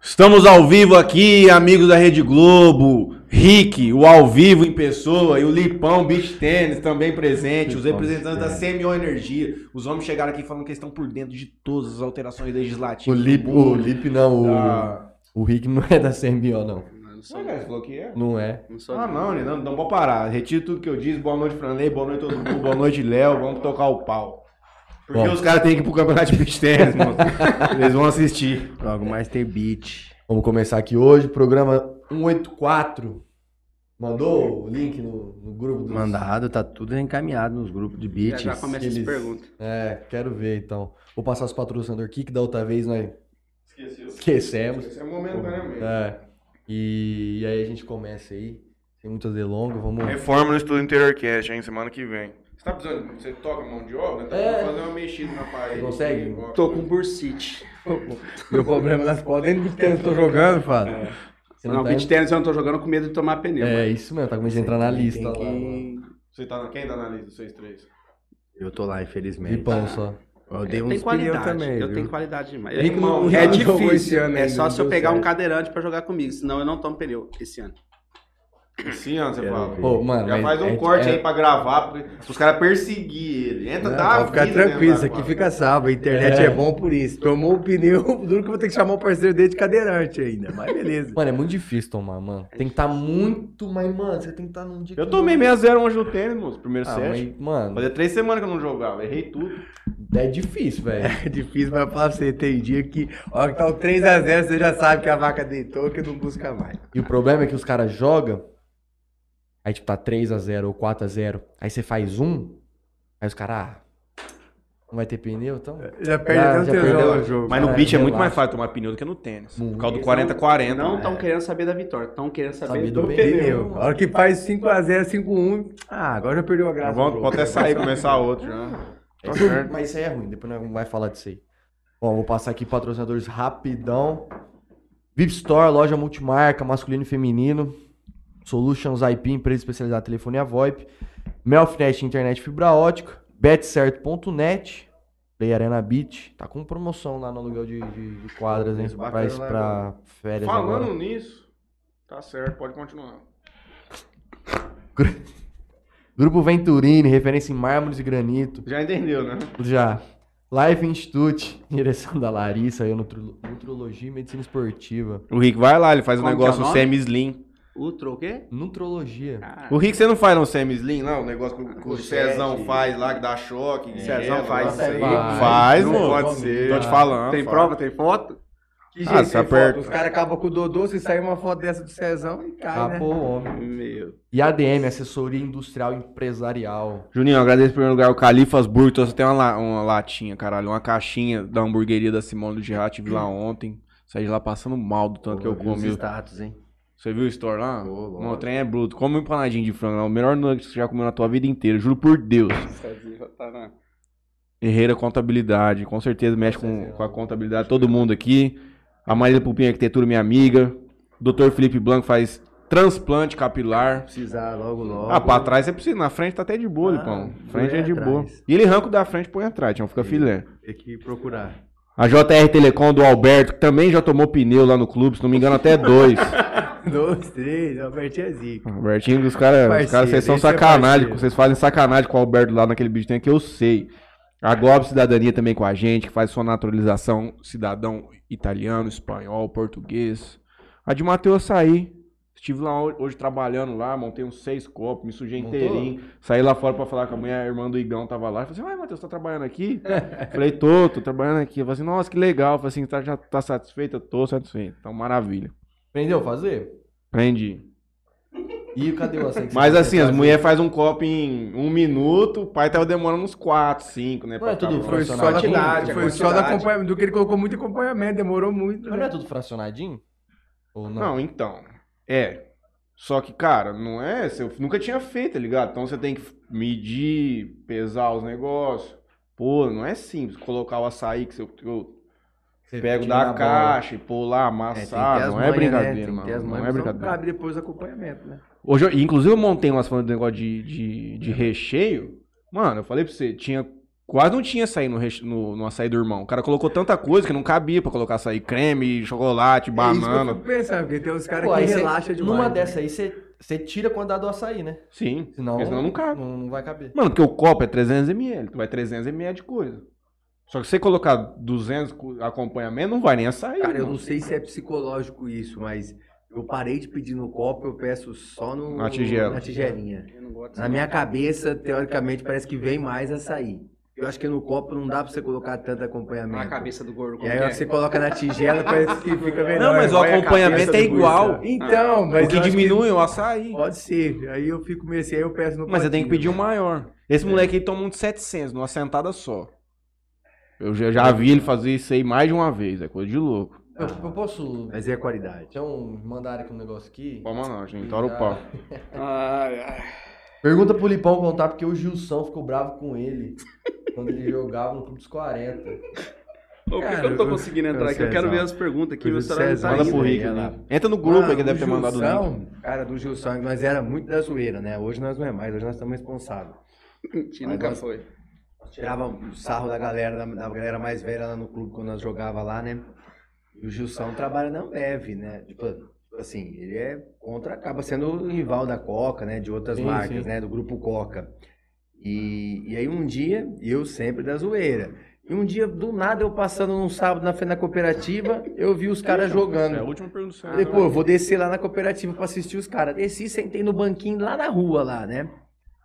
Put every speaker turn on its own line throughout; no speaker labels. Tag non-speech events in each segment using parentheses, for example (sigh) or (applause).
Estamos ao vivo aqui, amigos da Rede Globo, Rick, o ao vivo em pessoa, e o Lipão Beach Tennis também presente, os
Lipão
representantes da
Beach
CMO Energia. Os homens chegaram aqui falando que eles estão por dentro de todas as alterações
O
legislativas.
Lip, o Lip não, o,
Da...
o Rick não é da CMBO, não.
Não, não
Ah,
sou,
cara, você falou que é?
Não é.
não sou
Ah, não, né? não, não vou parar. Retiro tudo que eu disse. Boa noite, Franley. Boa noite, todo mundo. Boa noite, Léo. Vamos tocar o pau. Porque
Bom.
os caras têm que ir pro campeonato de beach
(laughs)
tennis, mano. Eles vão assistir.
Logo Master Beat.
Vamos começar aqui hoje, programa 184. Mandou o link no, no grupo do.
Mandado, tá tudo encaminhado nos grupos de
Já,
beats.
já começa
eles-
as perguntas.
É, quero ver então. Vou passar os patrocinadores aqui, que da outra vez nós
Esqueceu.
esquecemos.
é momentaneamente.
É. E, e aí a gente começa aí. Sem muitas delongas, vamos.
Reforma no Estudo Interior Cast, hein? Semana que vem. Você tá precisando? Você toca mão de obra? Então
É.
vamos fazer uma mexida na parede.
Você consegue?
Tô com bursite.
Meu problema nas quadras é que eu tô jogando, fala.
Você
Não,
tá-
beat tennis eu não tô jogando com medo de tomar pneu.
né,
É isso mesmo, tá começando a entrar na lista lá. mano.
Tem
Você tá na... Quem tá na lista? Vocês três.
Eu tô lá, infelizmente.
Lipão só.
Eu dei
eu
uns
tenho
pneu
qualidade.
também.
eu
viu?
tenho qualidade demais.
Rico não-
é
não jogou esse
difícil.
ano
é
ainda,
só
não
se eu
deu
pegar um
certo.
cadeirante pra jogar comigo, senão eu não tomo pneu esse ano.
Sim, ano você
Quero
fala.
ver.
Pô, mano.
Já
mas
faz um
é-
corte
é-
aí pra gravar, porque os caras perseguir ele. Entra,
Não,
dá
pode ficar
vida dentro
tranquilo,
da
isso aqui
quadra.
fica salvo. A internet
É.
é, bom por isso. Tomou o pneu, (laughs) duro que eu vou ter que chamar o parceiro dele de cadeirante ainda. Mas beleza.
Mano, é muito difícil tomar, mano. Tem que estar tá muito, mas, mano, você tem que estar num dia
Eu
que-
tomei 6x0 hoje no tênis, moço, primeiro
Ah,
set.
mas, mano,
Fazia três semanas que eu não jogava, errei tudo.
é difícil, velho.
(laughs) É difícil, mas eu falo pra você, tem dia que, ó, que tá o 3x0, você já sabe que a vaca deitou, que não busca mais.
E o problema é que os caras jogam, aí tipo tá 3x0 ou 4x0, aí você faz um, aí os caras, ah, não vai ter pneu, então...
Já perde
Já-
até o
já
tesão
perdeu.
no jogo.
Mas no
Cara,
beat é muito
relaxa.
mais fácil tomar pneu do que no tênis.
Muito.
Por causa do
Não tá
40-40.
estão querendo saber da vitória, estão querendo saber,
Saber do
do,
pneu.
pneu.
Perdeu. A hora que faz 5x0, 5x1. Ah, agora já perdeu a graça. do
Vamos
jogo.
pode até sair e começar outro já. Tá certo.
Mas isso aí é ruim, depois nós vamos vai falar disso aí. Bom, vou passar aqui patrocinadores rapidão. VIP Store, loja multimarca, masculino e feminino. Solutions IP, empresa especializada em telefonia VoIP. Melfnet, internet fibra ótica. Betcerto.net. Play Arena Beach. Tá com promoção lá no aluguel de, de- de quadras, hein?
Bacana
Pra,
lá
pra férias
Falando
agora.
nisso, tá certo, pode continuar.
Grupo Venturini, referência em mármores e granito.
Já entendeu, né?
Já. Life Institute, direção da Larissa, eu nutro- nutrologia e medicina esportiva.
O Rick vai lá, ele faz
um Como que é negócio, o nome?
semi-slim.
Ultra o quê?
Nutrologia.
Ah,
O Rick, você não faz um semi-slim, não? O negócio que, o- que o
O
Cezão
jet.
faz lá, que dá choque. que
Cezão
gela,
faz
É, nossa, né?
isso aí.
Faz,
Faz,
moço.
pode ser.
Tô te falando.
tem
faz.
prova, tem foto?
Que
Ah,
jeito,
você
tem
aperta.
foto. Os caras acabam com o Dodô, se sair uma foto dessa do Cezão e cai,
Ah,
né?
pô, homem.
Meu.
E ADM, assessoria industrial e empresarial.
Juninho, eu agradeço em primeiro lugar o Califas Burger. Trouxe até uma, la- uma latinha, caralho. Uma caixinha da hamburgueria da Simone do Gerard. Tive lá ontem. Saí de lá passando mal do tanto que eu
vi os
comi.
status, hein?
Você viu o store lá?
Ô, lógico.
Meu, o trem é bruto. Come um empanadinho de frango. É o melhor nugget que você já comeu na tua vida inteira. Juro por Deus.
Sozinho, já tá na-
Herreira Contabilidade. Com certeza mexe com,
certeza.
com a contabilidade de todo mundo aqui. A Marília Pupim Arquitetura, minha amiga. Dr. Felipe Blanco faz transplante capilar.
Precisar logo, logo.
Ah, pra trás é preciso. Na frente tá até de boa,
Ah,
Lipão.
põe
Frente é de
atrás.
boa. E ele arranca o da frente e põe atrás, então fica
Sim.
filé.
Tem que procurar.
A JR Telecom do Alberto, que também já tomou pneu lá no clube, se não me engano, até
(laughs)
dois.
Dois, três, o Albertinho é zica.
Albertinho, os caras, os
Parceiro,
caras, vocês são
esse é
sacanagem,
parceiro.
vocês fazem sacanagem com o Alberto lá naquele bicho tem que eu sei. A Globo Cidadania também com a gente, que faz sua naturalização cidadão italiano, espanhol, português. A de Mateu saí. Estive lá ho- hoje trabalhando lá, montei uns seis copos, me sujei
Montou?
inteirinho. Saí lá fora pra falar com a mulher, a irmã do Igão tava lá. Eu Falei assim, uai, Matheus, tá trabalhando aqui? Falei, tô, tô trabalhando aqui. Eu Falei assim, nossa, que legal. Eu Falei assim, tá, já tá satisfeito? Eu tô satisfeito. Então, maravilha.
Aprendeu a fazer?
Aprendi.
E cadê o acesso?
Mas assim,
tá
as mulheres fazem um copo em um minuto, o pai tava demorando uns 4, 5, né?
Não
pra
é tudo
acabar.
Foi só da
Quantidade,
Foi só
quantidade.
da acompanhamento, que ele colocou muito acompanhamento, demorou muito.
Mas
né?
não é tudo fracionadinho? Ou não?
Não, então. É. Só que, cara, não é. Eu nunca tinha feito, tá ligado? Então você tem que medir, pesar os negócios. Pô, não é simples colocar o açaí que você- que eu
Você
pego
tira na
da
bola.
caixa e pôr lá,
É, tem que ter
amassar. não
as
é
manhas, né? Tem
brincadeira,
que ter as
mano.
manhas,
Não é
senão
brincadeira.
Abre depois o acompanhamento, né?
Hoje,
É.
eu- inclusive, eu montei umas falando do negócio de, de, de recheio. Mano, eu falei pra você, tinha Quase não tinha açaí no, reche- no, no açaí do irmão. O cara colocou tanta coisa que não cabia pra colocar açaí. Creme, chocolate,
É isso que eu
banana.
fico pensando, porque tem uns caras
Pô,
que
aí cê-
relaxam demais.
Numa
né?
dessa aí, você você tira a quantidade do açaí, né?
Sim,
Senão,
porque senão não cabe.
Não, não vai caber.
Mano, porque o copo é 300ml, tu vai 300ml de coisa. Só que se você colocar 200 co- acompanhamento, não vai nem açaí.
Cara, eu
mano.
não sei se é psicológico isso, mas eu parei de pedir no copo, eu peço só no,
Na tigela.
na tigelinha.
Eu não gosto
Na minha cabeça, teoricamente, parece que vem mais açaí. Eu acho que no copo não dá pra você colocar tanto acompanhamento.
Na cabeça do gordo.
E
como
aí
que é?
você coloca
(laughs)
na tigela, parece que fica melhor.
Não, mas o
Vai a
acompanhamento
cabeça
é
do
igual.
gurizão. Então, mas
o que
eu acho
diminui é o açaí.
Pode ser. Aí eu fico meio assim, aí eu peço no
Mas você tem que pedir
potinho.
um maior. Esse moleque aí toma um de 700, numa sentada só. Eu já, já vi ele fazer isso aí mais de uma vez, é coisa de louco.
Eu, eu posso.
Mas é a qualidade.
Deixa eu mandar aqui um negócio aqui.
Palma não, gente, tora o pau.
Ai, ai.
Pergunta pro Lipão contar porque o Gilson ficou bravo com ele quando ele jogava no Clube dos 40.
Ô, por que
Cara,
que eu não tô
eu-
conseguindo
eu
entrar aqui? Eu
sei,
quero ver
não.
as perguntas aqui.
Eu
Meu
sei,
celular não
Zé,
tá
Manda
mas
indo.
pro
aí,
Rick,
olha lá.
Rick. Entra no grupo aí que
Mano,
deve ter
Ah, o
mandado o link.
Gilson, Cara, do Gilson, nós era muito da zoeira, né? Hoje nós não é mais, hoje nós estamos responsáveis.
Mentira,
Mas
nunca
nós-
foi.
Tirava o sarro da galera, da, da galera mais velha lá no clube quando nós jogava lá, né? E o Gilson trabalha na Ambev, né? Tipo assim, ele é contra, acaba sendo o rival da Coca, né? De outras
Sim,
marcas,
sim.
né? Do grupo Coca. E, e aí um dia, eu sempre da zoeira. E um dia, do nada, eu passando num sábado na frente da cooperativa, eu vi os caras jogando.
É a última pergunta. do
Falei,
Senhor.
pô, eu vou descer lá na cooperativa pra assistir os caras. Desci, sentei no banquinho lá na rua, lá, né?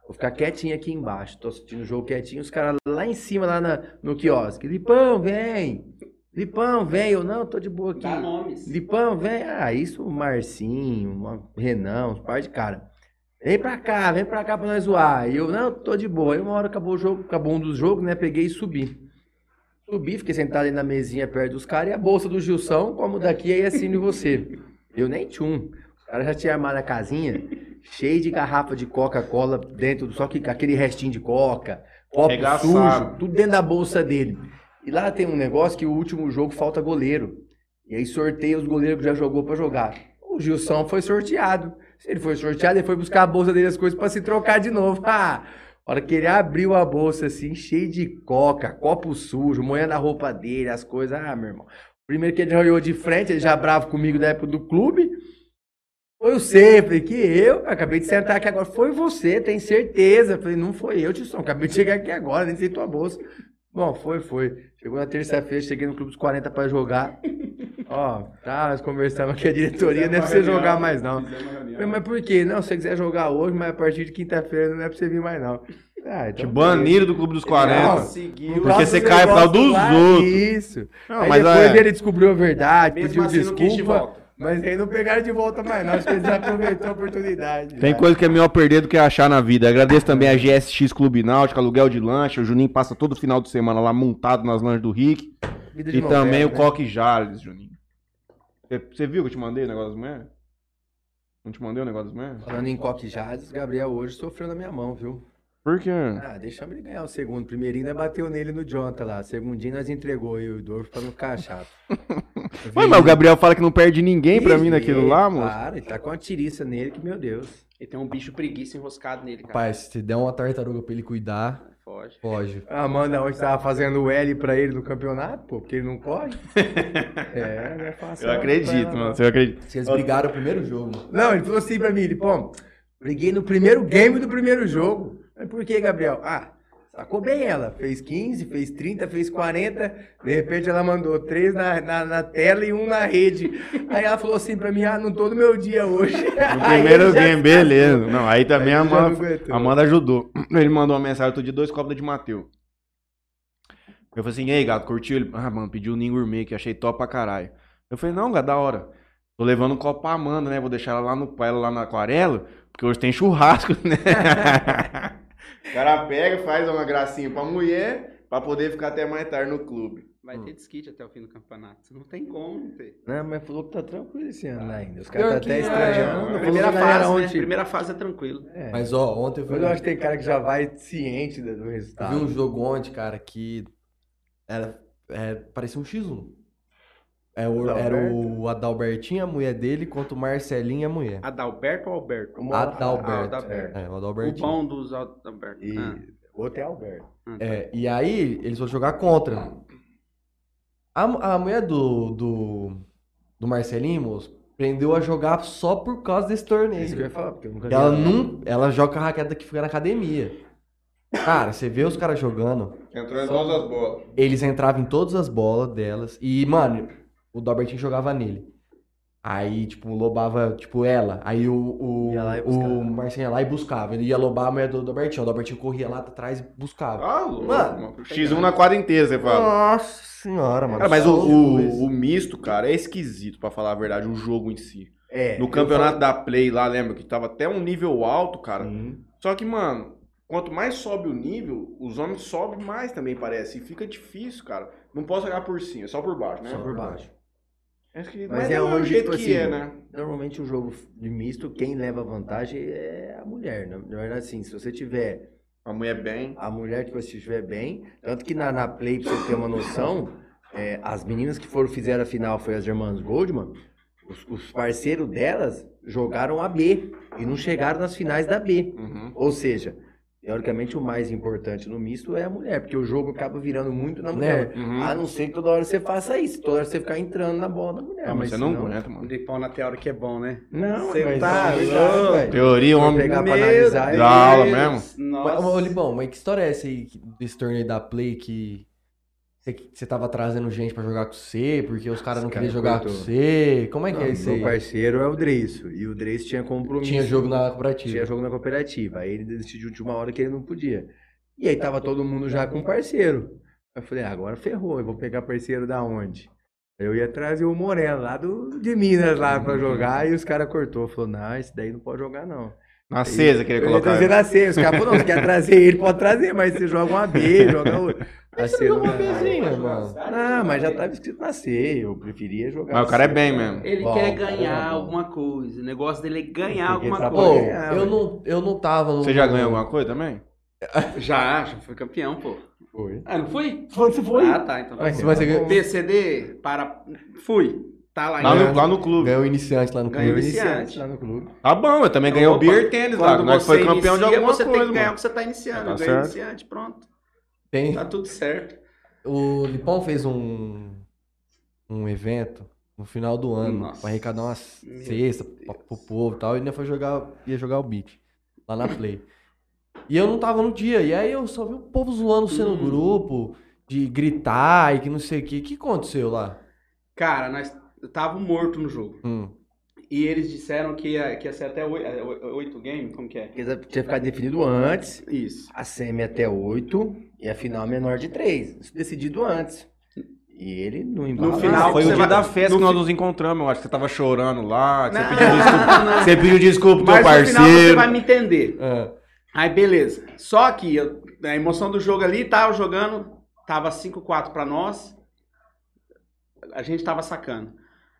Vou ficar quietinho aqui embaixo. Tô assistindo o jogo quietinho, os caras lá em cima, lá na- no quiosque. Lipão, vem! Lipão, vem! Eu não, tô de boa aqui.
Dá nomes.
Lipão, vem! Ah, isso, o Marcinho, uma- Renan, uns par de cara. Vem pra cá, vem pra cá pra nós zoar. E eu, não, tô de boa. Aí uma hora acabou o jogo, acabou um dos jogos, né? Peguei e subi. Subi, fiquei sentado aí na mesinha perto dos caras e a bolsa do Gilson, como daqui, aí assino você. Eu nem tinha um. Os caras já tinham armado a casinha, cheio de garrafa de Coca-Cola dentro, só que com aquele restinho de Coca, copo
Regaçado.
sujo, tudo dentro da bolsa dele. E lá tem um negócio que o último jogo falta goleiro. E aí sorteia os goleiros que já jogou pra jogar. O Gilson foi sorteado. Se ele foi sorteado, ele foi buscar a bolsa dele as coisas pra se trocar de novo. (laughs) Ah, a hora que ele abriu a bolsa assim, cheio de coca, copo sujo, moendo a roupa dele, as coisas. Ah, meu irmão. Primeiro que ele olhou de frente, ele já bravo comigo da época do clube. Foi o você, falei, que eu, acabei de sentar aqui agora. Foi você, tem certeza. Falei, não foi eu, Tisson, acabei de chegar aqui agora, nem sei tua bolsa. Bom, foi, foi. Chegou na terça-feira, cheguei no Clube dos 40 pra jogar. Ó, tá, nós conversamos aqui, a diretoria não é pra você jogar mais não. Falei, mas por quê? Não, se você quiser jogar hoje, mas a partir de quinta-feira não é pra você vir mais, não. Ah,
Te
então
baniram do Clube dos 40.
Conseguiu.
beleza.
É porque você
Nossa,
cai por causa
negócio
dos
lá,
outros.
Isso.
Não,
aí
mas
depois
é-
ele descobriu a verdade,
Mesmo
pediu
assim, não quis de
desculpa.
volta.
Mas aí não pegaram de volta mais, não. Acho que eles aproveitaram a oportunidade.
Tem
né?
coisa que é melhor perder do que achar na vida. Agradeço também a GSX Clube Náutico, aluguel de lancha. O Juninho passa todo final de semana lá montado nas lanches do Rick.
Vida de
E
novela,
também o
né?
Coque Jales, Juninho. Você- Você viu que eu te mandei o negócio das mulheres? Não te mandei o negócio das mulheres?
Falando em Coque Jades, Gabriel hoje sofreu na minha mão, viu?
Por quê?
Ah, deixamos ele ganhar o segundo. Primeirinho ainda bateu nele no Jonta lá. Segundinho nós entregou eu e o Dorf pra não ficar chato.
(laughs) Ué, mas o Gabriel fala que não perde ninguém pra mim
Ih,
naquilo lá, moço.
Para, ele tá com uma tiriça nele que, meu Deus.
E tem um bicho preguiça enroscado nele, cara.
Rapaz, se der uma tartaruga pra ele cuidar,
Foge.
foge.
A Amanda hoje tava fazendo o L pra ele no campeonato, pô, porque ele não
(laughs)
corre. é, não é fácil.
Eu
não, pra ela
acredito,
não.
mano. Eu acredito.
Vocês brigaram o primeiro jogo, mano.
Não, ele falou assim pra mim, ele, pô, briguei no primeiro game do primeiro jogo. Mas por que, Gabriel? Ah, sacou bem ela. Fez 15, fez 30, fez 40. De repente ela mandou três na, na, na tela e um na rede. Aí ela falou assim pra mim, ah, não tô no meu dia hoje.
No
(laughs) Aí
primeiro
ele já-
game, beleza. Não, aí também é a
Aí ele já não
Amanda,
aguentou.
a Amanda ajudou. (clears throat) Ele mandou uma mensagem outro dia, dois copos da de Mateus. Eu falei assim, e aí, gato, curtiu? Ele, ah, mano, pediu o Ninho Gourmet, que eu achei top pra caralho. Eu falei, não, gato, da hora. Tô levando um copo pra Amanda, né? Vou deixar ela lá no ela lá na aquarela, porque hoje tem churrasco, (laughs) né? o cara pega, faz uma gracinha pra mulher, pra poder ficar até mais tarde no clube.
Vai
Hum.
ter disquite até o fim do campeonato. Não tem como não ter.
Não, mas falou que tá tranquilo esse ano lá ainda. Os
Pior
caras tá
que
até
é,
estranhando.
mano.
Falou
Primeira
que a galera
fase, né?
ontem-
Primeira fase é tranquilo.
É.
Mas ó, ontem eu
Mas eu acho que tem cara que já vai ciente do do
Eu
resultado.
vi um jogo ontem, cara, que era, é, parecia um X1. É o- era o Adalbertinho, a mulher dele, contra o Marcelinho e a mulher.
Adalberto ou Alberto?
Uma-
Adalberto.
Adalberto.
É, o
O
Adalbertinho.
bom dos Adalberto.
E
Ah.
Outro é Alberto.
É, e aí eles vão jogar contra. A, mu- a mulher do, do, do Marcelinho, moço, aprendeu a jogar só por causa desse
É isso que eu
torneio.
ia falar, porque eu nunca vi
Ela
nada.
não. Ela joga com a raqueta que fica na academia. Cara, você vê os caras jogando.
Entrou em todas as bolas.
Eles entravam em todas as bolas delas. E, mano, o Dobertinho jogava nele. Aí, tipo, lobava, tipo, ela. Aí o, o,
Ia lá e buscava.
o Marcinho ia lá e buscava. Ele ia lobar a mulher do Dobertinho. O Dobertinho corria lá atrás e buscava.
Ah, louco,
Mano,
mano. X1 na quadra inteira, você fala.
Nossa senhora, mano.
Cara, mas o,
Só um
o,
dois.
o misto, cara, é esquisito, pra falar a verdade, o jogo em si.
É.
No campeonato da Play lá, lembra que tava até um nível alto, cara. Só que, mano, quanto mais sobe o nível, os homens sobem mais também, parece. E fica difícil, cara. Não posso olhar por cima, é só por baixo, né?
Só por baixo.
É esquisito,
Mas
mas,
é
é o
onde,
jeito
tipo
que
assim,
é, né?
Normalmente o jogo de misto, quem leva vantagem é a mulher. né? Na verdade, assim, se você tiver
A mulher é bem.
a mulher que você estiver bem. Tanto que na, na Play, pra você ter uma noção, é, as meninas que foram fizeram a final foi as irmãs Goldman. Os, os parceiros delas jogaram a B e não chegaram nas finais da B.
Uhum.
Ou seja, teoricamente o mais importante no misto é a mulher, porque o jogo acaba virando muito na
Né?
mulher.
Uhum.
A não ser que toda hora você faça isso, toda hora você ficar entrando na bola da mulher.
Ah, mas você não
É, senão-
aguenta,
Um
mano.
de pau na teoria que é bom, né?
Não,
Você
mas
tá
um
é verdade,
louco.
velho.
Teoria,
Vou
homem.
pegar pra
Meu
analisar.
Deus. Dá aula
Deus,
Mas, ô,
Nossa.
Libão, mas que história é essa aí que- desse torneio da Play que você, que você tava trazendo gente pra jogar com você, porque os caras
Os
não
cara
queriam jogar com
cortou.
você? Como é que é
Não,
isso
meu
aí?
parceiro é o Dreisso. E o Dreisso tinha compromisso.
Tinha jogo na cooperativa.
Tinha jogo na cooperativa. Aí ele decidiu de uma hora que ele não podia. E aí tava todo mundo já com parceiro. Eu falei, ah, agora ferrou, eu vou pegar parceiro da onde? Eu ia trazer o Moreno lá do, de Minas lá
Uhum.
pra jogar e os caras cortou. Falou, não, esse daí não pode jogar não.
Na acesa queria
Eu ia
colocar.
trazer na C. Os caras falaram, não, você quer trazer ele, pode trazer, mas você joga
(laughs)
uma B, joga outra. A C não dá.
Bezinho, mano.
Não, mas já tava escrito na C, eu preferia jogar
Mas o
na
cara é
C.
bem mesmo.
Ele
Bom,
quer
cara,
ganhar
é
bom.
alguma coisa. O negócio dele é ganhar
Porque
alguma
tá
Pô,
coisa.
ganhar,
eu
velho.
não, eu não tava no.
Você já
né?
ganhou alguma coisa também?
Já, já foi campeão, pô.
Foi.
Ah, não fui?
Você foi?
Ah, tá, então.
Mas você ganhou.
PCD, para... Fui. Tá lá
Lá no,
ainda.
lá no clube.
Ganhou iniciante lá no
Ganhou
clube.
iniciante.
lá no clube.
Tá bom, eu também
Então,
ganhei o
opa,
beer tênis lá.
Quando
Nós
você
foi campeão de
inicia,
alguma
você
coisa,
tem que ganhar o
mano.
que você tá iniciando.
Tá
Ganha
certo.
iniciante, pronto.
Tem,
Tá tudo certo.
o Lipão fez um, um evento no final do ano
Nossa.
pra arrecadar uma
Meu
cesta pra, pro povo e tal. E ainda foi jogar, ia jogar o beat lá na Play. E eu não tava no dia. E aí eu só vi o povo zoando você no
Hum.
grupo, de gritar e que não sei o que. O que aconteceu lá?
Cara, nós eu tava morto no jogo.
Hum.
E eles disseram que ia, que ia ser até oi- é, oi- oito games, como que é?
Porque tinha ficado definido antes.
Isso.
A semi até 8 e a final é menor de 3. Isso decidido antes. E ele não embalou.
No final,
foi o
você
dia
vai-
da festa
no
que nós
fi-
nos encontramos, eu acho que você tava chorando lá, que você
Não,
pediu
não,
desculpa.
não.
Você pediu desculpa pro teu
Mas no final você
parceiro.
vai me entender.
Ah,
Aí beleza. Só que eu- a emoção do jogo ali, tava jogando, tava 5x4 pra nós. A gente tava sacando.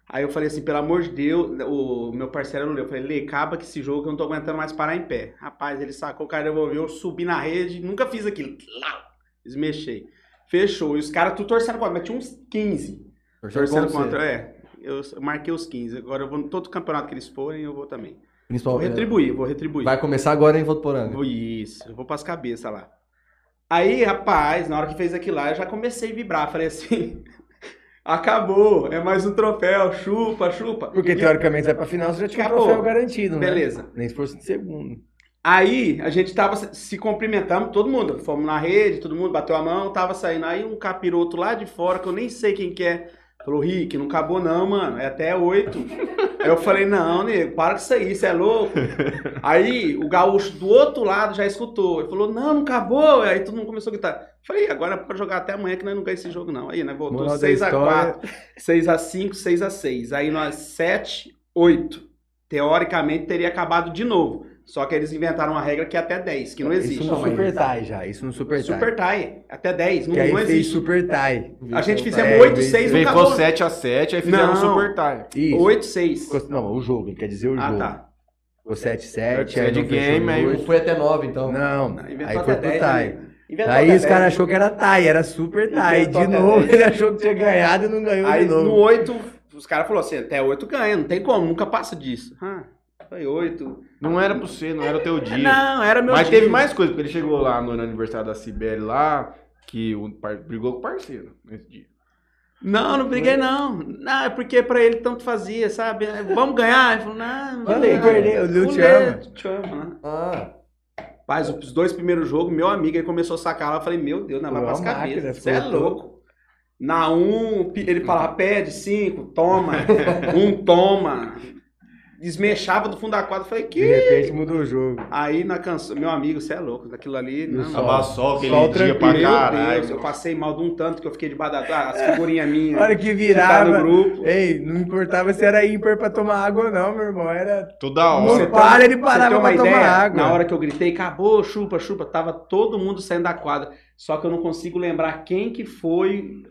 Aí eu falei assim, pelo amor de Deus, o meu parceiro não leu. Eu falei, Lê, acaba que esse jogo eu não tô aguentando mais parar em pé. Rapaz, ele sacou, o cara devolveu, eu subi na rede, nunca fiz aquilo. Lá, Desmexei. Fechou. E os caras tudo torcendo contra, mas tinha uns 15.
torcendo
Torcendo
contra você.
contra, é. Eu marquei os 15. Agora eu vou em todo campeonato que eles forem, eu vou também. Vou
Principalmente.
retribuir, vou retribuir.
é, Vai começar agora em Votoporanga.
Vou- Isso, eu vou pras cabeças lá. Aí, rapaz, na hora que fez aquilo lá, eu já comecei a vibrar. Falei assim: (laughs) acabou, é mais um troféu, chupa, chupa.
Porque
E-
teoricamente vai pra final, você já tinha
Acabou.
um troféu garantido, é né?
Beleza.
Nem se fosse de segundo.
Aí a gente tava se- se cumprimentando, todo mundo. Fomos na rede, todo mundo bateu a mão, tava saindo. Aí um capiroto lá de fora, que eu nem sei quem que é, falou: Rick, não acabou não, mano, é até oito. Aí eu falei: não, nego, para com isso aí, você é louco. Aí o gaúcho do outro lado já escutou. Ele falou: não, não acabou. Aí todo mundo começou a gritar. Eu Falei: agora é pra jogar até amanhã que nós não ganhamos esse jogo não. Aí, né, voltou
Moral da
6x4, 6x5, 6x6. Aí nós 7, 8. Teoricamente teria acabado de novo. Só que eles inventaram uma regra que é até 10, que não existe.
Isso no
Não, mas-
Super Tie já. Isso no Super Tie.
Super tie. Até 10. Não,
Que aí
não
fez
existe.
Super Tie.
A gente fizemos
É,
8,
fez-
6, não
Ficou
acabou.
7x7, aí fizeram um
Não.
super tie.
Isso. assim,
8, 6.
Não, o jogo, ele quer dizer o
Ah,
jogo.
tá.
O 7-7,
É
aí
de
não fechou
game,
em
aí
dois.
Ou Foi até nove, então.
Não,
Não, inventou
aí
até
foi pro
10
Tie.
Inventou
Aí
até
os
10.
caras achou que era Tie, era Super Tie.
Inventou
De
até
novo, (laughs)
10.
ele achou que tinha ganhado e não ganhou
Aí
de
no
novo.
8, os caras falaram assim, até 8 ganha, não tem como, nunca passa disso. Ah, Foi oito.
Não era pra você, não era o teu dia.
Não, era meu
Mas
time.
teve mais coisa, porque ele chegou lá no aniversário da Sibeli lá, que o par- brigou com o parceiro nesse dia.
Não, não briguei, não. Não, é porque pra ele tanto fazia, sabe? É, Vamos ganhar. Ele falou, não,
Olha aí,
não,
perdeu, o Leo te
Leo
ama.
te ama, né?
Ah,
Rapaz, os dois primeiros jogos, meu amigo, ele começou a sacar lá, eu falei, meu Deus, não vai
Pô, é
pras
uma máquina,
cabeças, você é
ficou louco.
louco. Na um, pi- ele falava, pede cinco,
(laughs)
toma, um toma. Desmechava do fundo da quadra, eu falei,
De
que?
repente mudou o jogo.
Aí na canção, meu amigo, você é louco, daquilo ali,
E o
não.
sol?
Meu
Tava
sol
aquele sol dia pra
Deus, eu passei mal de um tanto que eu fiquei de badadá, as figurinhas
Na hora
minhas,
que
tá no
virava.
grupo.
Ei, não importava se era ímpar pra tomar água ou não, meu irmão. Era.
Toda
Não
hora.
tem-
para, ele
Pra você ter
parava
uma
pra
ideia,
tomar água.
na hora que eu gritei, acabou, chupa, chupa, tava todo mundo saindo da quadra. Só que eu não consigo lembrar quem que foi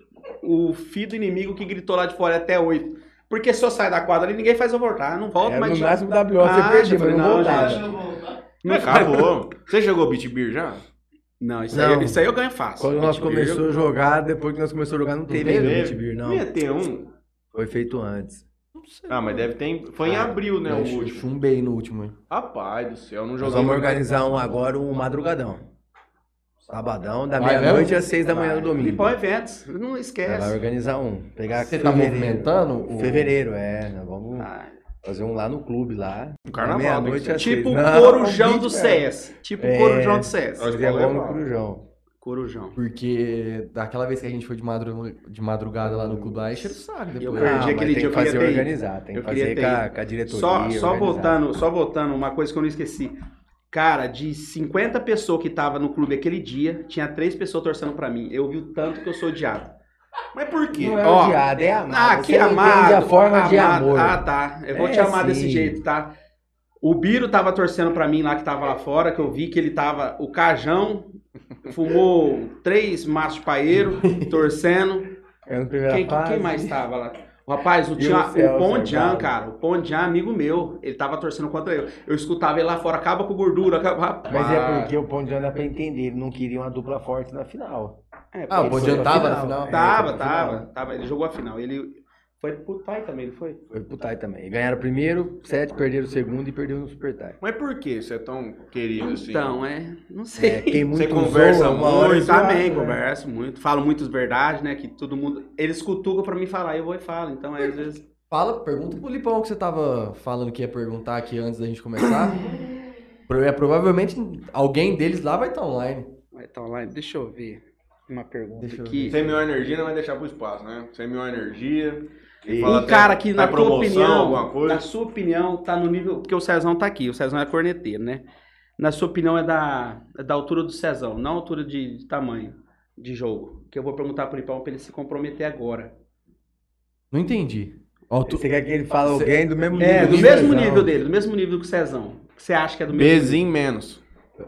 o filho do inimigo que gritou lá de fora até oito. Porque se eu sair da quadra ali, ninguém faz eu voltar. Não volto,
Era
mas
no
já-
máximo WO,
Ah,
você perdia,
já falei,
mas não
não,
voltava.
já-
Não, acabou. Você jogou Beat Beer já?
Não, isso,
Não.
Aí, isso aí eu ganho fácil.
Quando nós
Gente, eu-
começamos a jogar, depois que nós começamos a jogar, não teve ainda o
teve.
Bitbeer, não.
Ia ter um.
Foi feito antes.
Ah, mas deve ter. em- Foi em
Ah,
abril, né?
eu
O
chu-
último.
chumbei no último. hein?
Rapaz do céu, não
Nós
jogamos.
vamos organizar um agora, um madrugadão. Sabadão, da
Vai
meia-noite
mesmo?
às seis da manhã no domingo.
Lipão Eventos, não
Nós Vai
esquece.
organizar um. Pegar
Você tá
fevereiro.
movimentando o-
Fevereiro, é. Nós vamos
Ah,
fazer um lá no clube, lá.
Um carnaval,
Da
tem
meia-noite
que ser.
às seis.
Tipo o
Não,
Corujão
convite,
do
velho.
CS. Tipo
É.
o Corujão do CS.
Nós-
Fazer agora no
Corujão.
Corujão.
Corujão.
Porque daquela vez que a gente foi de, madru- de madrugada lá no clube, lá, encheram o saco depois.
Eu perdi
mas
aquele
tem
dia,
que
eu queria
fazer
ter ido.
organizar. Tem que
Eu queria
fazer
ter
com a,
ido.
com a diretoria.
Só, só
organizar.
voltando, só voltando, uma coisa que eu não esqueci. Cara, de 50 pessoas que tava no clube aquele dia, tinha três pessoas torcendo pra mim. Eu vi o tanto que eu sou odiado. Mas por quê?
Não é
Ó,
odiado, é amado.
Ah,
Você
que
não
amado.
entende a forma de
amado.
amor.
Ah, tá. Eu vou
É
te amar
assim.
desse jeito, tá? O Biro tava torcendo pra mim lá que tava lá fora, que eu vi que ele tava. O Cajão fumou três maços de paeiro, torcendo.
É no primeiro
Quem, quem mais tava lá? O Rapaz, o,
E
Tian,
o Celso,
o Pondian,
Galo.
cara, o Pondian, amigo meu, ele tava torcendo contra eu. Eu escutava ele lá fora, acaba com gordura, acaba. Rapaz,
Mas é porque o Pão de Ana, pra entender, ele não queria uma dupla forte na final.
É,
Ah, o
ele
Pondian
foi pra
tava
final.
na final?
Tava,
É, foi pra
tava,
final.
tava. Ele jogou a final. Ele foi pro Tai também, ele foi?
Foi pro tie também. Ganharam o primeiro, sete, perderam o segundo e perderam no super tie.
Mas por que você é tão querido assim?
Então, é. Não sei. (laughs)
É, quem muito
conversa
zoa, uma hora
muito,
zoa,
também,
né?
converso muito. Falo muitas verdades, né? Que todo mundo. Eles cutucam pra mim falar, eu vou e falo. Então, aí, às vezes.
Fala, pergunta pro Lipão que você tava falando que ia perguntar aqui antes da gente começar. Pro- é, Provavelmente alguém deles lá vai estar online.
Vai tá online. Deixa eu ver uma pergunta
Deixa eu
aqui.
Sem mil energia não vai deixar pro espaço, né? Sem mil energia.
E-
fala
um
até-
cara que, na
tá
tua
alguma
opinião,
coisa.
na sua opinião, tá no nível. Porque o Cezão tá aqui, o Cezão é corneteiro, né? Na sua opinião, é da, é da altura do Cezão, não altura de, de tamanho de jogo. Que eu vou perguntar pro Lipão pra ele se comprometer agora.
Não entendi. Ó, tu-
Você quer que ele fale
Você-
alguém do mesmo nível?
É, do
que
mesmo
Cezão?
nível dele, do mesmo nível que o Cezão. Que você acha que é do mesmo nível?
Bezinho menos.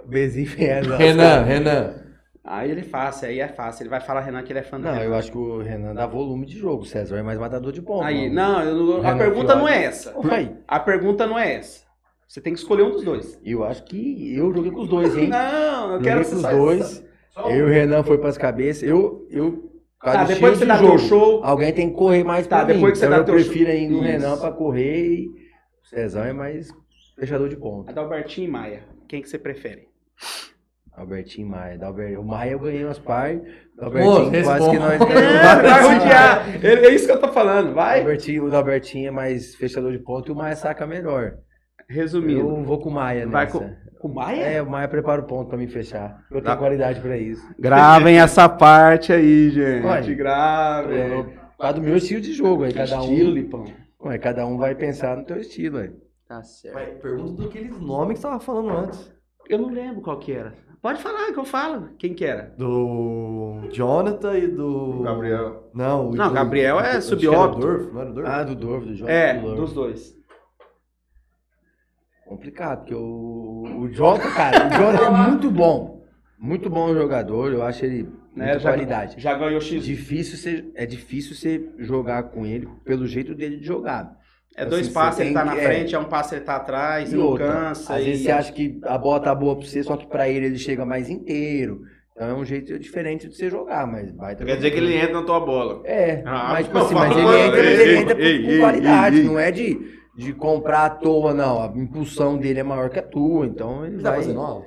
Bezinho é, nossa.
Renan, Renan.
Aí ele é fácil, aí é fácil. Ele vai falar, Renan, que ele é fã do
Não,
Renan.
eu acho que o Renan dá volume de jogo. O César é mais matador de bomba.
Aí, não, eu não- a
Renan
pergunta
Fiore.
não é essa.
Uai,
A pergunta não é essa. Você tem que escolher um dos dois.
eu acho que eu joguei com os dois,
(laughs)
hein?
Não, eu
joguei
quero
com os
só- um.
dois. Eu e o Renan foi pras cabeças. Eu. eu
Tá,
cada
depois que você
estilo
dá
de
teu
jogo,
show,
Alguém tem que correr mais
Tá,
pra mim.
depois que você
então
dá
eu
teu
prefiro ainda o
Isso.
Renan pra correr e o Cezão é mais fechador de ponta.
Adalbertinho e Maia. Quem que você prefere?
Albertinho e Maia. Dalber... O Maia eu ganhei umas par. O
Moço,
Albertinho
responda.
quase que nós
É,
(laughs)
ganhamos.
vai
rodear. É, é isso que eu tô falando,
O Albertinho- o Dalbertinho é mais fechador de ponta e o Maia saca melhor.
Resumindo.
Eu vou com o Maia nessa.
Vai O Maia?
É, o Maia prepara o ponto pra me fechar. Eu tenho
Tá.
qualidade pra isso.
Gravem essa parte aí, gente.
Olha,
grave. é
eu- Cada do meu estilo de jogo, aí cada
Estilo,
um,
Lipão.
ué, cada um vai pensar no teu estilo, aí.
Tá certo.
Vai, pergunta daqueles nomes que você tava falando antes.
Eu não lembro qual que era. Pode falar que eu falo. Quem que era?
Do Jonathan e do.
Gabriel.
Não, o
Não,
do-
Gabriel é
acho que era
subóbito.
Dorf, não era o Dorf?
Ah, do Dorf, do Jorge.
É,
do Dorf.
dos dois.
Complicado, porque o, o Jota, cara, o Jota é muito bom. Muito bom jogador, eu acho ele muita
né? já-
qualidade. Assim,
Já ganhou X.
Difícil você, é difícil você jogar com ele pelo jeito dele de jogar.
É dois
Assim,
passos,
você
ele tá
tem
na
que- é.
frente, é um passo, ele tá atrás,
E
não
outra,
cansa.
Às
e- é
vezes você acha que a bola tá boa pra você, só que pra ele ele chega mais inteiro. Então é um jeito diferente de você jogar, mas vai
Quer dizer que ele entra na tua bola.
É,
Ah,
mas tipo
não,
assim, mas
fala,
ele entra,
ei,
ele
ei,
entra
ei,
com
ei,
qualidade,
ei, ei.
não é de, de comprar à toa, não. A impulsão dele é maior que a tua, então ele
Ele tá
vai...
fazendo aula?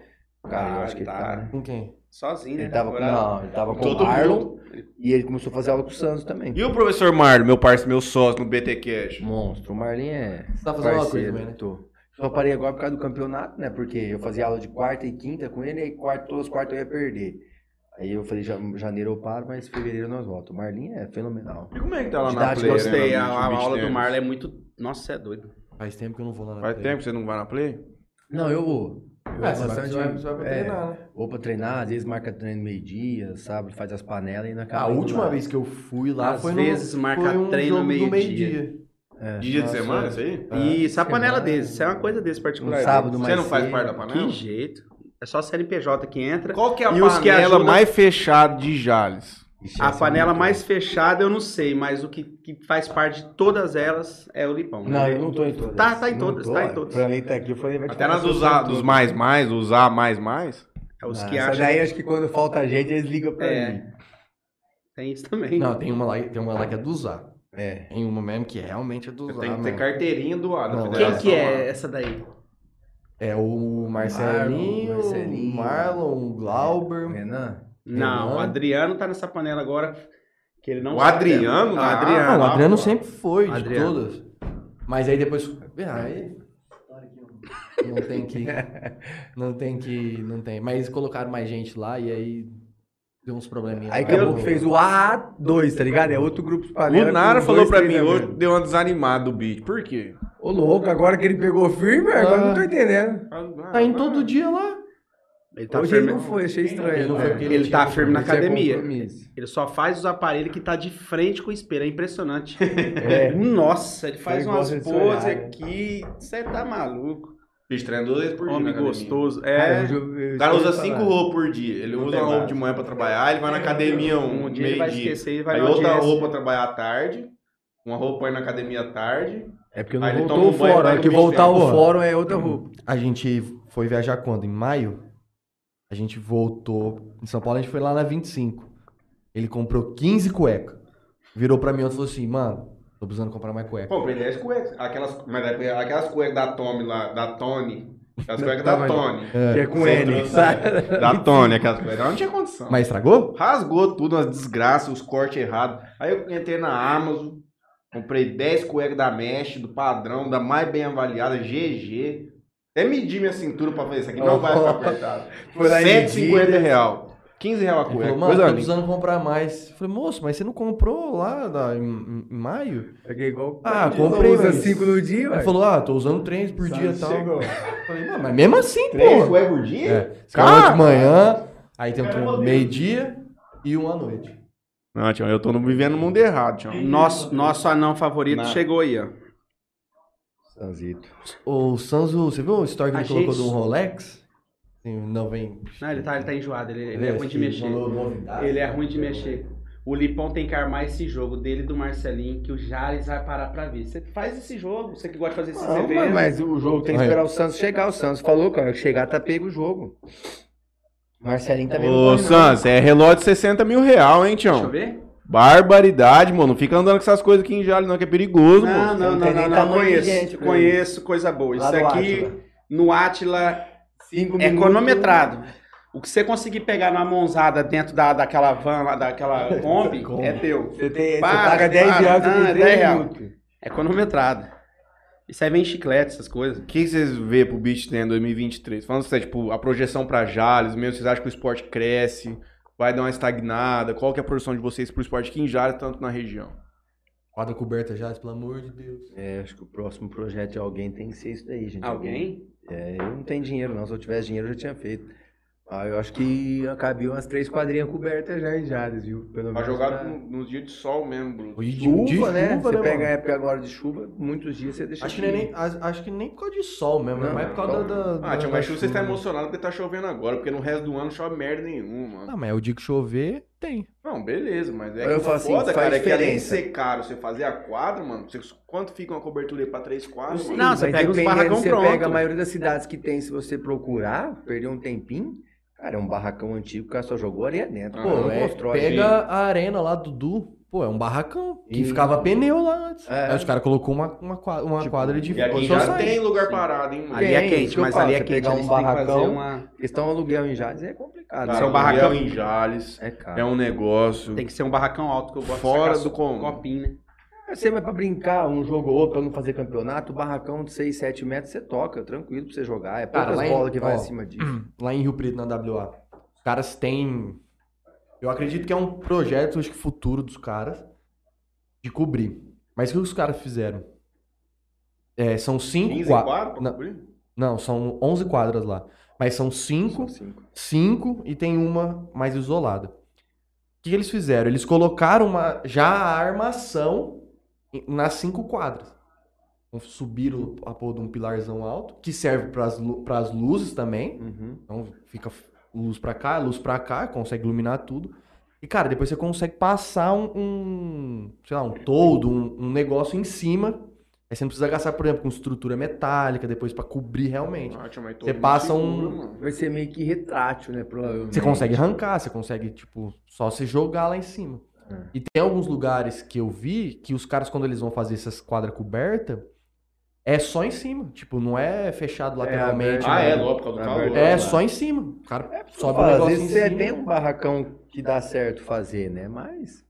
Cara, eu acho que ele
Tá,
tá,
tá.
né?
Com quem?
Sozinho, né?
Ele tava com,
Agora-
não, ele tava com
Todo
o Marlon e ele começou a fazer aula com o Santos também.
E o professor Marlon, meu parceiro, meu sócio no BT Cash?
Monstro, o Marlin é.
Você tá fazendo aula com ele também, né?
Tô. Só parei agora por causa do campeonato, né? Porque eu fazia aula de quarta e quinta com ele, aí quarta, todas as quartas eu ia perder. Aí eu falei, ja- janeiro eu paro, mas fevereiro nós voltamos. O Marlin é fenomenal.
E como é que tá lá na
Didático,
Play?
Ele
Gostei, a,
né,
a
no beach
aula do
tennis?
Marlon é muito. Nossa, você é doido.
Faz tempo que eu não vou lá na
Faz
play.
tempo que você não vai na Play?
Não, eu vou. Eu
É, você
vou
vai,
bastante.
você vai, você vai pra
é,
treinar, né?
Vou pra treinar, às vezes marca treino meio-dia, sábado faz as panelas e na
A última vez que eu fui lá
Às
foi no-
vezes marca
foi um
treino
jogo do
meio-dia.
meio-dia.
De dia de
Nossa,
semana, isso aí?
É.
Ah,
E isso é a
Semana.
panela deles, isso é uma coisa desse
No
particular.
Um sábado,
Você
mais
não faz
cedo.
parte da
Que
panela?
jeito. É só CNPJ que entra.
Qual que é a
E os que
panela
ajudam-
mais fechada de Jales?
Ixi,
A
essa é
panela
muito
mais fechada eu não sei, mas o que, que faz parte de todas elas é o Lipão.
boa. Não, eu não tô em todas.
Tá- tá em
Não
todas,
tô.
tá em todas.
Pra mim tá aqui, eu falei, vai te
Até
falar
nas
que eu tô em
usar,
todas.
dos mais mais, usar mais mais?
É os
Ah,
que
essa
acham.
daí acho que quando falta gente, eles ligam pra
É.
mim.
Tem isso também.
Não, tem uma, lá, tem uma lá que é do Zá.
É.
Tem uma mesmo que realmente é do Zá,
Tem que ter
mano.
carteirinha né? do ar.
Não,
né? Quem que é essa daí?
É o Marcelinho,
Marlon, Marcelinho. É.
o Marlon, o Glauber.
Renan?
Não,
um
Renan.
o Adriano tá nessa panela agora. Que ele não
O Adriano
O
tá?
Ah,
Adriano.
o Adriano
Ah, pô.
sempre foi, de
Adriano.
todas. Mas aí depois. Ah, aí- Não tem que. Não tem que. Não tem. Mas colocaram mais gente lá e aí deu uns probleminhas.
Aí
lá.
acabou que um- fez o A2, tá ligado? É outro grupo de panela.
O Nara
com
falou
dois
pra mim
treinamentos.
hoje, deu uma desanimada do beat. Por quê?
Ô, louco, agora que ele pegou firme, agora eu não tô entendendo.
Ah,
Tá em todo dia lá.
Ah,
Ele tá
hoje
firme.
ele não foi, achei estranho.
Ele não foi porque
ele
tinha
tá firme na
compromisso, é
academia.
compromisso.
Ele só faz os aparelhos que tá de frente com o espelho. É impressionante.
É.
Nossa, ele faz
Ele
umas
gosta de se
poses
olhar, né?
aqui. Você tá maluco.
Bicho treina duas vezes por dia.
Homem
na academia.
gostoso.
Cara,
É.
hoje eu- eu
O cara usa
esqueci de
cinco
falar.
roupas por dia. Ele
Não
usa
tem
uma roupa
mais.
de manhã pra trabalhar, ele vai na academia um,
Um dia ele vai
meio-dia.
esquecer e vai
Aí
na
outra
audiência.
roupa trabalhar à tarde. Uma roupa põe na academia à tarde.
É porque não
Aí ele
voltou
toma
o
um banho,
fórum.
vai
É que
no bicho
voltar o
dele.
fórum é outra roupa.
A gente foi viajar quando? Em maio? A gente voltou. Em São Paulo a gente foi lá na 25. Ele comprou 15 cuecas. Virou pra mim e falou assim, mano, tô precisando comprar mais cueca.
Pô, ele é as cuecas. Aquelas, mas é porque aquelas cuecas da Tommy lá, da Tony. Aquelas cuecas
Tá,
da
mas-
Tony.
Que é com
Você
ele.
trouxe,
(laughs)
né? (laughs) Da Tony, aquelas cuecas. Não tinha condição.
Mas estragou?
Rasgou tudo, as desgraças, os cortes errados. Aí eu entrei na Amazon, comprei 10 cuecas da Mesh, do padrão, da mais bem avaliada, GG. Até medi minha cintura pra fazer isso aqui, não vai
(laughs)
ficar apertado.
Foi lá em
150
Medida.
real. 15 real a
Ele
cueca.
falou, mano,
Coisa
tô
linda.
precisando comprar mais. Eu falei, moço, mas você não comprou lá na- em, em- em maio?
É que é igual.
Ah,
Ele só
comprei,
usa
mas-
cinco no dia,
Ele
ué.
falou, ah, tô usando três por dia e tal.
Chegou.
Eu falei, mano, mas mesmo assim,
Três
pô.
cuecas por dia?
É, você falou
Cara!
de manhã, aí tem um
Cara, é
treino
meu Deus.
meio-dia e um à noite.
Não, Tião, eu tô no- vivendo no mundo errado, Tião.
Nosso, nosso anão favorito
Nada.
chegou aí, ó.
Sanzito.
O Sanzo, você viu o story que
A
ele colocou
gente-
do Rolex? Tem um noven-
Não, ele tá, ele tá enjoado, ele, ele é ruim de
que
mexer.
falou novidade.
Ele é ruim de mexer. O Lipão tem que armar esse jogo dele e do Marcelinho, que o Jales vai parar pra ver. Você faz esse jogo, você que gosta de fazer esses
Não, mas,
eventos.
mas o jogo tem que esperar o Santos chegar. O Santos falou, cara, que chegar tá pego o jogo. Marcelinho também não
Ô,
corre, não.
Sans, é relógio de 60 mil real, hein,
Deixa eu
Tião?
ver.
Barbaridade, mano. Não fica andando com essas coisas aqui em Jale, não, que é perigoso,
Não,
mano.
não,
não
não,
tem
não,
nem
não,
tamanho de
conheço.
gente pra
conheço coisa boa. Isso
Lá do né?
aqui
Átila.
no Atila
Cinco
é
minutos.
cronometrado.
né?
O que você conseguir pegar na mãozada dentro da, daquela van, lá,
(laughs)
daquela Kombi,
Kombi.
é teu.
Você, tem, você
Para,
paga 10
para.
reais, você
Ah,
tem
10
3
real.
minutos.
É cronometrado. Isso aí vem chiclete, essas coisas.
O que vocês vê pro Beach Tennis 2023? Falando sério, tipo, a projeção pra Jales mesmo, vocês acham que o esporte cresce, vai dar uma estagnada? Qual que é a projeção de vocês pro esporte aqui em Jales, tanto na região?
Quadra coberta já, pelo amor de Deus.
É, acho que o próximo projeto de alguém tem que ser isso daí, gente.
Alguém?
É, eu não tenho dinheiro, não. Se eu tivesse dinheiro, eu já tinha feito. Ah, eu acho que acabei umas três quadrinhas cobertas já em Jales, viu? Pelo
Vai
menos
jogar
pra-
Tá no- nos dias de sol mesmo, Bruno.
De- de
Chuva, né?
chuva,
você pega a
mano?
época agora de chuva, muitos dias você deixa.
Acho que, não é nem, as- acho que nem por causa de sol mesmo, né?
Não,
Mas por causa
sol.
da. da-
Ah, Tião, mas
da
chuva você tá emocionado porque tá chovendo agora, porque no resto do ano chove merda nenhuma.
Ah, mas é o dia que chover, tem.
Não, beleza, mas é
Eu
que
falo assim,
foda,
faz
cara, é que além de
diferença.
ser caro você fazer a quadra, mano, você- quanto fica uma cobertura aí pra três quadros?
Sim,
mano?
Não, você
mas
pega os
dependendo,
barracão
você
pronto.
pega a maioria das cidades que tem, se você procurar, perder um tempinho, cara, é um barracão antigo, o cara só jogou areia dentro.
Ah,
Pô, não
é,
constrói.
Pega a arena lá do Du. Pô, é um barracão. Que
E-
ficava pneu lá antes.
É. Tipo,
Aí os caras colocou uma, uma, quadra, uma quadra de
E aqui
só
já
saída.
tem lugar parado, hein, mano?
Ali é
Tem, isso
quente,
que eu
mas
falo,
ali é
você
quente.
pegar
Ali
um
você tem que fazer
barracão-
uma...
Questão aluguel em Jades é complicado.
Cara,
Isso é um
aluguel
barracão em Jales.
É caro.
É um negócio.
Tem que ser um barracão alto que eu gosto de
Fora
sacar
do com-
copinho, né?
Você vai pra brincar um jogo ou outro pra não fazer campeonato, o barracão de 6, 7 metros você toca, tranquilo pra você jogar. É
Cara,
poucas
lá em-
bolas que vai
ó. hum.
acima disso.
lá em Rio Preto, na WA. Os caras têm. Eu acredito que é um projeto, acho que futuro dos caras, de cobrir. Mas o que os caras fizeram? É, são cinco.
15
qua-
quadro pra
Não.
cobrir?
Não, são 11 quadras lá. Mas são cinco,
São cinco.
cinco e tem uma mais isolada. O que que eles fizeram? Eles colocaram uma, já a armação em- nas cinco quadras. Então, Subiram a porra de um pilarzão alto, que serve para as luzes também.
Uhum.
Então fica f- luz pra cá, luz pra cá, consegue iluminar tudo. E, cara, depois você consegue passar um, um, sei lá, um toldo, um, um negócio em cima. Aí você não precisa gastar, por exemplo, com estrutura metálica depois pra cobrir realmente.
Ah, tinha mais
Você
todo
passa
mundo
um-
seguro, mano.
Vai ser meio que retrátil, né? Provavelmente.
Você consegue arrancar, você consegue, tipo, só se jogar lá em cima. E tem alguns lugares que eu vi que os caras, quando eles vão fazer essas quadras cobertas, é só em cima. Tipo, não é fechado lateralmente.
aberto.
Ah,
né?
é, lógico, por causa do
É
calor.
É
né?
só em cima. O cara sobe o
Fala, É, às
negócio em
vezes você
cima.
tem um barracão que dá certo fazer, né? Mas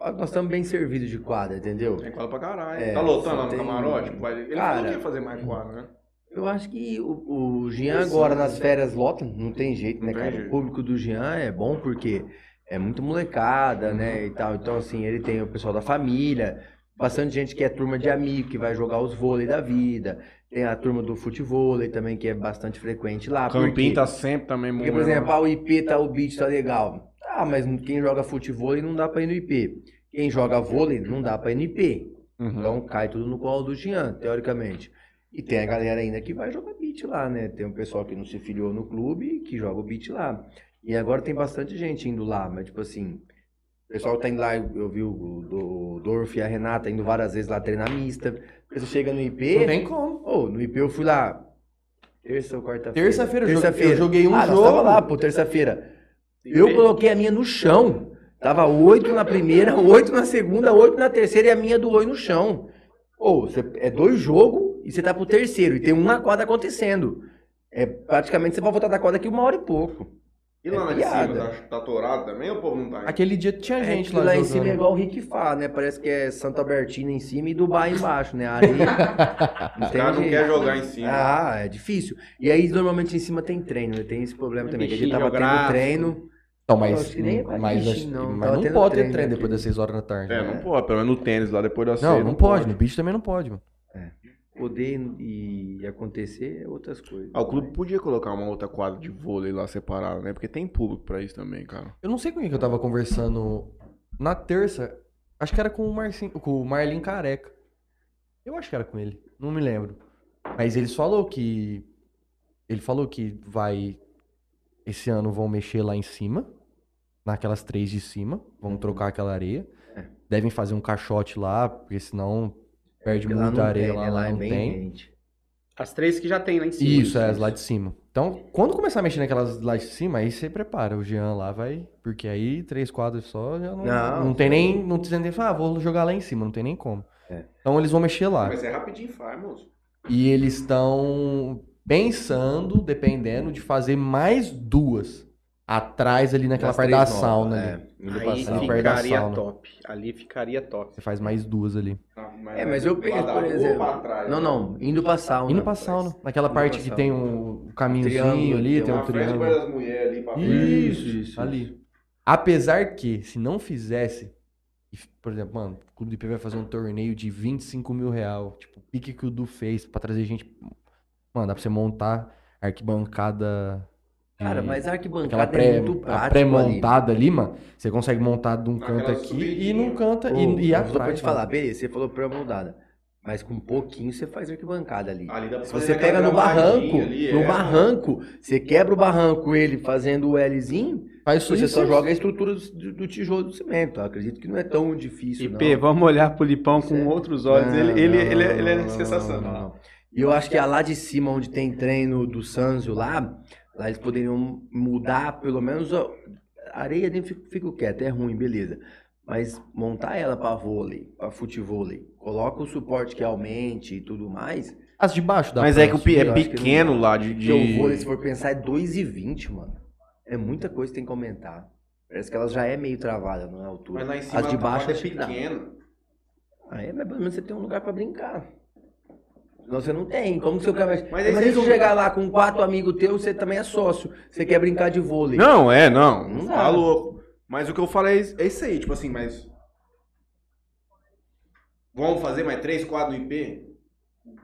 ó, nós estamos bem servidos de quadra, entendeu?
Tem quadro pra caralho.
É,
tá lotando lá no
tem-
camarote? Vai... Ele
Cara- ah,
falou que ia fazer mais quadro, né?
Eu acho que o, o Jean agora nas férias lota, não tem jeito, né,
Não tem
cara?
jeito.
O público do Jean é bom porque é muito molecada,
Uhum.
né, e tal. Então, assim, ele tem o pessoal da família, bastante gente que é turma de amigo, que vai jogar os vôlei da vida. Tem a turma do futevôlei também, que é bastante frequente lá. por quê?
Campinho tá sempre também
Porque,
muito.
por exemplo, ah, o IP tá, o beat tá legal. Ah, mas quem joga futevôlei não dá pra ir no IP. Quem joga vôlei não dá pra ir no IP.
Uhum.
Uhum.
Então cai tudo no colo do Jean, teoricamente. E tem a galera ainda que vai jogar beat lá, né? Tem um pessoal que não se filiou no clube e que joga o beat lá. E agora tem bastante gente indo lá, mas tipo assim, o pessoal tá indo lá, eu vi o do Dorf e a Renata indo várias vezes lá treinar mista. Porque você chega no IP.
Não tem como.
Ô, no IP eu fui lá. Terça ou quarta-feira?
Terça-feira eu joguei-
Terça-feira.
eu joguei um
ah, nós
jogo.
tava lá, pô, terça-feira. Eu coloquei a minha no chão. Tava oito na primeira, (laughs) oito na segunda, oito na terceira e a minha do oi no chão. Ô, você é dois jogos e você tá pro terceiro. E tem um na quadra acontecendo. É, praticamente você vai voltar da quadra aqui uma hora e pouco.
E lá
é
na de
piada.
cima, tá, tá torado também ou o povo não tá indo?
Aquele dia tinha
É
gente
que
lá,
lá em
jogando.
cima é igual o Rick Fá, né? Parece que é Santa Albertina em cima e Dubai embaixo, né? A areia.
Os caras não
Entende?
querem jogar em cima.
Ah, é difícil. E aí, normalmente em cima tem treino, né? Tem esse problema
É
também. Que a gente
bichinho
tava tendo
geográfico.
treino.
Então,
Eu
mas,
acho que nem é pra
mas,
dirigir,
acho-
não.
mas
Tava
não
tendo
pode ter
treino
treino
aqui.
depois das 6 horas da tarde. né?
É, não pode, pelo menos no tênis lá depois da
Não,
ceia,
não pode. No beach também não pode, mano.
Poder e acontecer é outras coisas.
Ah, o clube podia colocar uma outra quadra de vôlei lá separada, né? Porque tem público pra isso também, cara.
Eu não sei com quem que eu tava conversando na terça. Acho que era com o Marcinho, com o Marlin Careca. Eu acho que era com ele. Não me lembro. Mas ele falou que. Ele falou que vai. Esse ano vão mexer lá em cima. Naquelas três de cima. Vão
Uhum.
trocar aquela areia.
É.
Devem fazer um caixote lá, porque senão perde
Porque lá
muita
não
areia
tem,
lá,
né?
lá
é
não
bem
tem.
quente.
As três que já tem lá em cima.
Isso, é, as lá de cima. Então, quando começar a mexer naquelas lá de cima, aí você prepara. O Jean lá vai. Porque aí, três quadros só, já não. Não,
Não.
tem nem. Não tem nem. Ah, vou jogar lá em cima, não tem nem como.
É.
Então, eles vão mexer lá.
é rapidinho faz, moço.
E eles estão pensando, dependendo, de fazer mais duas. Atrás ali naquela
Nas
parte da
três novas,
sauna.
é.
Ali.
Indo pra
Aí
sauna. né?
fica- perto da
ficaria
sauna.
top. Ali ficaria top.
Você faz mais duas ali.
Tá,
É, mas eu penso, por exemplo.
né?
Não, não, indo pra sauna.
Indo pra sauna. Naquela
Indo pra
parte que
sauna.
tem um caminhozinho
Triângulo,
ali,
tem
tem um
uma
triângulo.
das mulheres ali pra
Isso,
Isso,
isso,
isso,
ali. Apesar que, se não fizesse, e f- por exemplo, mano, o Clube do IP vai fazer um torneio de 25 mil real, tipo, o pique que o Du fez pra trazer gente. Mano, dá pra você montar arquibancada. de-
Cara, mas a
Aquela
arquibancada
pré,
é muito
a
prática.
pré-montada ali. mano. Você consegue montar de um canto
Aquela
aqui e
subidinha.
num canto
Pô,
e, né? e
eu
atrás.
vou pra te
mano.
falar, beleza, você falou pré-moldada. Mas com pouquinho você faz arquibancada ali.
Ali dá pra
Se
fazer
você pega
aquela
no barranco,
gravadinha ali,
no
é.
barranco, você quebra o barranco ele fazendo o Lzinho,
Faz isso,
você
isso,
só
isso.
joga a estrutura do, do tijolo do cimento. Eu acredito que não é tão difícil,
IP,
não.
vamos olhar pro Lipão com
Sério?
outros olhos.
Não,
ele, ele,
não,
ele,
não,
ele
não,
é
não, não,
sensacional.
não. E eu acho que a lá de cima, onde tem treino do Sanzio lá, lá eles poderiam mudar pelo menos a a areia nem fica, fica quieto, é ruim, beleza. Mas montar ela pra vôlei, pra futevôlei, coloca o suporte que aumente e tudo mais.
As de baixo da
Mas é que o pi-
eu
é
acho que
pequeno lá de.
Porque o vôlei,
de-
se for pensar, é 2,20, mano. É muita coisa que tem que aumentar. Parece que ela já é meio travada, não é a altura.
lá em
tá
As de
o
baixo é
tabaco
pequeno. Ah, é, mas pelo menos você tem um lugar pra brincar. Não, você não tem. Como que seu cara vai.
Mas
Mas
aí
aí
vocês
se
vão-
chegar lá com quatro amigos teus, você também é sócio. Você quer brincar de vôlei.
Não, é, não.
Não dá.
tá louco. Mas o que eu falo é isso é isso aí, tipo assim, mas. Vamos fazer mais 3, 4 no IP?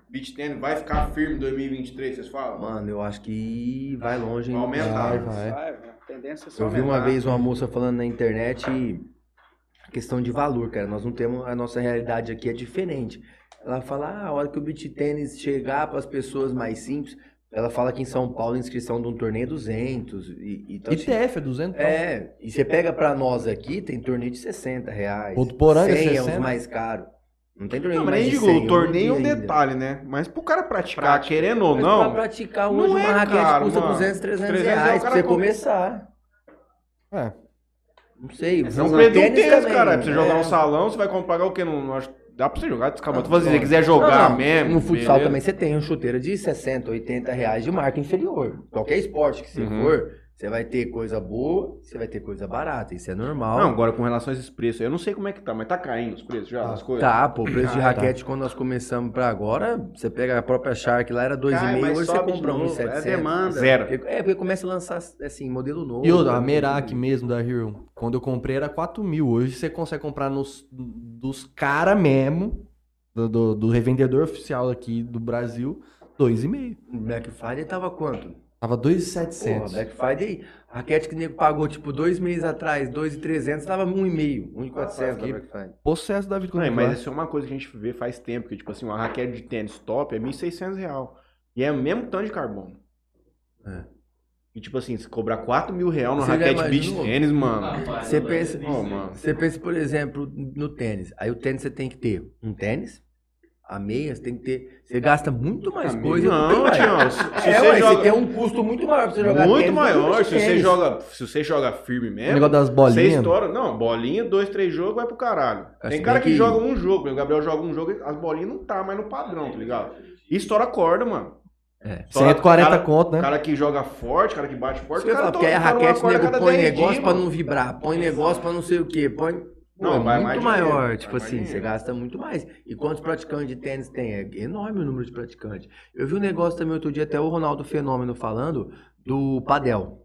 Beach Tennis vai ficar firme em 2023, vocês falam?
Mano, eu acho que vai longe, hein?
Vai aumentar.
Vai, vai.
Vai, vai. A tendência é só
Eu vi uma
aumentar.
vez uma moça falando na internet a questão de valor, cara. Nós não temos. A nossa realidade aqui é diferente. Ela fala, ah, a hora que o beat tênis chegar para as pessoas mais simples. Ela fala que em São Paulo a inscrição de um torneio é 200. E, e, então, assim,
ITF é 200.
É, e você pega pra nós aqui, tem torneio de 60 reais.
Ponto poranga é
100 é
60.
os mais caros. Não tem torneio
Não,
de
mas nem
mais de
digo,
100,
o
eu
torneio é
vi
um
ainda.
detalhe, né? Mas pro cara praticar,
Prática.
querendo ou
Mas
não.
Pra praticar hoje,
não é
uma raquete
caro,
custa
mano.
200, 300,
300 é o
reais pra
cara
você
com-
começar.
É.
Não sei.
É um
o
Pedro tênis,
também,
cara. Pra você
né?
jogar um salão, você vai comprar o quê? Não, não acho- dá pra você jogar descabando.
Ah,
Se você
claro.
quiser jogar
Não, não,
mesmo.
No futsal
beleza.
também você tem um chuteiro de 60, 80 reais de marca inferior. Qualquer esporte que você
Uhum.
for, você vai ter coisa boa, você vai ter coisa barata. Isso é normal.
Não, agora com relação a esses preços, aí, eu não sei como é que tá, mas tá caindo os preços já,
Tá.
as coisas.
Tá, pô, o preço de
Ah,
raquete quando nós começamos pra agora, você pega a própria Shark lá, era
Cai,
2,5,
mas
hoje você
sobe de
compra
novo, é
1,700.
demanda.
Zero.
Porque- É, porque começa a lançar, assim, modelo novo.
E outra, a Merak mesmo da Hero, um. quando eu comprei era 4 mil. Hoje você consegue comprar nos, dos cara mesmo, do, do, do revendedor oficial aqui do Brasil, 2,5.
Black Friday tava quanto?
Tava
Porra,
2,700.
né?
Black Friday, a raquete que o nego pagou, tipo, dois meses atrás, 2,300, tava 1,5, 1,400 na
Aqui.
Black Friday.
Possesso da vida quando
Não,
eu
mas
fui lá.
isso é uma coisa que a gente vê faz tempo, que tipo assim, uma raquete de tênis top é 1.600 real. E é o mesmo tanto de carbono.
É.
E tipo assim, se cobrar 4 mil real numa
Você já
raquete beach
imaginou?
tênis, mano.
Rapaz,
Você
não
pensa-
deve
Ô,
dizer.
mano.
Você pensa, por exemplo, no tênis. Aí o tênis você tem que ter um tênis, a meia, você tem que ter... Você gasta muito mais coisa.
Não,
Ué,
tio, se, se
é,
você
ué,
joga
você tem um custo muito maior pra você jogar
muito
tênis,
maior,
do É que
se você
tênis.
joga, se você joga firme
O
é mesmo,
negócio das
você
bolinhas.
estoura, não, bolinha, dois, três jogos, vai pro caralho.
Acho
Tem
bem
cara que,
que-
joga um jogo, o Gabriel joga um jogo, e as bolinhas não tá mais no padrão, tá ligado? E estoura corda, mano.
É.
Estoura-
140
cara-
conto, né?
Cara que joga forte, cara que bate forte,
Isso que eu
cara
falo, porque aí a
toma- toma
raquete
uma corda
nego
cada
põe
10
negócio
dias,
pra
mano.
não vibrar, põe negócio pra não sei o quê, põe. Pô,
Não, vai
muito
mais dinheiro,
maior,
vai
tipo
mais
assim,
dinheiro.
você gasta muito mais. E quantos praticantes de tênis tem? É enorme o número de praticantes. Eu vi um negócio também outro dia, até o Ronaldo Fenômeno falando, do padel.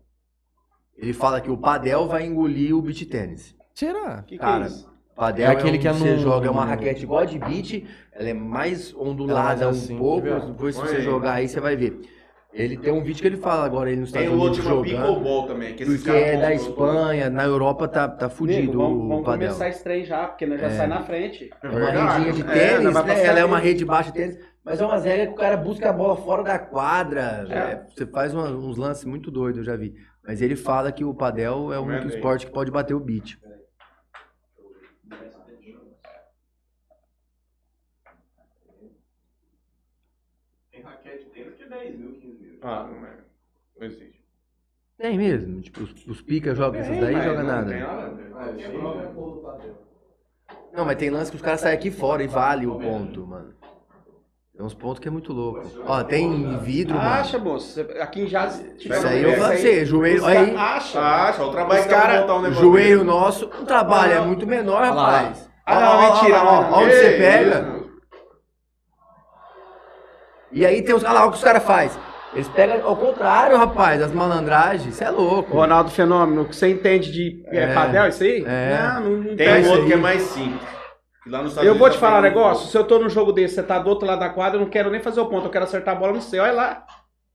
Ele fala que o padel vai engolir o beach tênis.
Será?
Que que
Cara,
é isso?
Padel
É aquele
um
que é
você
no-
joga é uma raquete igual a de beat, ela é mais ondulada
Ela é
um
assim,
pouco,
quer ver?
depois se
Ah, Põe
você
aí.
jogar aí você vai ver. Ele tem um vídeo que ele fala agora ele nos
Tem
Estados
o
Unidos
outro chama
jogando.
pickleball também, que esses
Porque
caras
é da
compram todo.
Espanha, na Europa tá, tá fudido
Nego, vamos
o
vamos
padel.
começar esse trem já, porque nós já sai na frente.
É
É uma
verdade.
redinha de
É,
tênis,
nós vai
né?
passar
Ela é
aqui.
uma rede de baixo de tênis, mas é uma regra que o cara busca a bola fora da quadra.
É.
é, você faz uma- uns lances muito doidos, eu já vi. Mas ele fala que o padel é um
Comenta aí.
esporte que pode bater o beat.
Tem raquete dentro que é 10 mil, 15 mil.
Ah, não é. Não existe.
Tem mesmo, tipo, os, os pica jogam essas
Tem,
daí
mas
joga
não
nada.
tem nada a ver.
Ah, isso não é bom do padrão.
Não, mas tem lance que os caras saem aqui fora e vale o ponto, mano. Tem uns pontos que é muito louco. Ó, tem vidro, mano.
Acha, moço. Aqui em Jazz. um
Isso
é um
aí eu lancei, joelho. Aí,
Acha.
Ah, só o trabalho
né? Os
tá
que dá pra
cara-
montar um negócio
joelho nosso, o trabalho é muito menor,
Olha lá.
rapaz.
Ah, não, mentira,
Olha
mano.
onde
Que
você pega.
isso, mano.
E aí tem os. Olha lá o que os caras fazem. Eles pegam ao contrário, rapaz, as malandragens. Isso é louco.
Ronaldo Fenômeno, que você entende de é,
É.
padel, isso aí?
É.
Não, não, não
Tem
pega
um
isso
outro que é
aí.
mais simples. que lá nos Estados
Eu vou
Unidos
te
tá
falar um
pegando
negócio. Se eu tô num jogo desse, você tá do outro lado da quadra, eu não quero nem fazer o ponto, eu quero acertar a bola no seu. Olha lá.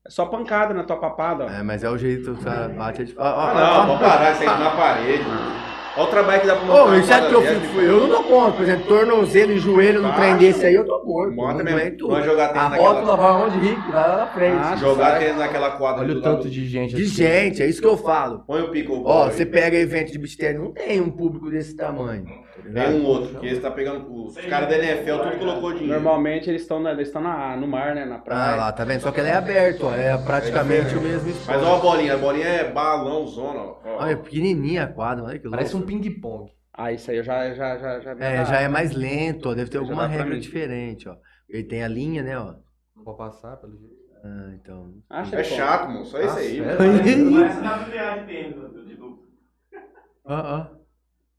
É só pancada na tua papada, ó.
É, mas é o jeito que os caras batem. Ó,
Ah,
ó,
não,
ó,
pode parar, isso aí tá na parede, mano. Olha o trabalho que dá pra
Ô,
uma
isso é que eu
parada
fiz.
dessa,
Eu não dou conta. Por exemplo, tornozelo e joelho no trem desse aí, eu tô morto.
Bota
não é
mesmo.
aguento.
Vai jogar tênis
A
naquela-
rótula vai onde rico, vai lá na frente.
Jogar tênis naquela quadra
Olha
do
o
lado
tanto
do-
de gente. assim.
De
aqui.
Ah, gente, é isso que eu falo.
Põe o pickleball.
Ó,
aí.
você pega evento de beach tennis, não tem um público desse tamanho. tá ligado?
Tem um outro, que esse tá pegando o- os caras da NFL, tudo colocou dinheiro.
Normalmente eles estão na- eles estão na- no mar, né? Na
Ah
praia.
lá, tá vendo? Só que ela é aberta, ó. É praticamente o mesmo
Mas
esporte.
olha a bolinha, a bolinha é balão, zona, ó.
Olha, é pequenininha a quadra, olha que louco.
Parece um ping-pong.
Ah, isso aí eu já. já, já, Ah, já
É, já é mais lento, ó. Deve ter
Já
alguma
dá pra
regra
mim.
diferente, ó. Ele tem a linha, né, ó.
Não pode passar, pelo jeito.
Ah, então.
Acha
É chato, mano. Só isso
Ah,
é.
aí.
sério?
mano.
Mas-
Mas na viagem tem, do- de duplo.
Ó, ó.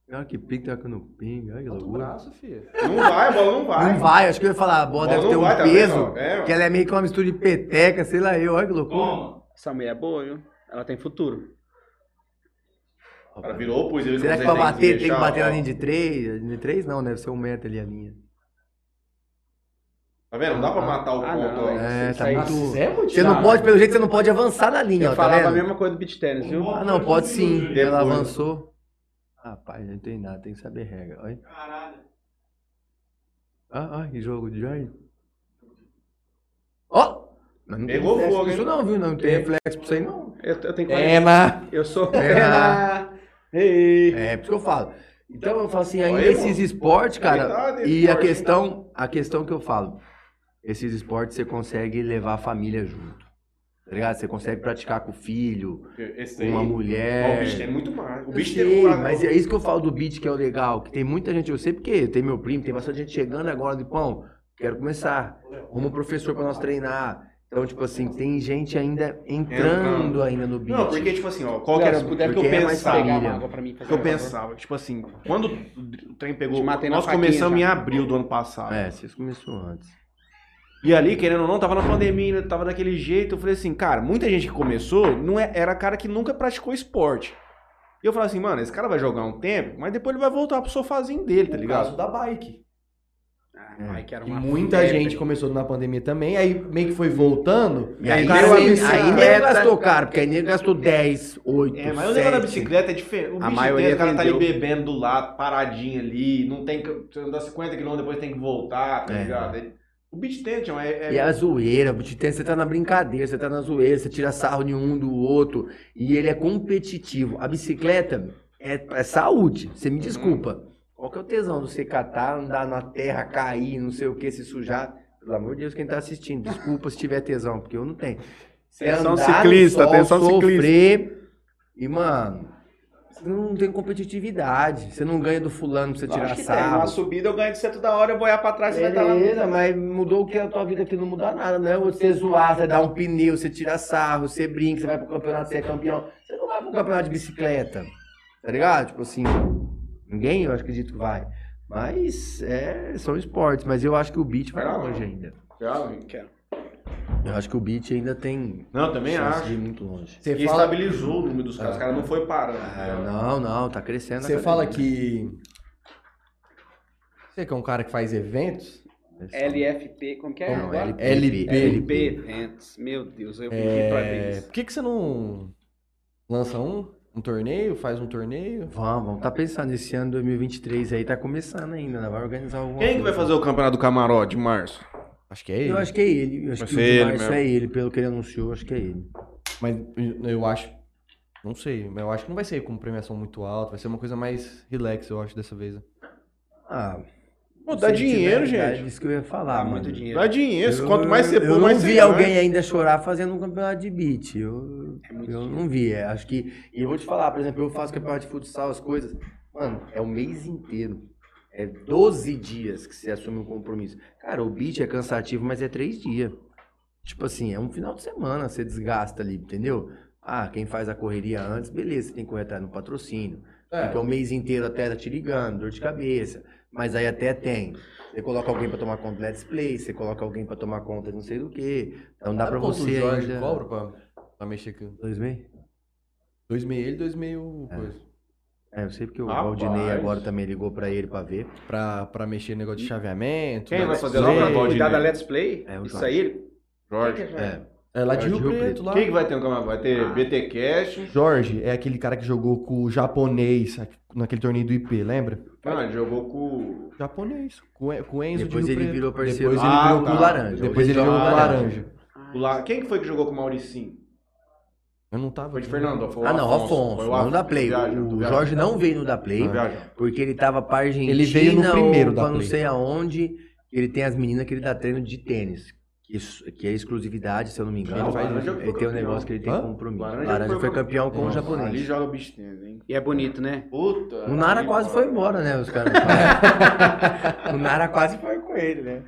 Olha que pinga, olha que não pinga. Olha que
Bota o
loucura.
braço, filho.
Não vai, a bola não vai.
Não vai, acho que eu ia falar, a
A bola
bola deve
não
ter um
vai, tá
peso.
vendo? É,
que ela é meio que uma mistura de peteca, sei lá eu. Olha que loucura.
Toma.
Essa mulher é boa, viu? Ela tem futuro.
Cara, virou, pôs ele
Será
no
que pra
desenho,
bater tem que
deixar,
bater na
ó.
linha de três? A linha de três não, deve ser um metro ali a linha.
Tá vendo? Não dá pra
Ah,
matar o
ah,
ponto,
não,
ó.
é.
É,
Isso
tá
aí-
muito.
Isso é muito
Você não
Tá.
chato.
pode, pelo jeito, você não pode avançar na linha,
Eu
ó, tá
falava a
vendo?
mesma coisa do beat tênis, viu?
Ah, não, pode sim. Ela
Depois.
avançou. Rapaz, não tem nada, tem que saber regra. Olha.
Caralho.
Ah, ah, que jogo de Jorge. Ó! Mas não tem
Pegou
reflexo
fogo,
pra
hein?
Isso não, viu? Não tem reflexo pra isso aí, não.
Eu, eu tenho
Tá
É,
40.
na...
Eu sou. (laughs)
Pena.
(laughs)
Ei.
É, por isso que eu falo. Então eu falo assim,
Olha
ainda
aí,
esses
mano.
esportes, cara,
Qualidade,
e a
É esporte, então. hein?
questão, a questão que eu falo, esses esportes você consegue levar a família junto. Tá ligado? Você consegue praticar com o filho,
Esse
com
aí.
uma
Ó, O bicho
mulher.
tem muito mais. O
Eu
bicho
sei,
tem um
mas é isso que eu falo do beat que é o legal, que tem muita gente, eu sei porque tem meu primo, tem bastante gente chegando agora de pão, quero começar, arruma um professor pra nós treinar. Então, tipo assim, tem gente ainda entrando
Entrando.
ainda no beat.
Não, porque, tipo assim, ó. Qual que
Cara,
era
se um puder que eu
porque é mais
pensava. Pegar
família.
uma água pra mim, por
que eu
favor.
pensava? Tipo assim, quando o trem pegou.
Te matei na
Nós
faquinha
começamos
já.
em abril do ano passado.
É, vocês começou antes.
E ali, querendo ou não, tava na pandemia, né? tava daquele jeito. Eu falei assim, cara, muita gente que começou não é- era cara que nunca praticou esporte. E eu falei assim, mano, esse cara vai jogar um tempo, mas depois ele vai voltar pro sofazinho dele, tá
O
ligado? É
caso da bike.
Ah, vai, que era
E
uma
muita
febre.
gente começou na pandemia também, aí meio que foi voltando.
E aí,
O cara
nego-
é viciado.
aí nego gastou caro, porque aí nego gastou 10, 8,
É, mas o negócio da
7.
bicicleta é diferente. O
A
bicho
maioria
tem, o cara tá ali
vendeu.
bebendo do lado, paradinho ali, não tem que você andar 50 km depois tem que voltar, tá
É.
ligado? É- O beach tension é, é-
E a zoeira, te tem- você tá na brincadeira, você tá na zoeira, você tira sarro de um do outro. E ele é competitivo. A bicicleta é, é saúde, você
Uhum.
me desculpa. Qual que é o tesão de você catar, andar na terra, cair, não sei o que, se sujar? Pelo amor de Deus, quem tá assistindo, desculpa se tiver tesão, porque eu não tenho. Você
Atenção
andar no
ciclista, atenção
sofrer, E, mano, você não tem competitividade. Você não ganha do fulano pra você
Lógico
tirar
que tem. Uma
sarro.
subida eu ganho de você toda hora, eu vou olhar pra trás e vai estar lá.
Beleza, mas mudou o que a tua vida aqui não muda nada, né? Você zoar, você dá um pneu, você tira sarro, você brinca, você vai pro campeonato, você é campeão. Você não vai pro campeonato de bicicleta, tá ligado? Tipo assim, ninguém eu acredito que vai. Mas é, são esportes, mas eu acho que o beat vai
Ah,
longe ainda.
Quero.
Eu acho que o beat ainda tem
Não, eu também
chance
acho.
de ir muito longe.
Você
E
fala,
estabilizou o número dos caras,
Ah.
o cara não foi parando.
Ah, não, não, tá crescendo. a
você
academia. né?
fala que. Você que é um cara que faz eventos.
LFP, como que é?
Não,
Agora?
LP.
LP.
LP Eventos. Meu Deus, eu pedi pra ver
É,
isso.
por que, que você não lança um? Um torneio? Faz um torneio?
Vamos, vamos. Tá pensando, esse ano 2023 aí tá começando ainda, né? Vai organizar alguma
Quem é que vai
coisa.
fazer o campeonato do camarote de março?
Acho que é ele.
Eu acho que é ele. Eu acho
Vai
que
ser
o
ele
de março
mesmo.
é ele, pelo que ele anunciou, acho que é ele.
Mas eu acho. Não sei, mas eu acho que não vai ser com premiação muito alta. Vai ser uma coisa mais relax, eu acho, dessa vez. né?
Ah,
Pô, dá dinheiro, gente.
isso que eu ia falar,
Dá
mano.
Tá muito dinheiro.
Dá dinheiro.
Eu-
Quanto mais você
eu
pôr, mais
não
você
vi
ganha.
alguém ainda chorar fazendo um campeonato de beat. Eu,
É muito
eu não vi. é, Acho que. E eu vou te falar, por exemplo, eu faço campeonato de futsal, as coisas. Mano, é o mês inteiro. É 12 dias que você assume um compromisso. Cara, o beat é cansativo, mas é três dias. Tipo assim, é um final de semana, você desgasta ali, entendeu? Ah, quem faz a correria antes, beleza, você tem que correr atrás no patrocínio.
É.
Fica o mês inteiro até tá te ligando, dor de cabeça. Mas aí até tem. Você coloca alguém pra tomar conta do Let's Play, você coloca alguém pra tomar conta de não sei do que. Então dá pra
Quanto
você
o Jorge
ainda.
cobra pra, pra mexer com.
Dois meio?
Dois meio ele, dois meio. coisa.
É, eu sei porque o
Rapaz.
Valdinei agora também ligou pra ele pra ver.
Pra, pra mexer no negócio de chaveamento.
Quem
né?
vai fazer
Só pra
Valdinei.
cuidar da Let's Play?
É, o
isso
Jorge.
aí? ele-
Jorge.
É.
É lá de
É,
Rio,
Rio
Preto,
Preto.
lá.
Quem que vai ter no campeonato? Vai
Ah.
ter BT Cash.
Jorge é aquele cara que jogou com o japonês aqui- naquele torneio do IP, lembra?
Ah, jogou com.
Japonês, com, o- com o Enzo
Depois
de Rio
ele
Preto.
virou parceiro.
Depois ele
Ah,
virou
tá.
com o laranja. Depois ele virou com o laranja.
o La- Quem que foi que jogou com o Mauricinho?
Eu não tava.
Foi de Fernando. Foi o
Ah, não,
Afonso.
Afonso.
Foi o
Não da Play.
Viaja, tu
O
viaja.
Jorge não veio no da Play.
Tu viaja.
Porque ele tava pra Argentina
Ele veio no primeiro
ou
da
pra não
Play.
sei aonde. Ele tem as meninas que ele dá treino tá de tênis. que, isso- que é exclusividade, se eu não me engano.
Não, o
ele
Laranja foi
tem um
campeão.
negócio que ele tem
Hã?
compromisso.
Laranja
Laranja, Laranja
foi
foi campeão com o
Nossa, Ali
é japonês.
joga beach tennis, hein?
E é bonito, né?
Puta.
O Nara
ali,
quase
mano.
foi embora, né? Os caras. o Nara quase foi com ele, né?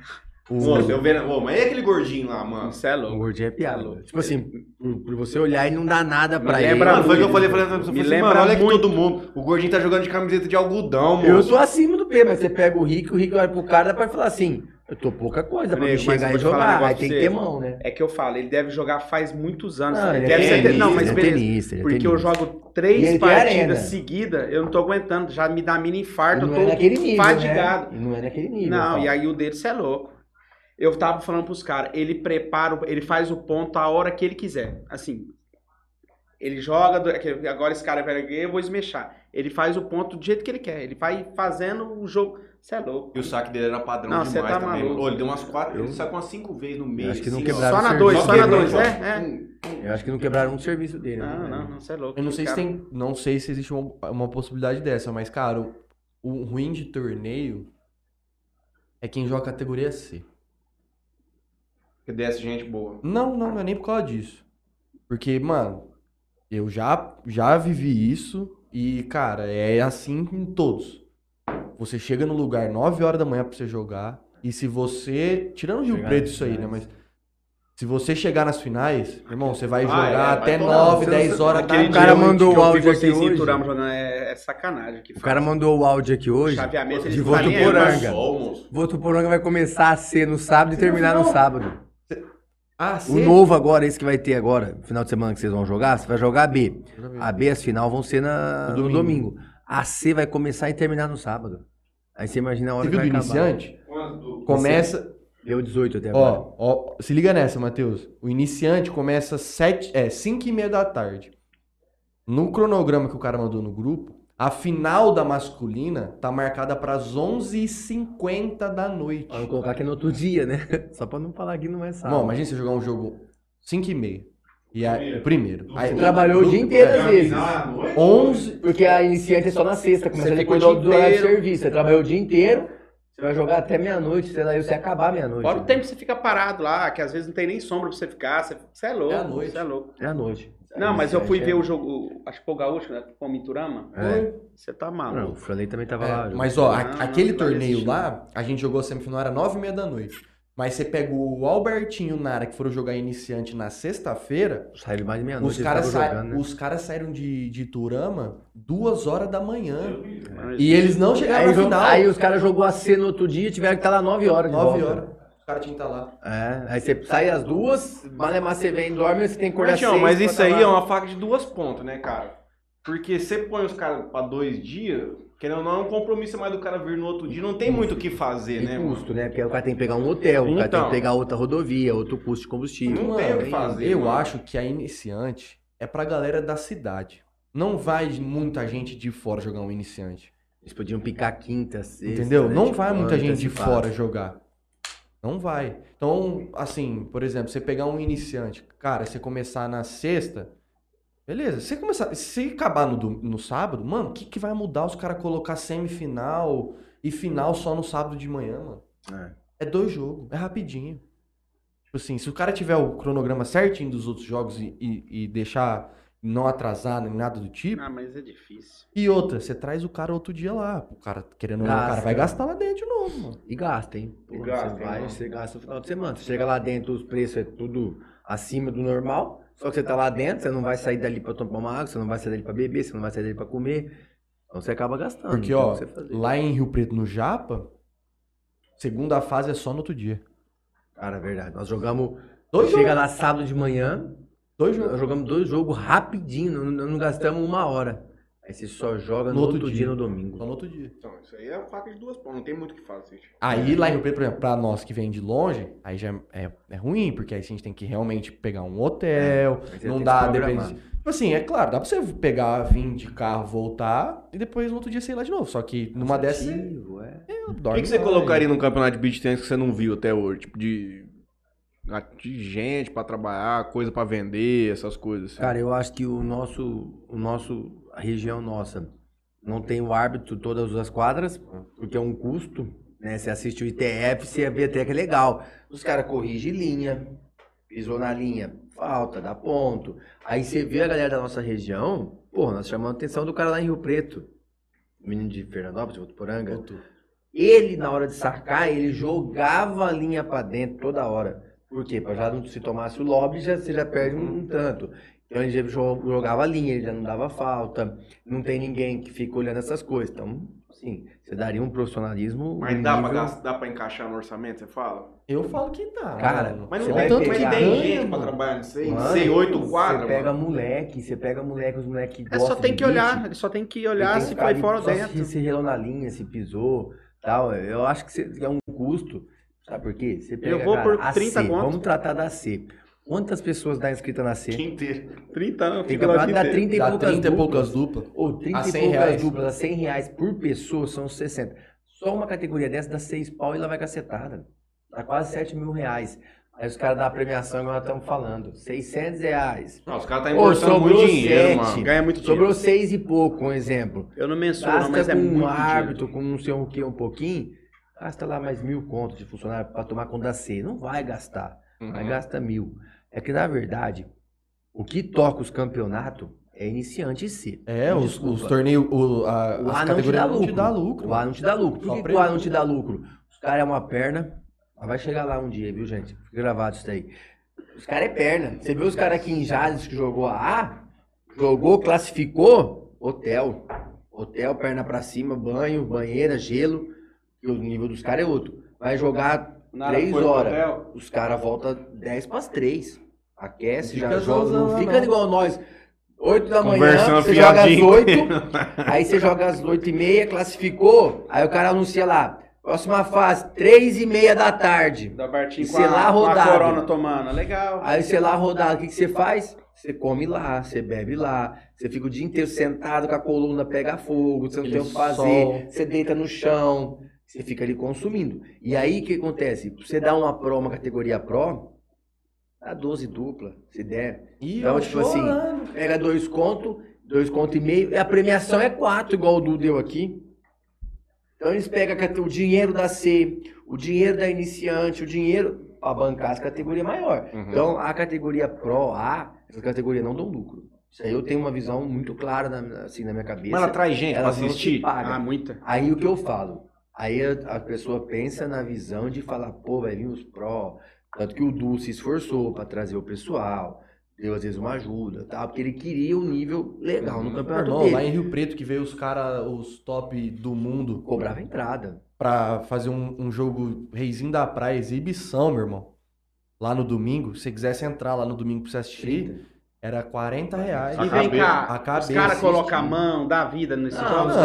Nossa, eu vendo. Ô, mas é aquele gordinho lá, mano.
Isso é
O
louco.
gordinho é piada. Tipo assim, por, por você olhar, ele não dá nada pra
é
ele.
lembra
Mano, foi o que eu
muito.
falei, falei, eu falei
Me
assim,
lembra
mano, olha aqui
muito.
todo mundo. O gordinho tá jogando de camiseta de algodão, mano.
Eu tô acima do P, mas você pega o Rick, o Rick olha pro cara, dá pra falar assim, eu tô pouca coisa pra
Nego,
me
mas eu
chegar
vou
e
te falar um
jogar,
negócio
aí
pra
tem
você.
que ter mão, né?
É que eu falo, ele deve jogar faz muitos anos.
Não, ele é
deve ser-
tenista,
não mas
ele é
beleza.
tenista, ele é
porque eu
tenista.
jogo
E ele
três
tem arena.
partidas seguidas, eu não tô aguentando. Já me dá mini
E
infarto,
não
eu
é
tô
naquele nível,
fadigado.
Né? E Não é naquele nível.
Não,
fala.
e aí o dele, você é louco. Eu tava falando pros caras, ele prepara, o- ele faz o ponto a hora que ele quiser. Assim, ele joga, do- é que agora esse cara vai ganhar, eu vou esmechar. Ele faz o ponto do jeito que ele quer. Ele vai fazendo o jogo. Você é louco.
E o saque dele era padrão
Não, cê
demais
tá
também.
maluco.
Ô, ele deu umas quatro, ele sacou umas cinco vezes no meio.
acho que não
assim, ó.
quebraram.
Só na
serviço.
dois, só na
Quebrou,
dois,
então.
é? é.
Eu acho que não quebraram um serviço dele. né,
Não,
velho?
não, não, você é louco.
Eu não sei se
Cara,
tem. Não sei se existe uma, uma possibilidade dessa, mas, cara, o, o ruim de torneio é quem joga categoria C.
Que desce gente boa.
Não, não, não é nem por causa disso. Porque, mano, eu já, já vivi isso e, cara, é assim em todos. Você chega no lugar 9 horas da manhã pra você jogar e se você. Tirando o Rio
Chegar
Preto
nas
isso aí, né?
finais.
Mas. Se você chegar nas finais, irmão, você vai
Ah,
jogar
é, vai
até
tomar,
9,
você
10
não-
horas tá, da
aquele
Aquele
O
noite.
cara
dia eu-
mandou
que eu
o
vi
áudio aqui
vocês em
hoje.
Turama jogando, é, é sacanagem. Que
O cara mandou o áudio aqui hoje.
Chaveamento,
de né?
eles não tá nem
Mas
aí,
Votuporanga.
sol, moço.
Votuporanga vai começar a ser no sábado e terminar no sábado.
Ah,
O novo agora, esse que vai ter agora, no final de semana que vocês vão jogar, você vai jogar a B. A B, as final vão ser na-
No
no
domingo.
domingo. A C vai começar e terminar no sábado. Aí você imagina a hora
Você
que
viu do
vai acabar.
iniciante? Começa,
Deu 18 até agora.
Ó, ó, se liga nessa, Matheus. O iniciante começa sete, é, 5 e meia da tarde. No cronograma que o cara mandou no grupo, a final da masculina tá marcada pras 11h50 da noite.
Vamos colocar aqui no outro dia, né? (laughs) Só pra não falar que não é
Bom,
sábado.
imagina você jogar um jogo 5 e meia. E aí,
Primeiro.
o primeiro. Aí,
Trabalhou
no- É,
o dia inteiro às vezes.
Ah, à noite?
11.
Porque a iniciante é só na sexta, começa
Você
a
ficou o
cuidar
dia
do horário de
inteiro.
serviço. Você trabalhou o dia inteiro, você vai jogar até meia-noite, sei lá, e você acabar meia-noite.
Fora o tempo que você fica parado lá, que às vezes não tem nem sombra pra você ficar. Você, você é louco.
É à noite.
Você é louco.
É à noite.
Não, mas eu fui
É.
ver o jogo, acho que foi o Gaúcho, né? Com o Miturama.
É.
Você tá
Não, o
maluco.
Franley também tava lá.
É,
junto.
um, mas ó, a-
Não,
Ah,
não,
aquele
não
torneio
existe,
lá, a gente jogou a semifinal, era 9 e meia da noite. Mas você pega o Albertinho e o Nara, que foram jogar iniciante na sexta-feira,
Saiu mais de meia-noite.
Os
eles
caras
estavam
sa-
jogando, né?
os caras saíram de, de Turama duas horas da manhã.
Não é.
E eles não
Aí,
chegaram na
jo-
final.
É, aí os caras jogou a C no outro dia e tiveram que estar lá 9 horas. de
Nove
volta.
horas. Os caras tinham que estar lá.
É, aí você sai às duas, malemar você vem, dorme, você tem que acordar
Mas, Tião,
seis
mas
pra
isso
tá
aí
lá.
é uma faca de duas pontas, né, cara? Porque você põe os caras pra dois dias, querendo ou não, é um compromisso mais do cara vir no outro dia. Não tem muito o que fazer,
E
né, mano?
custo, né? Porque aí o cara tem que pegar um hotel, o cara tem
Então.
que pegar outra rodovia, outro custo de combustível.
Não tem o que fazer.
Eu
mano.
acho que a iniciante é pra galera da cidade. Não vai muita gente de fora jogar um iniciante.
Eles podiam picar quinta, sexta.
entendeu?
né?
Não
Tipo,
vai muita
antes,
gente de
fácil.
fora jogar. Não vai. Então, assim, por exemplo, você pegar um iniciante, cara, você começar na sexta, beleza. Se começar, se acabar no, dom- no sábado, mano, o que, que vai mudar os caras colocar semifinal e final só no sábado de manhã, mano?
É.
É dois jogos, é rapidinho. Tipo assim, se o cara tiver o cronograma certinho dos outros jogos e, e- e deixar não atrasar nem nada do tipo.
Ah, mas é difícil.
E outra, você traz o cara outro dia lá. O cara, querendo
Ah,
ou não, o cara
Gasta.
vai gastar lá dentro de novo, mano.
E gasta, hein?
E
Pô,
gasta,
você
hein,
vai,
mano?
você gasta no final de semana. Você chega lá dentro, os preços é tudo acima do normal. Só que você tá lá dentro, você não vai sair dali pra tomar uma água, você não vai sair dali pra beber, você não vai sair dali pra comer. Então você acaba gastando.
Porque,
não
ó,
tem o que você fazer.
lá em Rio Preto, no Japa, segunda fase é só no outro dia.
Cara, é verdade. Nós jogamos.
Dois
chega
jogos.
lá sábado de manhã,
Dois
nós
jogos.
jogamos dois jogos rapidinho, não, não gastamos uma hora. Aí você só joga no, outro, dia, no domingo.
Só no outro dia.
Então, isso aí é faca de duas pontas, não tem muito o que fazer. tipo.
Aí lá em Rio Preto, por exemplo, pra nós que vem de longe, aí já é, é ruim, porque aí a gente tem que realmente pegar
É.
um hotel,
Aí você tem
não
que
dá,
se programar.
depende. Tipo assim, é claro, dá pra você pegar, vir de carro, voltar e depois no outro dia sair lá de novo. Só que numa dessas você
Cansativo, é.
O
dorme.
que, que você
lá,
colocaria num campeonato de beat tennis que você não viu até hoje? Tipo, de, ah, de gente pra trabalhar, coisa pra vender, essas coisas. assim.
Cara, eu acho que o nosso, o nosso, a região nossa não tem o árbitro todas as quadras, porque é um custo. Né? Você assiste o ITF, você vê até que é legal. Os caras corrigem linha, pisou na linha, falta, dá ponto. Aí você vê a galera da nossa região, porra, nós chamamos a atenção do cara lá em Rio Preto. Menino de Fernandópolis, de Votuporanga. Ele, na hora de sacar, ele jogava a linha pra dentro toda hora. Por quê? Pra já não se tomasse o lobby, já, você já perde um, um tanto. Então ele já jo- jogava a linha, ele já não dava falta. Não tem ninguém que fica olhando essas coisas. Então, assim, você daria um profissionalismo.
Mas
um
dá pra,
nível-
gas- dá pra encaixar no orçamento, você fala?
Eu falo que dá.
Cara,
mano.
Mas
Você
não
vai
tem,
tanto
mas
que
tem
ganha,
gente pra
mano.
trabalhar nisso aí.
Mano,
Sei, oito
Você
quadras,
pega
mano.
moleque, você pega moleque, os moleque que
É,
gostam
só tem
de
que
beat,
olhar, ele só tem que
ele
olhar
tem
se
que
foi
ficar
fora ou
só Se,
dentro.
se relou na linha, se pisou, tal. Eu acho que você- é um custo. Sabe por quê? Você pega,
vou
cara,
por
a
30
C,
conto.
Vamos tratar da C. Quantas pessoas dá inscrita na C?
Dia inteiro.
30 anos,
Tem
fica lá o
campeonato
dia
dá
inteiro.
30 e
Dá
poucas
30 e
duplas.
poucas duplas.
Ou 30
A
e
100
poucas
reais.
duplas, a 100 reais por pessoa são 60. Só uma categoria dessa dá 6 pau e lá vai cacetada. Dá quase 7 mil reais. Aí os caras dão a premiação, igual nós estamos falando. 600 reais.
Não, os caras tá
Ô,
importando
sobrou
muito dinheiro,
sete.
mano.
Ganha muito dinheiro.
Sobrou 6 e pouco, um exemplo.
Eu não mensuro, não, mas
Gasta
é
com
muito
um
dinheiro.
árbitro, com não sei o que, um pouquinho. Gasta lá mais mil conto de funcionário para tomar conta da C. Não vai gastar. Mas
Uhum.
gasta mil. É que, na verdade, o que toca os campeonatos é iniciante em si.
É,
Me
os,
desculpa.
os torneios, o, a,
O
as
A não te
categorias
dá
não te
lucro.
dá lucro.
O A não te dá lucro.
Só
Por que que,
prêmio.
o A não te dá lucro? Os caras é uma perna. mas Vai chegar lá um dia, viu, gente? Fica gravado isso daí. Os caras é perna. Você viu os caras aqui em Jales que jogou a A? Jogou, classificou? Hotel. Hotel, perna pra cima, banho, banheira, gelo. E o nível dos caras é outro. Vai jogar
Nada,
três
foi pro
horas.
hotel.
Os caras voltam 10 para as 3. Aquece,
Não
já
fica
joga. Não
zonzão,
fica
não.
igual nós. 8 da manhã,
Conversando
você joga às
fiadinho.
8.
(laughs)
aí você joga às 8 e meia, classificou. Aí o cara anuncia lá. Próxima fase, 3 e meia da tarde.
Da Bartinho com
Sei
a,
lá, né?
com a
rodado.
corona tomando. Legal.
Aí você lá rodado, o que, que você faz? Você come lá, você bebe lá, você fica o dia inteiro sentado com a coluna pega fogo, você não tem o que fazer,
sol.
você deita no chão, você fica ali consumindo. E aí o que acontece? Você dá uma pró, uma categoria pró, dá 12 dupla, se der.
E
Então,
eu um
tipo assim,
chorando.
Pega dois conto, dois conto e meio, e a premiação é quatro, igual o Du deu aqui. Então eles pegam a cate- o dinheiro da C, o dinheiro da iniciante, o dinheiro para bancar as categorias maior.
Uhum.
Hum.
Então, a categoria Pro A, essas categorias não dão lucro. Isso aí eu tenho uma visão muito clara na, assim, na minha cabeça.
tá
Mas ela traz gente pra
Elas não se
assistir.
pagam.
Ah, muita.
Aí o que eu falo? Aí a, a pessoa pensa na visão de falar, pô, vai vir os Pro. Tanto que o Du se esforçou para trazer o pessoal, deu às vezes uma ajuda, tá? porque ele queria um nível legal no
Meu
campeonato
Uhum. irmão,
dele.
lá em Rio Preto que veio os caras, os top do mundo,
Cobrava entrada.
pra fazer um, um jogo Reizinho da Praia, exibição, meu irmão. Lá no domingo, se você quisesse entrar lá no domingo pra você assistir, era 40 reais.
A
E vem
cabeça.
cá,
A cabeça.
os caras colocam a mão, dá vida nesses
Ah, Não,
jogos.
não.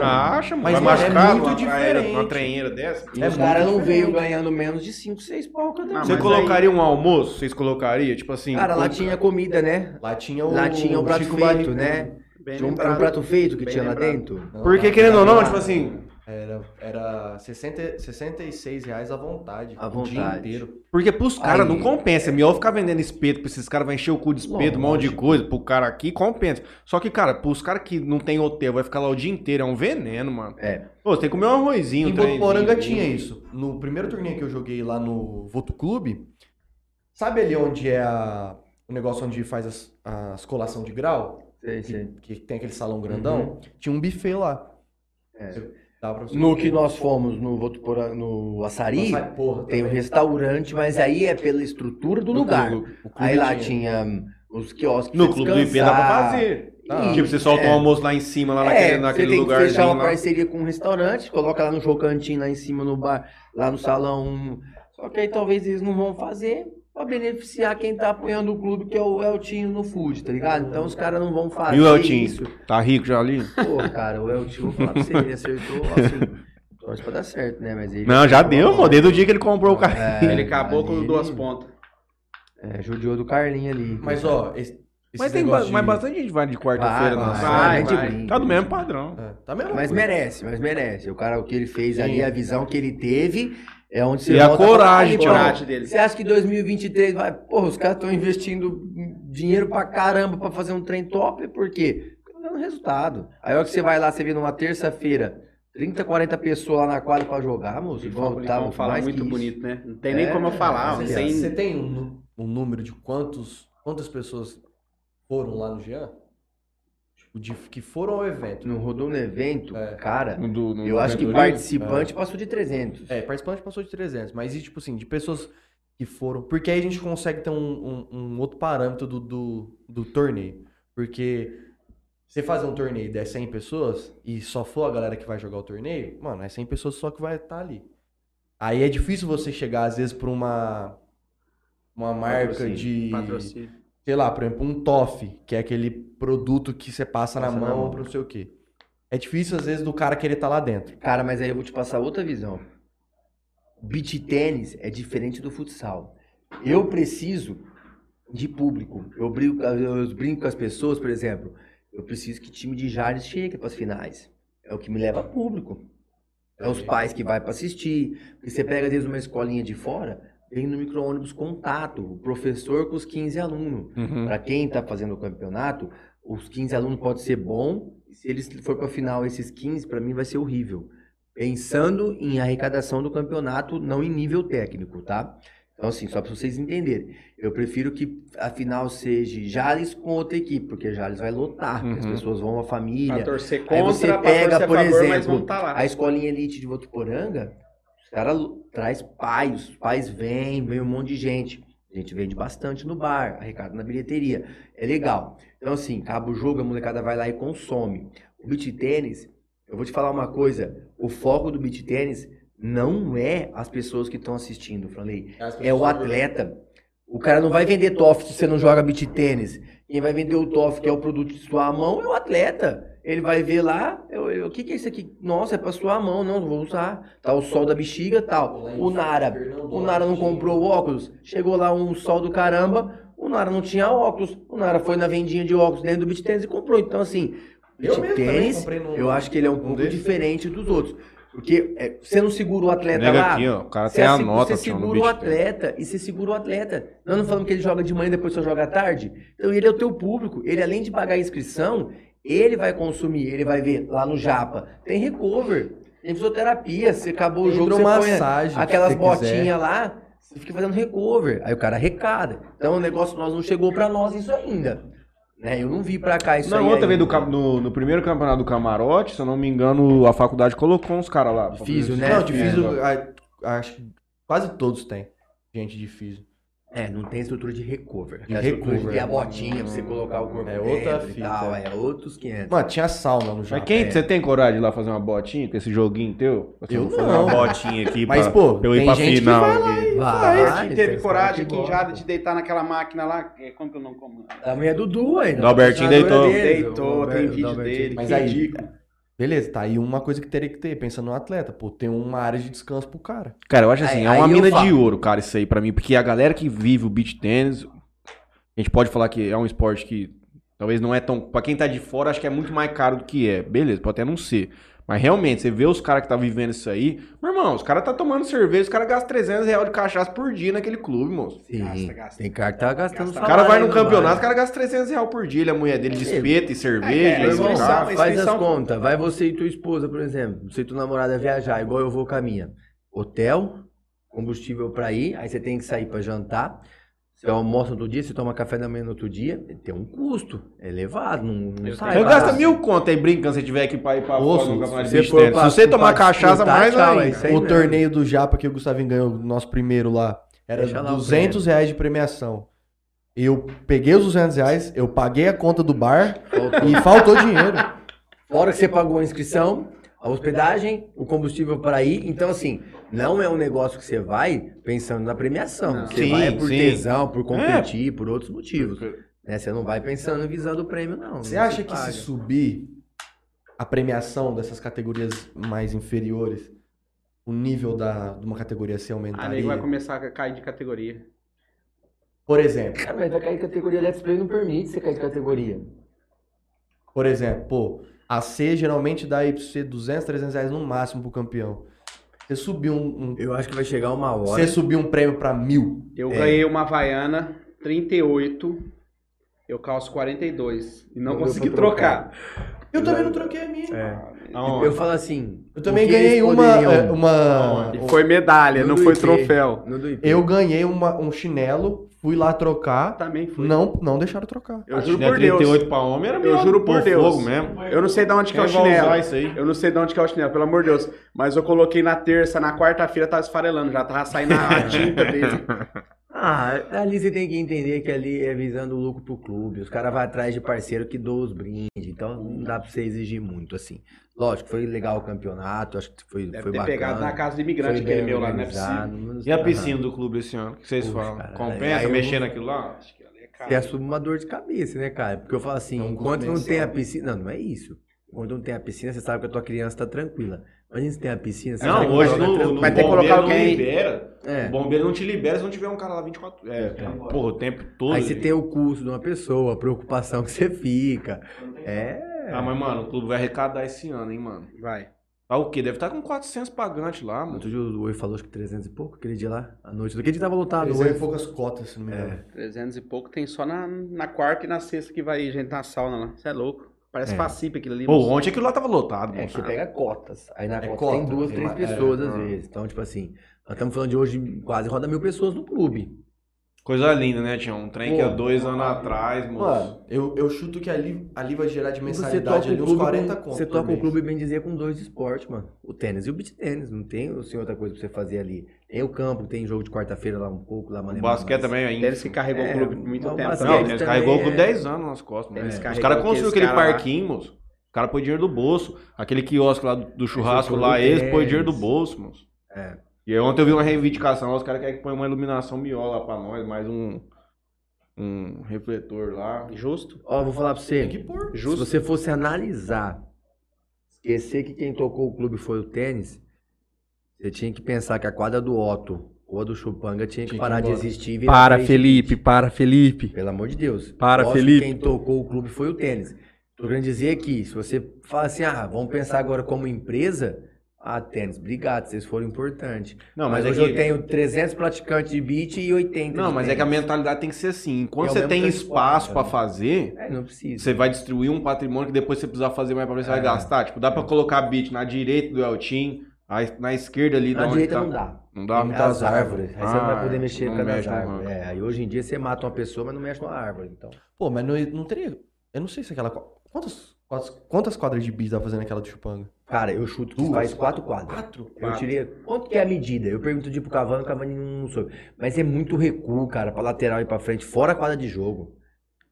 cara.
Acha, mano. Vai
Mas não, é
machucar
muito
uma traeira- uma
diferente.
treinheira dessa.
E
É muito
os caras não veio
diferente.
ganhando menos de 5, 6 pau cada
Ah,
um.
Você
mas
colocaria um almoço? Vocês colocariam? Tipo assim.
Cara, lá
com-
tinha comida, né?
Lá tinha o.
Lá tinha o prato
Chico
feito,
Barrigudo.
né?
Bem
Tinha um,
lembrado.
um prato feito que
Bem
tinha lá
lembrado.
dentro?
Não,
Tipo, Porque,
lá-
querendo ou não,
lá.
tipo assim.
Era, era 60, 66 reais à vontade.
À
O dia
vontade.
inteiro.
Porque pros caras
Aí.
não compensa. É melhor ficar vendendo espeto pra esses caras, vai encher o cu de espeto, um monte de
Lógico.
coisa. Pro cara aqui, compensa. Só que, cara, pros caras que não tem hotel, vai ficar lá o dia inteiro. É um veneno, mano.
É.
Pô, você tem que comer um arrozinho.
Em
um trenzinho.
Botuporanga tinha isso. No primeiro torneio que eu joguei lá no Voto Clube, sabe ali onde é a- o negócio onde faz as, as colação de grau?
Sei,
Que, que tem aquele salão grandão?
Uhum.
Tinha um buffet lá.
É.
Dava pra você
No que nós fomos no, Votuporã- no Açari,
Nossa, porra,
tem um
também.
restaurante, mas aí é pela estrutura
um
do lugar.
clube-
O clube
Aí lá tinha hum, os quiosques
No
pra
clube do IP dá pra
descansar.
fazer.
Ah,
tipo, você solta um
é.
almoço lá em cima, lá naquele,
é,
naquele
você tem que fechar
lugarzinho
uma
lá.
parceria com um restaurante, coloca lá no Jocantin, lá em cima no bar, lá no salão. um- Só que aí talvez eles não vão fazer pra beneficiar quem tá apoiando o clube, que é o Eltinho no Food, tá ligado? Então os caras não vão fazer
E o Eltinho?
isso.
Tá rico já ali?
Pô, cara, o Eltinho, vou falar pra você, ele acertou, assim, torce pra dar certo, né? Mas ele...
Não, já deu, mano. Desde o dia que ele comprou o carro.
(laughs)
É,
Ele acabou com
ali,
duas pontas.
É, judiou do Carlinho ali.
Mas ó, esse,
Mas
esses
tem ba-
negócios
mas
de-
bastante gente vai de
Vai,
quarta-feira.
vai,
né?
vai,
vai, de
vai.
brinco.
Tá do mesmo padrão.
É, tá mesmo.
Mas merece, mas merece. O cara, o que ele fez
Sim.
ali, a visão que ele teve, é onde você
E a
volta pra
coragem,
falar,
tio.
"Pô,
Coragem dele.
Você acha que 2023 vai. Porra, os caras estão investindo dinheiro pra caramba pra fazer um trem top? Por quê? Porque tá dando resultado. Aí a hora que você vai lá, você vê numa terça-feira, 30, 40 pessoas lá na quadra pra jogar, moço.
Tipo, O
Vão,
Paulo
tá,
fala
mais que
muito
isso.
bonito, né? Não tem nem como eu falar. Não
Você,
assim-
tem...
você tem um, nu- um número de quantos, quantas pessoas foram lá no Jean? Tipo, de, que foram ao evento.
Não rodou no evento,
É.
cara.
No do- no
eu acho que
Venturini?
participante passou de 300.
É, participante passou de 300, mas e tipo assim, de pessoas que foram. Porque aí a gente consegue ter um, um- um outro parâmetro do, do, do torneio. Porque você fazer um torneio e der 100 pessoas e só for a galera que vai jogar o torneio, mano, é 100 pessoas só que vai estar ali. Aí é difícil você chegar, às vezes, pra uma, uma marca
Patrocínio.
de.
É. Patrocínio.
sei lá, por exemplo, um TOF, que é aquele produto que você
Passa
passa, na
na
mão,
mão.
pra não sei o quê. É difícil, às vezes, do cara querer estar lá dentro.
Cara, mas aí eu vou te passar outra visão. Beach tênis é diferente do futsal. Eu preciso de público. Eu brinco, eu brinco com as pessoas, por exemplo. Eu preciso que time de Jales chegue para as finais. É o que me leva a público. É os pais que vai para assistir. Porque você pega, às vezes, uma escolinha de fora, vem no micro-ônibus contato, o professor com os 15 alunos.
Uhum.
Para quem está fazendo o campeonato, os 15 alunos podem ser bom. e Se eles for para a final, esses 15, para mim, vai ser horrível. Pensando em arrecadação do campeonato, não em nível técnico, tá? Então, assim, só para vocês entenderem. Eu prefiro que a final seja Jales com outra equipe, porque Jales vai lotar, porque
Uhum.
as pessoas vão à
Pra
família.
torcer contra,
Aí você
pra
pega,
torcer a favor,
por
mas vão
exemplo,
tá lá.
a escolinha elite de Votuporanga, os caras lu- traz pais, os pais vêm, vem um monte de gente. A gente vende bastante no bar, arrecada na bilheteria. É legal. Então, assim, acaba o jogo, a molecada vai lá e consome. O beat tênis, eu vou te falar uma coisa: o foco do beat tênis não é as pessoas que estão assistindo, Franley é o atleta. O cara não vai vender TOF se você não joga beat tênis. Quem vai vender o TOF, que é o produto de sua mão, é o atleta. Ele vai ver lá, eu- eu- o que, que é isso aqui? Nossa, é pra sua mão, não, vou usar. Tá o sol da bexiga, tal. O Nara, o Nara não comprou o óculos, chegou lá um sol do caramba, o Nara não tinha óculos, o Nara foi na vendinha de óculos dentro do beat tênis e comprou. Então, assim, beat tênis, eu acho que ele é um pouco
desse.
diferente dos outros. Porque é, você não segura o atleta
Nega
lá,
aqui, ó. O cara
você,
tem Tá a
assi-
nota,
você
tio, no
segura o
beat tênis.
atleta e você segura o atleta. Nós não falamos que ele joga de manhã e depois só joga à tarde. Então ele é o teu público. Ele, além de pagar a inscrição, ele vai consumir, ele vai ver lá no Japa. Tem recover, tem fisioterapia. Você acabou o jogo, você põe
massagem,
aquelas botinhas lá, você fica fazendo recover. Aí o cara arrecada. Então o negócio nós não chegou pra nós isso ainda. Né? Eu não vi pra cá isso
Não,
aí
outra vez
ainda.
do, cam- no, no primeiro campeonato do Camarote, se eu não me engano, a faculdade colocou uns caras lá. pra
Físio,
fazer
né?
Não,
isso.
de
É,
físio,
não.
a- acho que quase todos têm gente de físio.
É, não tem estrutura de recover.
De
A estrutura
recover.
Tem a botinha pra você colocar o corpo
É outra
dentro
fita.
e tal. É outros 500.
Mano, tinha sauna no jogo.
Mas
É.
quem, você tem coragem de ir lá fazer uma botinha com esse joguinho teu? Você
Eu
vai
não.
Fazer uma botinha aqui
Mas,
pra,
pô,
pra eu ir
tem
pra
gente que
final.
vai
aqui.
Vai,
Esse que teve coragem aqui em Jada de deitar naquela máquina lá. é, Como que eu não como?
A mulher do Du ainda. tá
Dalbertinho deitou.
patrocinadora deles,
Deitou,
o
tem
Dalbertinho.
vídeo dele.
Mas
que
aí-
ridículo.
Beleza, tá aí uma coisa que teria que ter, pensando no atleta. Pô, tem uma área de descanso pro cara.
Cara, eu acho assim,
Aí-
é uma
aí eu
mina
falo.
de ouro, cara, isso aí pra mim. Porque a galera que vive o beach tênis, a gente pode falar que é um esporte que talvez não é tão... Pra quem tá de fora, acho que é muito mais caro do que é. Beleza, pode até não ser. Mas realmente, você vê os caras que tá vivendo isso aí... Meu irmão, os caras tá tomando cerveja, os caras gastam 300 reais de cachaça por dia naquele clube, moço.
Sim,
Gasta, gasta.
Tem cara que tá gastando
Gasta.
O cara
salário
vai no
ainda,
campeonato, o
mano.
cara gasta 300 reais por dia, ele, a mulher dele de espeta e cerveja.
é,
e
irmão,
cigarro.
sabe?
Faz as
inscrição-
contas. Vai você e tua esposa, por exemplo. Você e tua namorada viajar, igual eu vou com a minha. Hotel, combustível pra ir, aí você tem que sair pra jantar. Você almoça no outro dia, você toma café da manhã no outro dia. Tem um custo elevado. Não, não sai
Eu
barato.
gasto mil conto aí brincando se tiver que ir pra ir pra
Ô,
fora no
se
campeonato de
você
beach
for
tênis.
pra-
Se você tomar
pra
cachaça,
disputar,
mais
tchau,
ainda.
é isso aí
o
mesmo.
torneio do Japa que o Gustavinho ganhou, o nosso primeiro lá, era
Deixa lá o
200 reais de premiação. Eu peguei os 200 reais, eu paguei a conta do bar e faltou dinheiro.
Fora que você pagou a inscrição, a hospedagem, o combustível para ir. Então, assim, não é um negócio que você vai pensando na premiação.
Não.
Você
Sim,
vai por
sim. É.
tesão, por competir, por outros motivos. Né? Você não vai pensando em visar do prêmio, não.
Você
Não
acha que
paga.
se subir a premiação dessas categorias mais inferiores, o nível da, de uma categoria se
A Ah, nego
aumentaria?
vai começar a cair de categoria.
Por exemplo,
Cara, mas vai cair categoria Let's Play não permite você cair de categoria.
por exemplo, pô, a C geralmente dá aí pra você 200, 300 reais no máximo pro campeão. Você subiu um, um-
Eu acho que vai chegar uma hora.
você subir um prêmio pra mil,
Eu ganhei uma Havaiana 38, eu calço 42. E não
Não deu
consegui
pra trocar.
trocar.
Eu também não troquei a minha.
Aonde?
É. Eu falo assim.
Eu também
o que eles
ganhei uma.
poderiam-
é, uma
E foi medalha, não
Tudo
foi
IP.
troféu.
No do IP.
eu ganhei uma, um chinelo, fui lá trocar.
Também foi.
Não, não deixaram trocar. Ah,
Eu juro por Deus.
pra homem era
Eu
melhor
juro por
pôr
Deus.
fogo mesmo.
Eu não sei de onde que é
Quem
o
vai usar
chinelo.
isso aí?
Eu não sei de onde que é o chinelo, pelo amor de Deus. Mas eu coloquei na terça, na quarta-feira tava esfarelando, já tava saindo a tinta dele.
Ah, ali você tem que entender que ali é visando o lucro pro clube. Os caras vão atrás de parceiro que doa os brindes. Então não dá pra você exigir muito, assim. Lógico, foi legal o campeonato, acho que foi,
Deve
foi
ter
bacana.
pegado na casa do imigrante
foi
aquele
bem
meu lá, não é possível.
organizado, não-
E a piscina do clube esse ano? O que vocês
Puxa,
falam?
cara, aí
Compensa
eu-
mexer naquilo lá? Acho que ali é
Ah,
caro.
Você assume uma dor de cabeça, né, cara? Porque eu falo assim,
É um custo
enquanto não
mensal.
tem a piscina. Não, não é isso. Enquanto não tem a piscina, você sabe que a tua criança tá tranquila. Mas antes tem a piscina, você sabe
Não,
que
hoje
ela tá
no,
tranquila.
no
Vai ter que
bombeiro
colocar
não
alguém.
libera.
É.
O bombeiro não te libera se não tiver um cara lá 24 é, porra, o tempo todo.
Aí você
gente.
tem o custo de uma pessoa, a preocupação que você fica. É.
Ah, mas mano, o clube vai arrecadar esse ano, hein, mano.
Vai.
Tá o quê? Deve estar com 400 pagantes lá, mano.
Outro dia o Oi falou acho que 300 e pouco, aquele dia lá, à noite. Do que dia tava lotado?
Eles
o Oi
eram poucas cotas, se não me engano.
300 e pouco tem só na, na quarta e na sexta que vai gente na sauna lá. Você é louco. Parece
É.
facipe aquilo ali.
Pô,
mas-
ontem aquilo lá tava lotado,
É,
mano.
você pega cotas. Aí na cota,
É cota,
tem duas,
tem
três
uma-
pessoas
é,
às
ah.
vezes. Então, tipo assim, nós estamos falando de hoje, quase roda mil pessoas no clube.
Coisa linda, né, Tinha Um trem que há
Pô.
dois anos atrás, moço.
Mano, eu, eu chuto que ali, ali vai gerar de
E
mensalidade ali uns
clube
40
com,
contos.
Você
por
toca o
mês.
clube, bem dizer, com dois esportes, mano. O tênis e o beat tênis. Não tem assim, outra coisa pra você fazer ali. Tem o campo, tem jogo de quarta-feira lá um pouco, lá
o
maneiro.
basquete também ainda.
Tênis que carregou
É,
o clube por muito
não,
tempo.
mas-
Não,
Basquete
eles
também
carregou
é-
por 10 anos nas costas, mano.
Eles
Os
carregou
caras construíram
aqueles
aquele
cara lá.
parquinho, moço. O cara põe dinheiro do bolso. Aquele quiosque lá do, do churrasco
foi
lá,
do
eles põe
tênis.
dinheiro do bolso, moço.
É.
E aí ontem eu vi uma reivindicação, lá, os caras querem que põe uma iluminação miola lá pra nós, mais um, um refletor lá.
Justo.
Ó, vou falar pra você.
Tem que pôr.
Se você fosse analisar, esquecer que quem tocou o clube foi o tênis, você tinha que pensar que a quadra do Otto ou a do Chupanga tinha que
Tinha que
parar
ir
de
embora.
existir. e virar
Para,
três
Felipe, para, Felipe.
Pelo amor de Deus.
Para,
Lógico que
Felipe.
Quem tocou o clube foi o tênis. Tô querendo dizer que se você fala assim, ah, vamos pensar agora como empresa, ah, tênis, obrigado, vocês foram importantes.
Não,
mas
mas, é
hoje
que...
eu tenho 300 praticantes de beat e 80
Não,
de
mas é que a
tênis.
mentalidade tem que ser assim. Enquanto
É o
você
mesmo
tem
transporte,
espaço
né?
pra fazer,
É, não precisa.
Você vai destruir um patrimônio que depois você precisar fazer mais pra ver se você
É.
vai gastar. Tipo, dá pra colocar beat na direita do Eltim, aí na esquerda ali da
Na
onde
direita
tá.
não dá.
Não dá? Ah, é,
Tem
muitas
as árvores. Aí você não vai poder mexer
não
com as
mexe no
árvores.
ramo.
É, aí hoje em dia você mata uma pessoa, mas não mexe numa árvore. Então.
Pô, mas não, não teria. Eu não sei se aquela. co- Quantas, quantas, quantas quadras de bis dá fazendo aquela do Chupanga?
Cara, eu chuto que faz quatro quadras.
Quatro?
Eu tirei. Quanto que é a medida? Eu pergunto de pro Cavani, o Cavani não soube. Mas é muito recuo, cara, pra lateral e pra frente, fora a quadra de jogo.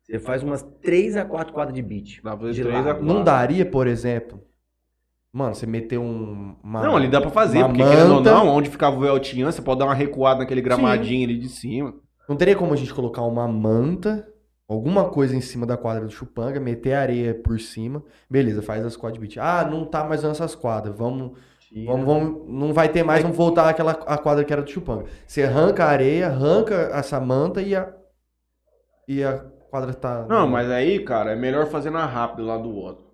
Você faz umas 3 a 4 quadras de beat.
Dá pra fazer
De
três
lado.
a quatro.
Não daria, por exemplo. Mano, você meter um. uma-
Não, ali dá pra fazer,
Uma
porque querendo ou
manta.
não, onde ficava o Eltinhan, você pode dar uma recuada naquele gramadinho ali de cima.
Não teria como a gente colocar uma manta, alguma coisa em cima da quadra do Chupanga, meter areia por cima. Beleza, faz as quad beat. Ah, não tá mais nessas quadras. Vamos, vamos, vamos. Não vai ter mais, vamos voltar àquela a quadra que era do Chupanga. Você arranca a areia, arranca essa manta e a. E a quadra tá.
Não, mas aí, cara, é melhor fazer na rápida lá do outro.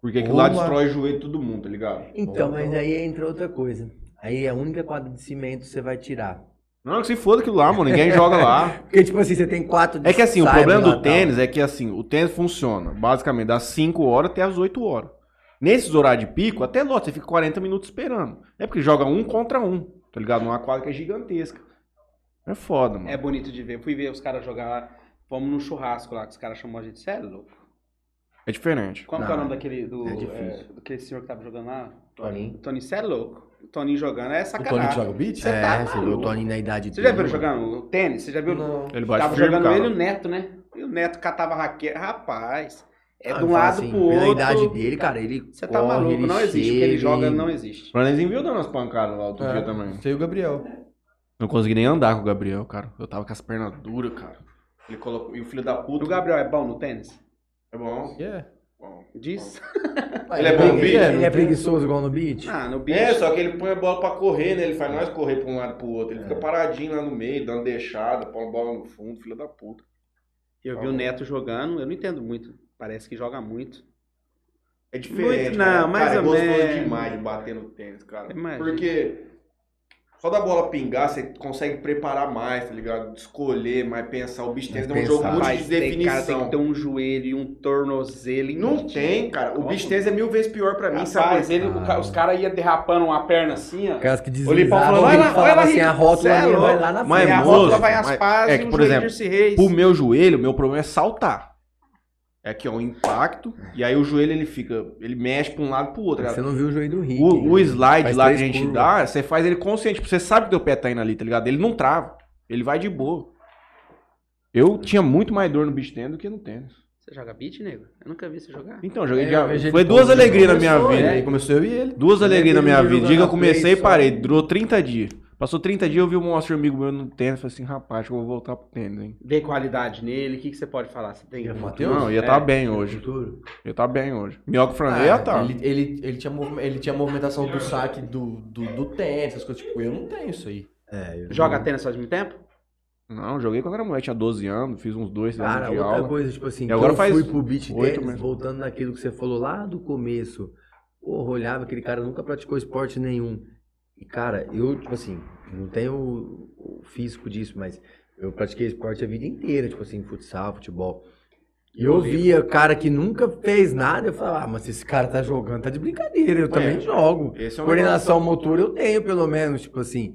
Porque aquilo lá
Boa.
destrói o joelho de todo mundo, tá ligado?
Então, mas aí entra outra coisa. Aí é a única quadra de cimento você vai tirar.
Não, que se foda aquilo lá, mano. Ninguém joga lá.
Porque, tipo assim, você tem quatro de
É que assim, o
saibro
problema
lá,
do
tal.
tênis é que assim, o tênis funciona basicamente das 5 horas até as 8 horas. Nesses horários de pico, até lota, você fica 40 minutos esperando. É porque joga um contra um, tá ligado? Numa quadra que é gigantesca. É foda, mano.
É bonito de ver. Fui ver os caras jogar lá. Fomos num churrasco lá que os caras chamou a gente. Você é louco.
É diferente.
Qual que é o
Não,
nome daquele do,
é difícil.
é, daquele senhor que tava jogando lá?
Toninho.
Tony, você é louco. O Toninho jogando
O Tony
é
que
sacanagem.
joga o Um beat?
Você
é,
tá
você viu o
maluco.
Tony na idade
Você já viu
dele,
ele jogando o tênis? Você já viu?
Não.
Ele bate
Tava
firme,
jogando
cara.
ele e o Neto, né? E o Neto catava raquete. Rapaz, é
Ah,
de
eu
um
falo
lado
assim,
pro
Pela
outro.
idade dele, cara, ele.
Você tá
corre,
maluco,
ele
não existe. O que ele
chega,
joga
ele-
não existe.
O Planezinho viu dando umas pancadas lá outro
É.
dia também.
Você e o Gabriel.
Não consegui nem andar com o Gabriel, cara. Eu tava com as pernas duras, cara. Ele colocou. E o filho da puta.
O Gabriel é bom no tênis?
É bom.
Yeah.
bom.
Diz.
Ele é bom no beat?
Ele é preguiçoso igual no beat?
Ah, no bicho.
É, só que ele põe a bola pra correr, né? Ele faz nós correr pra um lado e pro outro. Ele fica paradinho lá no meio, dando deixada, põe a bola no fundo, filho da puta.
Eu vi o Neto jogando, eu não entendo muito. Parece que joga muito.
É diferente.
Muito não,
cara.
mais
cara,
ou
é gostoso
menos.
demais de bater no tênis, cara.
Imagina.
Porque Só da bola pingar, você consegue preparar mais, tá ligado? Escolher mais, pensar. O bicho tem
Não
é um jogo
pensar.
muito
Rapaz,
de
Tem cara tem que
definição.
ter um joelho e um tornozelo. hein?
Não tem, cara. O
Como?
bicho é mil vezes pior pra mim, sabe?
Rapaz,
por quê?
ele, o ca- os caras iam derrapando uma perna assim, ó.
Caras que
Olhei pra
deslizavam,
falar, vai
ele
lá, vai
falava
lá,
assim,
Rico,
a
cê
rótula
é
minha vai
louco.
lá na
Mas
frente.
e a
moço,
rótula vai às
mas-
pás
é
e
que,
o
por
joelho
exemplo,
Dirce Reis.
O meu joelho, meu problema é saltar. É que é um impacto, e aí o joelho ele fica, ele mexe pra um lado pro outro. tá
Você
ligado?
não viu o joelho do Rick. É,
O, o slide
né? Faz
lá que a
três
gente
curvas.
dá, você faz ele consciente, porque você sabe que teu pé tá indo ali, tá ligado? Ele não trava, ele vai de boa. Eu tinha muito mais dor no beach tennis do que no tênis.
Você joga beat, nego? Eu nunca vi você jogar.
Então, joguei
É,
de-
eu vejo ele
Foi
todo
duas
dia.
alegrias na minha
Começou,
vida.
é.
aí,
Começou eu e ele.
Duas
Eu
alegrias na
lembro
minha
ele é
vida.
jogando
Dia que eu
na
comecei e
Play só.
parei. Durou 30 dias. Passou 30 dias, eu vi um monstro amigo meu no tênis. Falei assim, rapaz, acho que eu vou voltar pro tênis, hein?
Vê qualidade nele, o que, que você pode falar? Você tem
Matheus?
Não, ia
É.
tá bem hoje.
futuro.
Ia tá bem hoje. Minhoca
Ah,
frango ia tá.
ele, ele, ele, tinha, mov- ele tinha movimentação do saque do, do, do tênis, essas coisas. Tipo, eu não tenho isso aí.
É, eu-
Joga tênis faz muito tempo?
Não, joguei quando era moleque, tinha 12 anos, fiz uns dois três
Cara,
anos de
outra
aula.
coisa, tipo assim,
E
que
agora
eu
faz
fui pro beat
oito
tênis,
mesmo.
voltando naquilo que você falou lá do começo. Porra, olhava, aquele cara nunca praticou esporte nenhum. E, cara, eu, tipo assim, não tenho o o físico disso, mas eu pratiquei esporte a vida inteira, tipo assim, futsal, futebol. E eu via cara que nunca fez nada, eu falava, ah, mas esse cara tá jogando, tá de brincadeira,
É.
eu também jogo.
Esse é um
Coordenação motor eu tenho, pelo menos, tipo assim.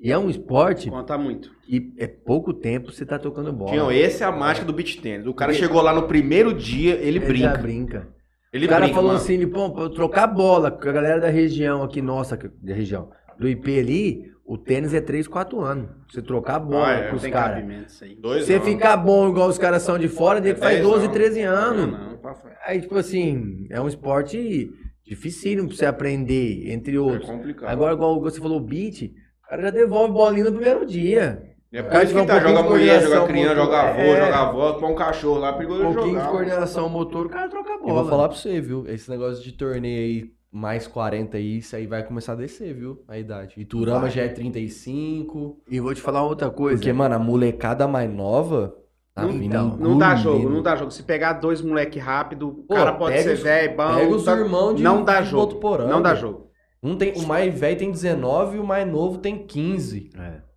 E é um esporte
Conta muito.
que é pouco tempo você tá tocando bola.
Tinha, essa é a mágica do beat tênis. O cara chegou lá no primeiro dia, ele
Ele já
brinca.
brinca.
Ele
o cara
brinca,
falou
mano.
assim, Lipão, pra eu trocar bola com a galera da região aqui, nossa, que- da região, do IP ali, o tênis é 3, 4 anos. Você trocar bola
Ah, é,
com os
tem
caras.
cabimento isso aí.
Dois
Você
anos.
ficar bom igual os caras são de fora, dele
É
faz
10
12,
anos. É,
13 anos.
Não, não.
Aí, tipo assim, é um esporte dificílimo pra você aprender, entre
É
outros.
complicado.
Agora, igual você falou, o beat, o cara já devolve bolinha no primeiro dia.
é por
cara
isso que
tiver um
tá, joga
pouquinho de
mulher, joga
coordenação
criança, joga avô,
motor. É.
joga avó, põe um cachorro lá, perigoso
Um
de
pouquinho de
jogar. mano.
coordenação motor, o cara troca a bola.
Eu vou falar pra você, viu? Esse negócio de torneio aí, mais 40 aí, isso aí vai começar a descer, viu? A idade. Iturama já é 35.
E vou te falar outra coisa.
Porque, mano, a molecada mais nova tá
Não-
vindo né?
então,
Não dá jogo,
engolindo.
não dá jogo. Se pegar dois moleque rápido, o
Pô,
cara pode
pega
ser
os-
velho, bom.
Pega os
tá-
irmãos de
Não dá
de
jogo.
Botuporanga.
Não dá jogo.
Não Um tem, o mais velho tem 19 e o mais novo tem 15.
É.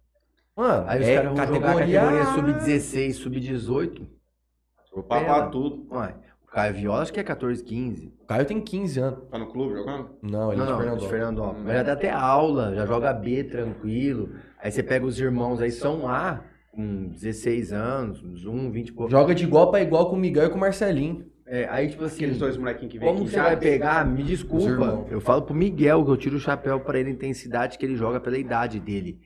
Mano,
Aí os
é
caras vão jogar
categoria
categoria
A.
sub-16, sub-18.
Papar tudo.
Ué, o Caio Viola acho que é 14, 15.
O Caio tem 15 anos.
Tá no clube jogando?
Não, ele é
não,
de
não,
Fernando.
de Fernandópolis. Mas já dá até aula, já joga B tranquilo. Aí você pega os irmãos aí, são A, com 16 anos, uns 1, 20 e pouco.
Joga de igual pra igual com o Miguel e com o Marcelinho.
É, aí tipo assim,
Aqueles dois molequinhos que vêm
como
aqui
você vai
já.
pegar, me
Os
desculpa.
irmãos.
Eu falo pro Miguel que eu tiro o chapéu pra ele a intensidade que ele joga pela idade dele.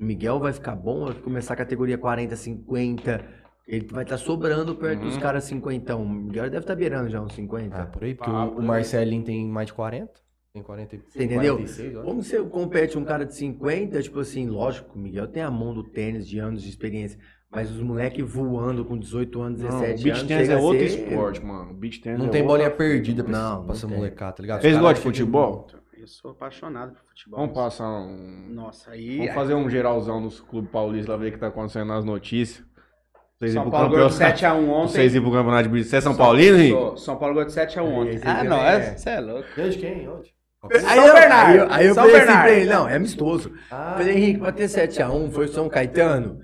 O Miguel vai ficar bom, vai começar a categoria 40, 50... Ele vai estar sobrando perto dos caras 50. O Miguel deve estar beirando já uns 50.
Ah, por aí, porque
Ah,
o,
por
o
aí.
Marcelinho tem mais de 40. Tem 40 e
Você entendeu?
46, eu acho.
Como você compete um cara de 50, tipo assim, lógico, o Miguel tem a mão do tênis de anos de experiência, mas os moleques voando com 18 anos,
Não,
17
o beach
anos.
tennis
chega
é
a
outro
ser-
esporte, mano. O beach tennis
Não
é
tem
outro-
bolinha perdida pra,
Não,
esse- pra
não
essa
tem.
molecada, tá ligado?
Vocês
Os
gostam
caras
de
chegam-
futebol?
Eu sou apaixonado por futebol.
Vamos passar um...
Nossa, aí.
Vamos fazer um geralzão nos clubes paulistas lá, ver o que tá acontecendo nas notícias. Vocês ir
São
pro
Paulo ganhou
campeonato. (laughs)
de 7x1
Vocês
ontem.
ir pro campeonato de beach. Você é São Paulino, Henrique?
Sou- São Paulo ganhou de 7x1
Aí
ontem.
você Ah, não, é-
Você é louco.
Ganha de quem? Onde?
Aí eu,
Bernardo,
aí eu, aí eu
São
falei assim
Bernardo.
pra ele, não, é amistoso. Eu
Ah,
falei, Henrique, pra ter 7x1, foi São Caetano?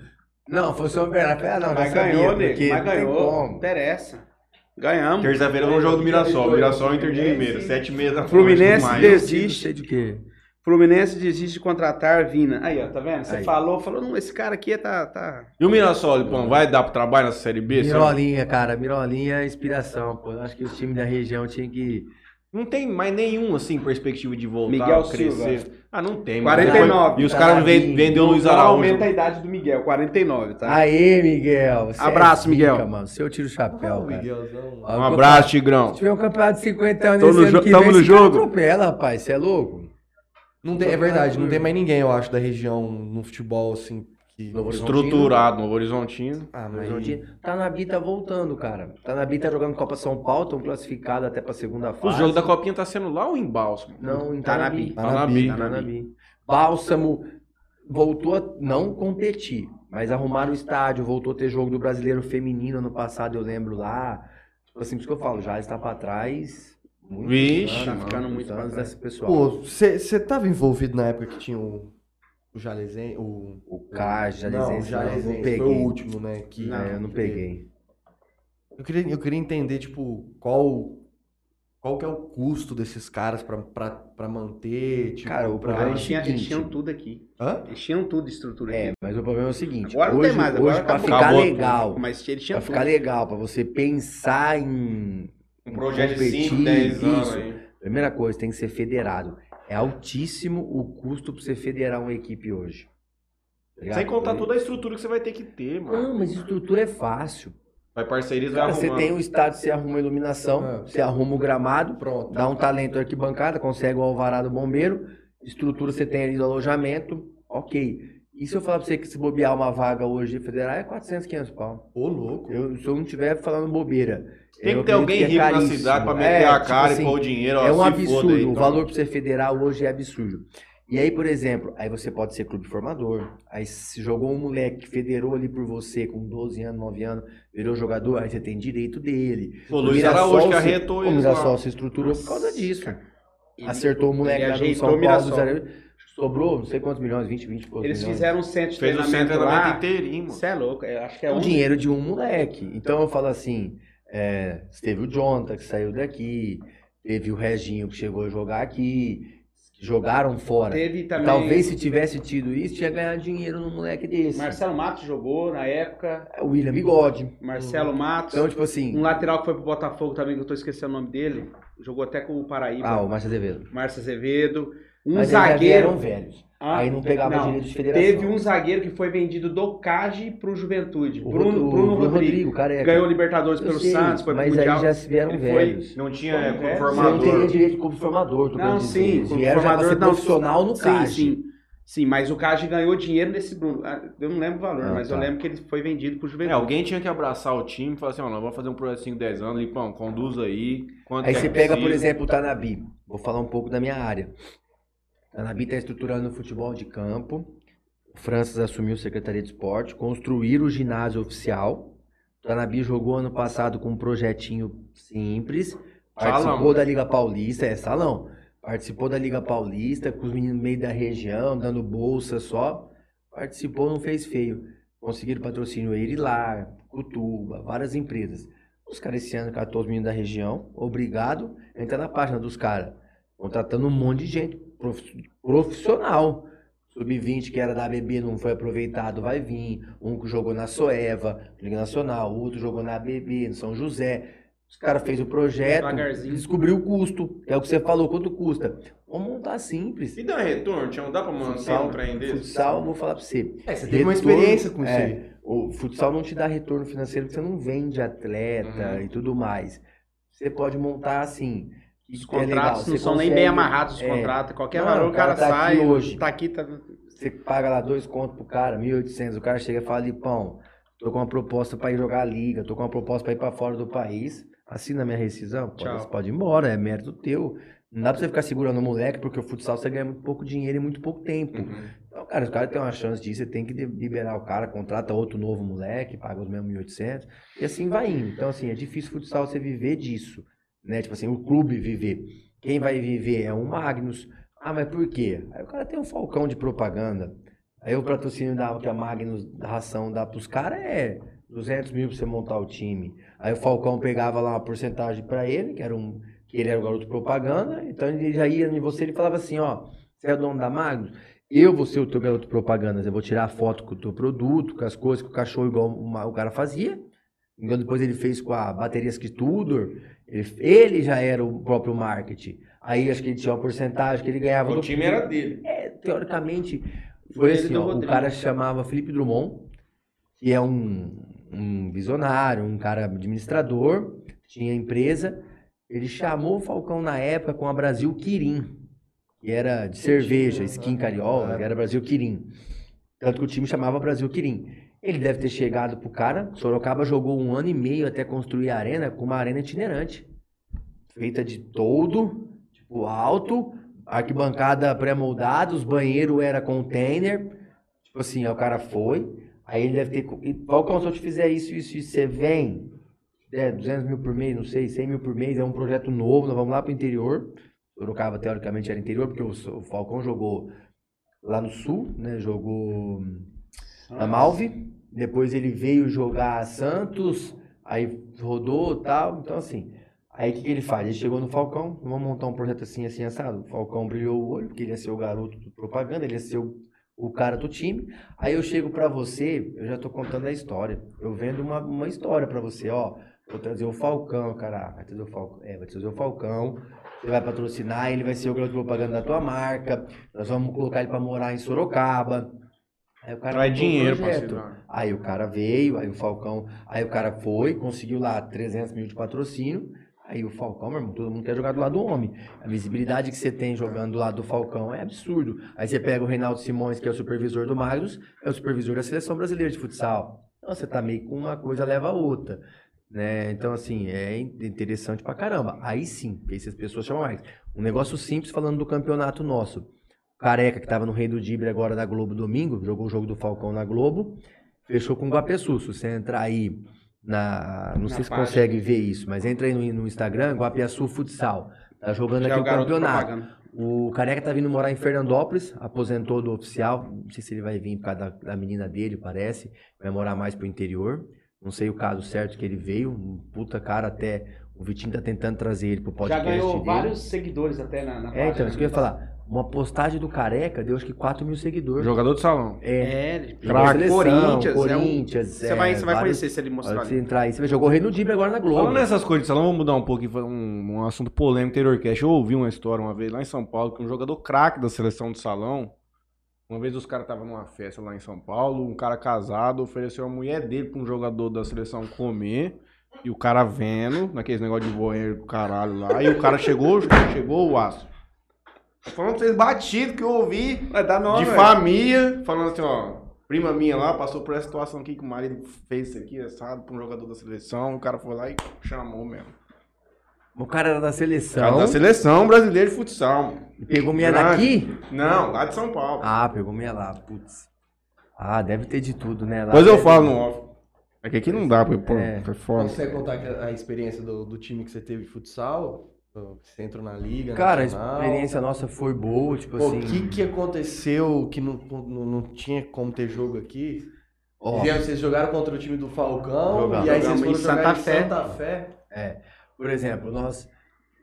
Não, foi São Bernardo. Eu Falei, ah, não,
Mas
é
já
ganhou,
sabia,
nego.
porque
Mas
não tem
ganhou. Não
como.
interessa. Ganhamos.
Terça-feira vamos jogo do Mirassol. Mirassol Inter de Limeira. Sete meses da
Fluminense
Fluminense.
desiste.
Sei de quê?
Fluminense desiste de contratar Vina. Aí, ó, tá vendo? Você
Aí.
falou, falou, não, esse cara aqui tá. tá...
E o Mirassol, Lipão, vai dar pro trabalho nessa Série
né?
B? senhor?
Mirolinha, cara, Mirolinha é inspiração, pô. Eu acho que os times da região tinham que...
Não tem mais nenhum, assim, perspectiva de voltar,
Miguel
crescer. Ah, não tem. mano.
49.
E os caras vend- vendeu o Luiz
Não
Araújo.
Tá aumenta a idade do Miguel, 49, tá?
Aê, Miguel. você
Abraço,
é zica,
Miguel.
Mano. Seu tiro o
Ah,
chapéu,
o
cara.
Miguelzão.
Um abraço, Tigrão.
Se tiver um campeonato de 50 anos
Tô no
esse ano
jo-
que
tamo
vem,
no
esse cara
jogo?
atropela, rapaz. Você é louco?
Não tem, é verdade,
um
não tem mais ninguém, eu acho, da região no futebol, assim, que...
Novo Horizontino.
Estruturado, Novo Horizontino.
Ah, mas...
Horizontino. Tá na B, tá voltando, cara. Tá na B, tá jogando Copa São Paulo, estão classificados até pra segunda
Os
fase.
jogos da Copinha tá sendo lá ou em Balsa?
Não, em
Tá na
Tanabi.
Tá na
Tanabi.
B.
Tanabi. Bálsamo voltou a não competir, mas arrumaram o estádio, voltou a ter jogo do Brasileiro Feminino ano passado, eu lembro lá. Tipo assim, por isso que eu falo, já está pra trás. Muito
Vixe,
anos,
mano.
ficando muito anos
Tá atrás.
desse pessoal.
Pô, você tava envolvido na época que tinha o O Jalezen, o...
O Caja,
Não, o
não
Jalezen foi o
peguei.
último, né? Que,
Não, eu não
que
peguei.
Eu queria, eu queria entender, tipo, qual, qual que é o custo desses caras pra, pra, pra manter, tipo,
Cara, o
pra...
problema
Eles tinham- eles tinham
Então, seguinte.
tudo aqui.
Hã?
Eles tinham tudo de estrutura
É,
aqui.
mas o problema é o seguinte.
Agora não
hoje,
tem mais, agora tá
hoje pra
acabou.
ficar
Acabou.
legal,
né? Mas eles tinham
pra
tudo.
ficar legal, pra você pensar em...
Um projeto de
competir,
5, 10 anos
isso.
aí.
Primeira coisa, tem que ser federado. É altíssimo o custo pra você federar uma equipe hoje. Tá ligado?
Sem contar toda a estrutura que você vai ter que ter, mano.
Não, mas estrutura é fácil.
Vai parcerias, vai
Cara, você
arrumando.
tem o estádio, você arruma a iluminação,
É.
você arruma o gramado,
Pronto.
dá um talento à arquibancada, consegue o alvará do bombeiro, estrutura você tem ali do alojamento, ok. E se eu falar pra você que se bobear uma vaga hoje federal é 400, 500 pau.
Ô, louco.
Eu, se eu não tiver falando bobeira.
Tem
um- eu
que ter
acredito
alguém
é
rico na
caríssimo.
cidade pra
É,
meter a
tipo
cara
assim,
e pôr o dinheiro. ó,
é um
se foda
absurdo.
aí,
o
então.
valor para você federal hoje é absurdo. E aí, por exemplo, aí você pode ser clube formador. Aí se jogou um moleque que federou ali por você com 12 anos, 9 anos, virou jogador, aí você tem direito dele.
O Luiz
Mirassol
Araújo que
se-
arretou
O
eles lá.
Mirassol se estruturou por causa disso.
Ele-
Acertou o moleque
ele
lá no
ajeitou
São
o
Paulo.
Mirassol.
do Zero- Sobrou não sei quantos milhões, 20, 20 e poucos
Eles
milhões.
fizeram um centro de
Fez o centro de
treinamento
treinamento
lá.
inteirinho, mano.
Você é louco, eu acho que é
o
um...
dinheiro de um moleque. Então eu falo assim: é, teve o Jonathan que saiu daqui, teve o Reginho que chegou a jogar aqui, que jogaram fora.
Teve também...
Talvez se tivesse tido isso, tinha ganhado dinheiro num moleque desse.
Marcelo Matos jogou na época.
O William Bigode.
Marcelo Matos.
Então, tipo assim.
Um lateral que foi pro Botafogo também, que eu tô esquecendo o nome dele. Jogou até com o Paraíba.
Ah, o Márcio Azevedo.
Márcio Azevedo. Um
Mas eles já vieram
zagueiro.
velhos.
Ah,
aí não pegava
não.
direito de federação.
Teve um zagueiro que foi vendido do Cage pro Juventude.
O
Bruno,
Rodrigo-
Bruno
o Bruno
Rodrigues.
Rodrigo, careca.
Ganhou o Libertadores
Eu
pelo
sei,
Santos, foi pro
É, Mas
Mundial.
aí já se vieram
Ele foi-
velhos.
Não tinha
Como é?
Você não teria
conformador.
direito como formador, tô
Não,
querendo dizer.
sim.
Eles
como
vieram já pra
formador,
ser
não,
profissional no
sim,
CAG.
Sim, sim, mas o Cage ganhou dinheiro desse Bruno. Ah, Eu não lembro o valor,
Ah,
mas eu
tá.
lembro que ele foi vendido pro
É,
Juventude.
alguém tinha que abraçar o time e falar assim, ó, nós vamos fazer um projeto de 5, 10 anos, Lipão, conduz aí. Quanto
Aí
que é
você
que
pega, por
precisa.
exemplo, o Tanabi. Vou falar um pouco da minha área. O Tanabi está estruturando o futebol de campo. O Francis assumiu a Secretaria de Esporte, construir o ginásio oficial. O Tanabi jogou ano passado com um projetinho simples. Participou
Salão.
da Liga Paulista, é salão. Participou da Liga Paulista, com os meninos no meio da região, dando bolsa só. Participou, não fez feio. Conseguiram patrocínio Erilar, Cutuba, várias empresas. Os caras esse ano, 14 meninos da região, obrigado, entra na página dos caras. Contratando um monte de gente profi- profissional. Sub-20 que era da ABB não foi aproveitado, vai vir. Um que jogou na Soeva, Liga Nacional, outro jogou na ABB, no São José. Os caras fez o
É,
projeto,
Devagarzinho.
descobriu o custo, que é o que você falou, quanto custa. Vamos montar simples.
E dá retorno, Tião? Dá pra manter
Futsal,
um trem desse?
futsal, eu vou falar pra você.
É, você
teve uma experiência com isso
é.
aí. O futsal não te dá retorno financeiro porque você não vende atleta
Uhum.
e tudo mais. Você pode montar assim. que
Os
é legal,
contratos
você
não são nem
consegue-
bem amarrados os
é,
contratos. Qualquer
Não,
valor
o
o
cara
cara,
tá
sai.
aqui hoje.
Tá aqui, tá.
Você paga lá dois contos pro cara, 1.800. O cara chega e fala: Lipão, tô com uma proposta pra ir jogar a liga, tô com uma proposta pra ir pra fora do país. Assina a minha rescisão? Pode,
Tchau.
você pode ir embora, é mérito teu. Não dá pra você ficar segurando o moleque, porque o futsal você ganha muito pouco dinheiro e muito pouco tempo.
Uhum.
Então, cara, os caras têm uma chance disso, você tem que de- liberar o cara, contrata outro novo moleque, paga os mesmos 1.800, e assim vai indo. Então, assim, é difícil futsal você viver disso, né? Tipo assim, o clube viver. Quem vai viver é um Magnus. Ah, mas por quê? Aí o cara tem um falcão de propaganda. Aí o patrocínio da, que é a Magnus, da ração dá pros caras é 200 mil pra você montar o time. Aí o Falcão pegava lá uma porcentagem pra ele, que era um que ele era o garoto propaganda, então ele já ia em você e falava assim, ó, você é o dono da Magnus? Eu vou ser o teu garoto propaganda, eu vou tirar a foto com o teu produto, com as coisas que o cachorro igual uma- o cara fazia. Então depois ele fez com a Baterias que Tudor, ele, ele já era o próprio marketing. Aí acho que ele tinha uma porcentagem que ele ganhava
É, O
do
time era dele.
é, teoricamente,
Foi
foi
ele
assim,
do
ó, o
Rodrigo.
cara chamava Felipe Drummond, que é um, um visionário, um cara administrador, tinha empresa. Ele chamou o Falcão na época com a Brasil Quirim, que era de cerveja, skin carioca, que era Brasil Quirim. Tanto que o time chamava Brasil Quirim. Ele deve ter chegado pro cara. Sorocaba jogou um ano e meio até construir a arena com uma arena itinerante. Feita de todo, tipo alto, arquibancada pré-moldada, os banheiros era container. Tipo assim, aí o cara foi. Aí ele deve ter. co- e, Falcão, se eu te fizer isso, isso, isso, você vem. É, 200 mil por mês, não sei, 100 mil por mês, é um projeto novo, nós vamos lá pro interior. Sorocaba, teoricamente, era interior, porque o, So- o Falcão jogou lá no Sul, né? Jogou na Malve. Depois ele veio jogar Santos, aí rodou e tal. Então, assim, aí o que, que ele faz? Ele chegou no Falcão, vamos montar um projeto assim, assim, assado. O Falcão brilhou o olho, porque ele ia ser o garoto do propaganda, ele ia ser o, o cara do time. Aí eu chego pra você, eu já tô contando a história. Eu vendo uma, uma história pra você, ó. Vou trazer o Falcão, cara. Vai trazer o Falcão. É, vai trazer o Falcão. Você vai patrocinar, ele vai ser o garoto de propaganda da tua marca. Nós vamos colocar ele pra morar em Sorocaba. Aí o cara
Traz
montou um
dinheiro,
projeto.
parceiro.
Aí o cara veio, aí o Falcão, aí o cara foi, conseguiu lá 300 mil de patrocínio. Aí o Falcão, meu irmão, todo mundo quer jogar do lado do homem. A visibilidade que você tem jogando do lado do Falcão é absurdo. Aí você pega o Reinaldo Simões, que é o supervisor do Magnus, é o supervisor da seleção brasileira de futsal. Então você tá meio com uma coisa leva a outra. Né? Então, assim, é in- interessante pra caramba. Aí sim, porque aí essas pessoas chamam mais. Um negócio simples falando do campeonato nosso. Careca, que tava no Rei do Dibre agora da Globo domingo, jogou o jogo do Falcão na Globo fechou com o Guapeçu. Se você entrar aí na. Não sei se
página.
consegue ver isso, mas entra aí no, no Instagram, Guapiaçu Futsal. Tá jogando
Já é
aqui
o
o
garoto
campeonato.
propaganda.
O Careca tá vindo morar em Fernandópolis, aposentou do oficial. Não sei se ele vai vir por causa da, da menina dele, parece. Vai morar mais pro interior. Não sei o caso certo que ele veio. Um puta cara até. O Vitinho tá tentando trazer ele pro
Já
podcast
ganhou
dele.
vários seguidores até na, na
É, então,
página.
isso que eu ia falar. Uma postagem do Careca deu acho que 4 mil seguidores.
Jogador de salão.
É,
É, ele-
jogou
Craque.
seleção,
Corinthians, é um-
Corinthians, é,
Você vai, você vai
vários-
conhecer se ele
a hora
mostrar
que você
ali.
entrar aí, você vai jogou o Rei no Dibre agora na Globo.
Falando
né?
nessas coisas de salão, vamos mudar um pouco e falar um, um assunto polêmico interior cast. Eu ouvi uma história uma vez lá em São Paulo que um jogador craque da seleção de salão. Uma vez os caras estavam numa festa lá em São Paulo, um cara casado ofereceu a mulher dele pra um jogador da seleção comer. E o cara vendo, naqueles negócio de voeiro do caralho lá. E o cara chegou, chegou o aço. Tô Falando pra vocês batido que eu ouvi
Vai dar nome,
de
velho.
família, falando assim, ó, prima minha lá passou por essa situação aqui que o marido fez isso aqui, sabe, pra um jogador da seleção, o cara foi lá e chamou mesmo.
O cara era da
O cara
seleção.
da seleção brasileira de futsal.
e Pegou minha
Grande.
daqui?
Não, lá de São Paulo.
Ah, pegou minha lá, putz. Ah, deve ter de tudo, né? Lá
Depois eu
deve-
falo no off. É que aqui não dá, porque, pô,
É.
foi
Você
foda.
consegue contar que a a experiência do, do time que você teve de futsal? Do- que Você entrou na liga?
Cara, a
nacional?
experiência nossa foi boa, tipo
tá Pô, O
assim.
que, que aconteceu que não, não, não tinha como ter jogo aqui?
ó,
Vieram- vocês jogaram contra o time do Falcão
Jogamos.
e aí vocês
Jogamos
foram
em
jogar
Santa
em
Fé.
Santa Fé.
Por exemplo, nós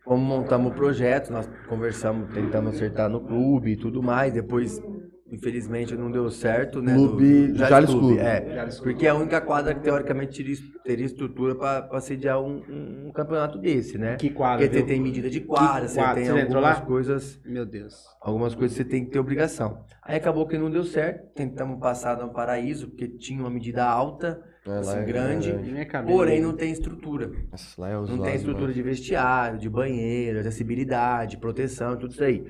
como montamos o projeto, nós conversamos, tentamos acertar no clube e tudo mais. Depois, infelizmente, não deu certo, né? no-
Clube-
no
Jales Clube.
É, porque é a única quadra que teoricamente teria, es- teria estrutura para sediar um, um- um campeonato desse, né?
Que quadro,
Porque você
viu?
tem medida de quadra,
Que
você
quadra?
tem
Você já entrou
algumas
lá?
coisas,
Meu Deus.
algumas coisas você tem que ter obrigação. Aí acabou que não deu certo, tentamos passar no paraíso, porque tinha uma medida alta,
É,
assim, grande,
Minha cabeça.
porém não tem estrutura.
Nossa, lá é
Não tem estrutura de vestiário, de banheiro, de acessibilidade, proteção, tudo isso aí.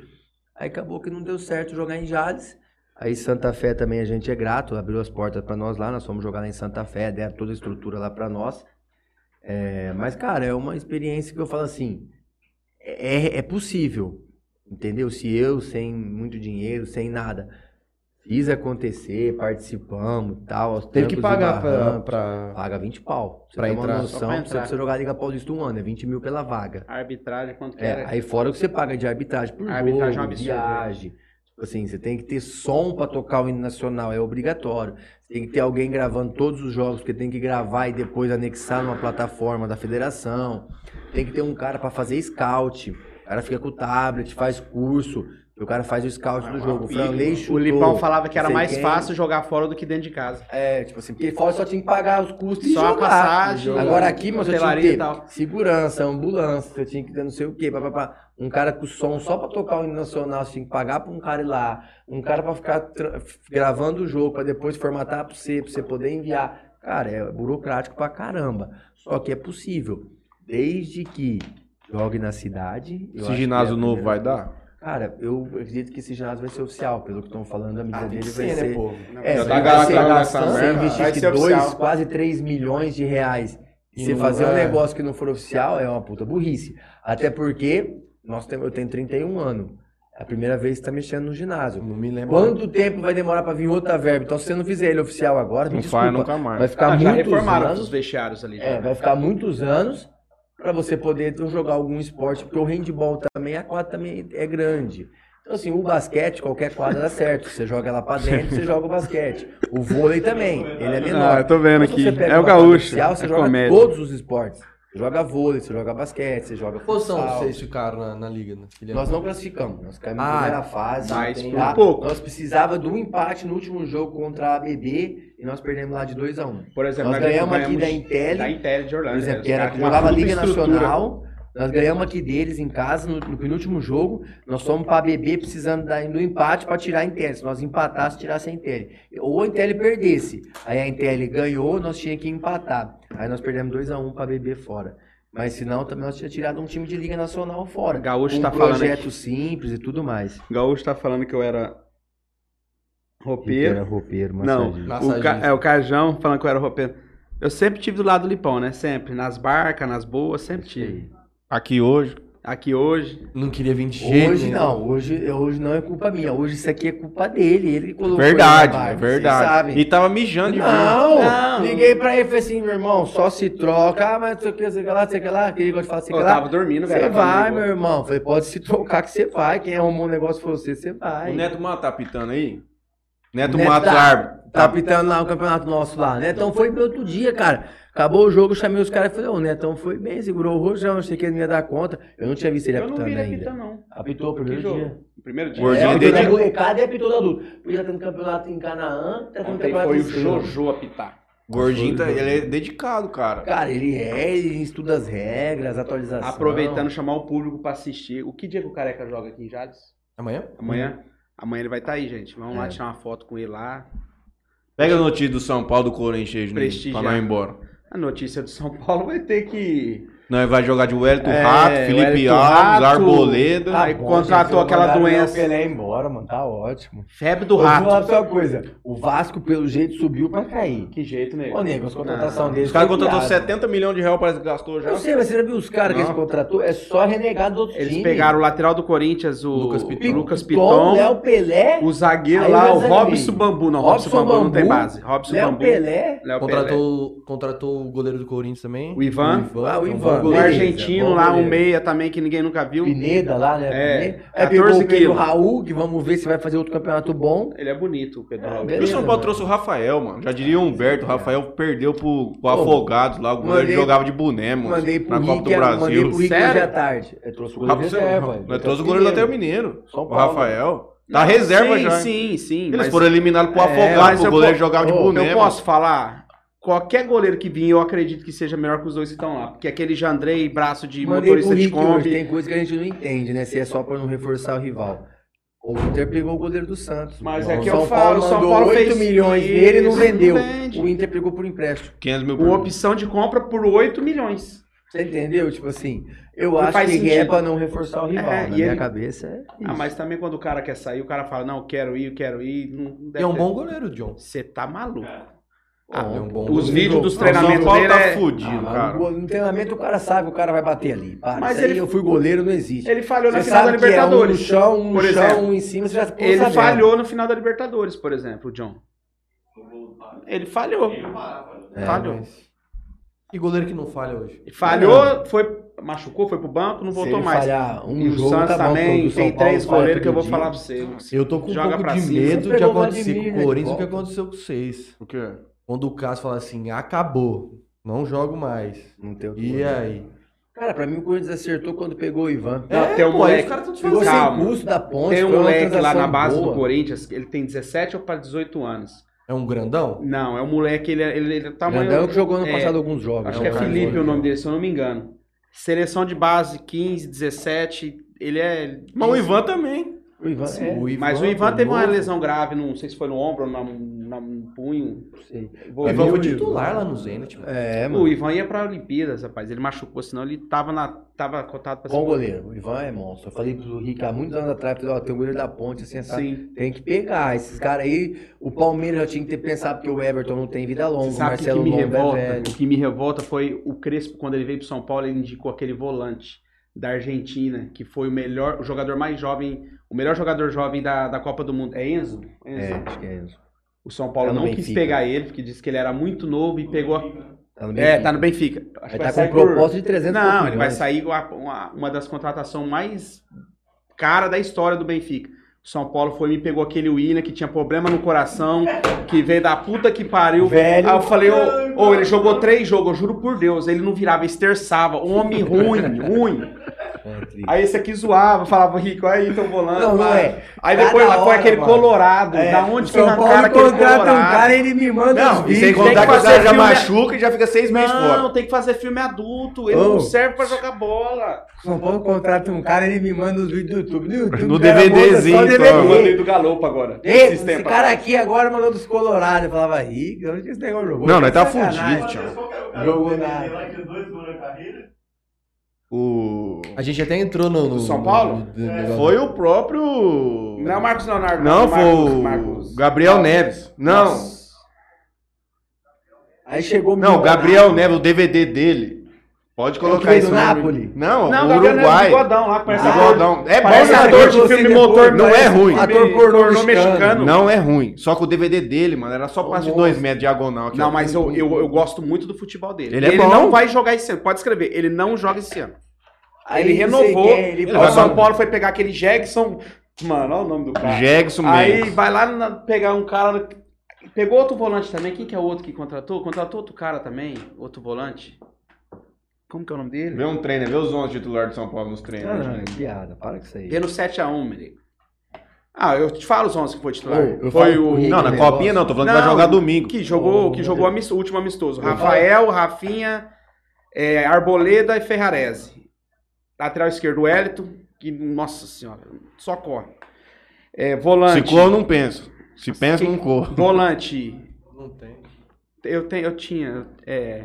Aí acabou que não deu certo jogar em Jales. Aí Santa Fé também a gente é grato, abriu as portas pra nós lá, nós fomos jogar lá em Santa Fé, deram toda a estrutura lá pra nós. É, mas, cara, é uma experiência que eu falo assim, é, é possível, entendeu? Se eu, sem muito dinheiro, sem nada, fiz acontecer, participamos e tal. aos
Teve que
trancos e
pagar pra,
barrancos.
pra...
Paga 20 pau. Você
Pra
tem uma
entrar.
Só
noção,
pra
pra você
entrar.
precisa jogar a Liga Paulista um ano, é 20 mil pela vaga.
Arbitragem, quanto que
É,
era?
aí fora o que você paga de arbitragem por
A arbitragem
jogo,
é um absurdo,
viagem. Tipo assim, você tem que ter som pra tocar o hino nacional, é obrigatório. Você tem que ter alguém gravando todos os jogos, porque tem que gravar e depois anexar numa plataforma da federação. Tem que ter um cara pra fazer scout. O cara fica com o tablet, faz curso, e o cara faz o scout
Ah,
do
uma
jogo. O
pica,
Franley
O
chutou,
Lipão falava que
não
era
sei
mais
quem.
fácil jogar fora do que dentro de casa.
É, tipo assim, porque fora só tinha que pagar os custos e
Só a
jogar.
passagem.
Agora aqui, mano, você tinha que
hotelaria
ter
e tal.
segurança, ambulância, você tinha que ter não sei o quê, papapá. Um cara com som só pra tocar o hino nacional, você tinha que pagar pra um cara ir lá. Um cara pra ficar tra- gravando o jogo, pra depois formatar pra você, pra você poder enviar. Cara, é burocrático pra caramba. Só que é possível. Desde que jogue na cidade. eu acho que
Esse
é a
ginásio novo vai
primeira-
dar?
Cara, eu acredito que esse ginásio vai ser oficial, pelo que estão falando, a medida
Ah, tem
dele
que
vai
ser,
ser.
né, pô?
É,
Já
você
tá
vai ser
gastando
gastando,
nessa
você
merda.
investir
Vai
que
ser
dois,
oficial.
quase 3 milhões de reais e
E
você
não
fazer um
é.
negócio que não for oficial é uma puta burrice. Até porque nós temos, eu tenho 31 anos. É a primeira vez que tá mexendo no ginásio.
Não me lembro.
Quanto tempo vai demorar pra vir outra verba? Então, se você não fizer ele oficial agora, me
Não
desculpa.
faz nunca mais.
Vai ficar
Ah, já
muitos
reformaram
tá anos.
os vestiários ali. já. né?
É, vai ficar muitos anos então, pra você poder jogar algum esporte, porque o handball também, a quadra também é grande. Então, assim, o basquete, qualquer quadra dá certo. Você joga ela pra dentro, você joga o basquete. O vôlei também, ele é menor.
Ah, eu tô vendo
Então, se
aqui.
você pega
É o
uma quadra
gaúcho,
oficial, você
é
joga
comédia.
todos os esportes. Você joga vôlei, você joga basquete, você joga
Que posição
futsal.
vocês ficaram na, na liga? né? Filha?
Nós não classificamos, nós caímos
Ah,
na primeira fase.
mas
tem
por
lá.
pouco.
Nós precisava de um empate no último jogo contra a BB e nós perdemos lá de 2 a 1 um.
Por
é,
exemplo,
Nós ganhamos aqui da Intel,
da Intel de
por
Orlando.
exemplo,
né?
que
Os
era
caras
que
com uma
jogava a
puta
Liga
estrutura.
Nacional. Nós ganhamos aqui deles em casa no, no penúltimo jogo. Nós fomos pra BB precisando da- do empate pra tirar a Intel. Se nós empatássemos, tirasse a Intel. Ou a Intel perdesse. Aí a Intel ganhou, nós tínhamos que empatar. Aí nós perdemos 2 a 1 um pra BB fora. Mas senão também nós tínhamos tirado um time de Liga Nacional fora.
Gaúcho
um
tá falando
projeto simples e tudo mais.
Gaúcho tá falando que eu era
Era
roupeiro.
roupeiro,
Não,
massagista.
Massagista.
o Ca- é o Cajão falando que eu era roupeiro. Eu sempre tive do lado do Lipão, né? Sempre. Nas barcas, nas boas, sempre tive.
Aqui hoje.
Aqui hoje.
Não queria vir de jeito
Hoje
nenhum.
não, hoje, hoje não é culpa minha. Hoje isso aqui é culpa dele. Ele que colocou.
Verdade,
ele na barra,
é
vocês sabem.
verdade. E tava mijando de
Não,
Não.
liguei pra ele e falei assim, meu irmão, só se troca. Ah, mas não sei o que, sei o que lá, sei o que lá, que ele gosta de falar, sei o
Eu
que lá.
tava dormindo, velho.
Você
ela tava
vai,
me
meu
ligando.
irmão. Falei, pode se trocar que você vai. Quem arrumou um negócio foi você, você vai.
O Neto Mato tá pitando aí? Neto,
Neto
Mato
tá-
árbitro.
Tá pitando lá o campeonato nosso lá. Netão foi bem outro dia, cara. Acabou o jogo, eu chamei os caras e falei, ô, Netão foi bem, segurou o rojão, achei que ele não ia dar conta. Eu não tinha visto ele
Eu não
apitando
vi ele
ainda.
apitando, não.
Apitou o
Que
primeiro
jogo?
dia.
No primeiro dia.
Gordinho
É,
Ele
apitou na
dedica-
molecada e apitou da luta. Porque já tá no campeonato em Canaã, tá no
Ontem
campeonato
foi
em
o
Seul.
Jojo apitar.
Gordinho, tá, ele é dedicado, cara.
Cara, ele é, ele estuda as regras, atualização.
Aproveitando, chamar o público pra assistir. O que dia que o Careca joga aqui em Jales?
Amanhã?
Amanhã? Amanhã ele vai estar aí, gente. Vamos
É.
lá tirar uma foto com ele lá.
Pega a notícia do São Paulo do Corinthians Juninho, pra
Prestigiar.
nós ir embora.
A notícia do São Paulo vai ter que.
Nós vai jogar de Wellington
É,
Rato, Felipe
Wellington
Alves,
Rato.
Arboleda.
Ah,
Tá Aí contratou
gente,
aquela
mandaram
doença.
O Pelé embora, mano, tá ótimo.
Febre do
Eu vou falar
rato.
pra você uma coisa. O Vasco, pelo jeito, subiu pra cair.
Que jeito, nego.
Ô, nego, as contratações
Não.
dele.
Os caras contratou 70 milhões de reais, parece que gastou já.
Eu sei, mas você já viu os caras que
Não.
eles contratou? É só renegado do outro
Eles
time.
pegaram o lateral do Corinthians, o Lucas
Lucas
Piton,
Piton.
Piton, Léo Pelé,
o zagueiro
Aí
lá,
eu
o
desanimei.
Robson Bambu. Não, Robson,
Robson
Bambu, não tem
Bambu,
base. Robson
Léo
Bambu,
Pelé.
Léo Pelé.
Contratou, contratou o goleiro do Corinthians também.
O Ivan.
Ah, o
que é um
Ivan.
bom
O
goleiro.
Beleza,
argentino
é bom
lá, um
goleiro.
meia também que ninguém nunca viu.
Pineda lá, né?
É,
Pineda. Aí pegou
14
o Pedro
quilos.
Raul, que vamos ver se vai fazer outro campeonato bom.
Ele é bonito, o Pedro.
É,
Raul.
E o
beleza.
São Paulo trouxe o Rafael, mano. Já diria o Humberto, o Rafael perdeu pro, pro Afogados lá. O goleiro
mandei-
jogava de boné, mano.
Mandei
na
pro
Copa do
Rick, mandei é, pro
Brasil.
Rick
Sério?
hoje à tarde. Eu trouxe o goleiro
Rafa-
reserva,
Nós
é
eu
trouxe o goleiro do Atlético
Mineiro.
Mineiro.
Tá São
O
Paulo.
Rafael. Tá reserva
sim,
já. hein?
Sim, sim.
Eles
mas-
foram eliminados pro
É,
Afogados,
mas
o
eu
goleiro
po-
jogava de
eu-
boné.
Eu
mano.
posso falar? Qualquer goleiro que vir, eu acredito que seja melhor que os dois que estão lá. Porque aquele Jandrei, braço de
Mandei
motorista
pro
de
Rick hoje,
Kombi.
tem coisa que a gente não entende, né? Se é só pra não reforçar o rival. O Inter pegou o goleiro do Santos.
Mas
Então,
é que
São
eu falo, o São
mandou
Paulo
8
fez
milhões nele e não
isso,
vendeu.
não vende.
O Inter pegou por empréstimo.
500 mil por
Uma opção de compra por 8 milhões.
Você entendeu? Tipo assim, eu
Não
acho
faz
que é
sentido.
pra não reforçar o rival.
É,
Na
e
minha
ele-
cabeça é isso.
Ah, mas também quando o cara quer sair, o cara fala, não, eu quero ir, eu quero ir. Não, não
E
deve
é um
ter.
bom goleiro, John.
Você tá maluco.
É um bom
ah, Os
goleiro.
vídeos dos
Não, São
treinamentos
Paulo
dele
tá
é...
fudido,
Ah, mas
cara.
no, no treinamento o cara sabe, o cara vai bater ali. Para,
Mas
mas ele,
ele-
eu fui goleiro, não existe.
Ele falhou na
Você
final da
sabe que é um no
Libertadores.
chão, um no
por
chão,
exemplo.
um em cima, você já ficou
Ele
sabendo.
falhou no final da Libertadores, por exemplo, o John. Ele falhou.
É,
falhou.
mas- E goleiro que não falha hoje?
Falhou, foi, machucou, foi pro banco, não
É. Se
voltou
ele
mais.
falhar um
E o
jogo,
Santos
tá bom,
também
do São
tem
Paulo,
três
fala
goleiros que eu vou
todo dia.
falar pra você.
Eu tô com um
Joga
pouco
pra
de
cima.
medo de
Pegou o
acontecer
Vladimir,
com
né,
o
de
Corinthians o que
volta.
aconteceu com vocês.
O quê?
Quando o Cássio fala assim, acabou, não jogo mais.
Não tem outro
E
né?
goleiro.
aí?
Cara, pra mim o Corinthians acertou quando pegou o Ivan.
Não,
É,
tem um
pô, aí
moleque-
os caras tão
Pegou
Ficou
desfalcados.
sem
Calma.
custo da ponte.
Tem um
foi uma
moleque lá na
transação
base
boa.
do Corinthians, ele tem é 17 ou para 18 anos.
É um grandão?
Não, é um moleque, ele, ele, ele é do tamanho.
Grandão que jogou no
É,
passado alguns jogos.
Acho
É
que é
um cara
Felipe
bom,
o nome
né?
dele, se eu não me engano. Seleção de base, 15, 17. Ele é.
Mas o Ivan também.
O Ivan, é,
O
Mas o Ivan
pô,
teve uma
novo.
lesão grave, não sei se foi no ombro ou na- na- no punho.
não sei.
O
Vou-
Ivan
Viu,
foi
Ivan?
titular lá no Zenit. mano.
É,
O
mano.
Ivan ia pra Olimpíadas, rapaz. Ele machucou, senão ele tava, na, tava cotado pra
Bom goleiro. O Ivan é monstro. Eu falei pro Rick há muitos anos atrás, falei, ó, tem um goleiro da ponte, assim, sabe?
Sim.
Tem que pegar. Esses caras aí, o Palmeiras já tinha que ter pensado, porque o Everton não tem vida longa,
Você
o
sabe que o que
Marcelo
me
Lomba
revolta?
é velho.
O que me revolta foi o Crespo, quando ele veio pro São Paulo, ele indicou aquele volante da Argentina, que foi o melhor, o jogador mais jovem, o melhor jogador jovem da, da Copa do Mundo. É Enzo?
É,
Enzo.
acho que é isso.
O São Paulo
Tá no
não quis
Benfica.
pegar ele, porque disse que ele era muito novo e pegou. a-
Tá
É,
no Benfica.
tá no Benfica. Acho
Vai
que vai
tá com
sair
um
por-
propósito de 300 e poucos
Não, ele vai
milhões.
sair uma, uma- uma das contratações mais cara da história do Benfica. O São Paulo foi e me pegou aquele Willian que tinha problema no coração, que veio da puta que pariu.
Velho.
Aí eu falei, ô, ô, ele jogou três jogos, eu juro por Deus, ele não virava, esterçava. um Homem ruim, ruim.
é
Aí esse aqui zoava, falava, Rico, aí então volando.
Não, não
vai."
é.
Aí
Cada
depois lá foi
hora,
aquele
mano.
colorado.
É,
Da onde que
São
arrancaram
Paulo
aquele
contrata um
colorado?
cara, ele me manda os
Não, e
vídeos.
sem
tem que
contar que o
fazer
cara já
filme-
machuca e já fica seis meses fora.
Não, tem que fazer filme adulto. Ele
Ô.
não serve pra jogar bola.
São Paulo contrata um cara, ele me manda os vídeos do YouTube. No, YouTube,
No
o cara manda
DVDzinho,
só
então.
Eu
DVD.
mandei do Galopo agora.
Ei,
Esses
esse
tempos.
cara aqui agora mandou dos Colorado. Eu falava, Rica, onde que esse negócio jogou?
Não, nós tá
Sacanagem.
fudido, tchau.
Jogou nada.
O.
A gente até entrou no. no-
São Paulo? É,
no- no- no-
Foi o próprio.
Não é o Marcos Leonardo.
Não, foi
Marcos-
o.
Marcos-
Gabriel Neves. Não.
Aí chegou o
Não,
Milionário.
Gabriel Neves, o DVD dele. Pode colocar
veio
isso.
do
no-
Napoli?
Não,
Não,
o
Gabriel Neves
Uruguai.
bigodão lá, que parece ator-
Bigodão. É
parece
bom
ator
ator
de filme motor,
não é ruim.
Ator pornô mexicano.
Não é ruim. Só que o DVD dele, mano, era só passe de
monstro.
2 metros diagonal. aqui,
Não,
ó.
mas eu, eu, eu gosto muito do futebol dele.
Ele é bom.
não vai jogar esse ano. Pode escrever, ele não joga esse ano.
Aí
ele
não sei
renovou.
quem, ele
Aí
vai
o São
pra-
Paulo foi pegar aquele Jackson. Mano, olha o nome do cara.
Jegson
Aí
Mendes.
vai lá na- pegar um cara. Pegou outro volante também. Quem que é o outro que contratou? Contratou outro cara também. Outro volante. Como que é o nome dele?
Vê um treino, vê os 11 titulares de São Paulo nos treinos.
Ah,
Caralho,
né?
é piada, para com isso aí.
Pelo 7x1, menino. um, Ah, eu te falo os 11 que foi titular.
Oi, eu
foi
falo
o.
pro Rick.
Não,
Não, na
negócio.
copinha não, tô falando que vai
Não.
jogar domingo.
que jogou, que jogou amisto- o último amistoso. Rafael, Rafinha, é, Arboleda e Ferrarese. Lateral esquerdo, Wellington, que, nossa senhora, só corre. É,
Se
volante.
cor, não penso. Se penso,
que-
não cor.
Volante.
Não tem.
Eu, tenho, eu tinha. é,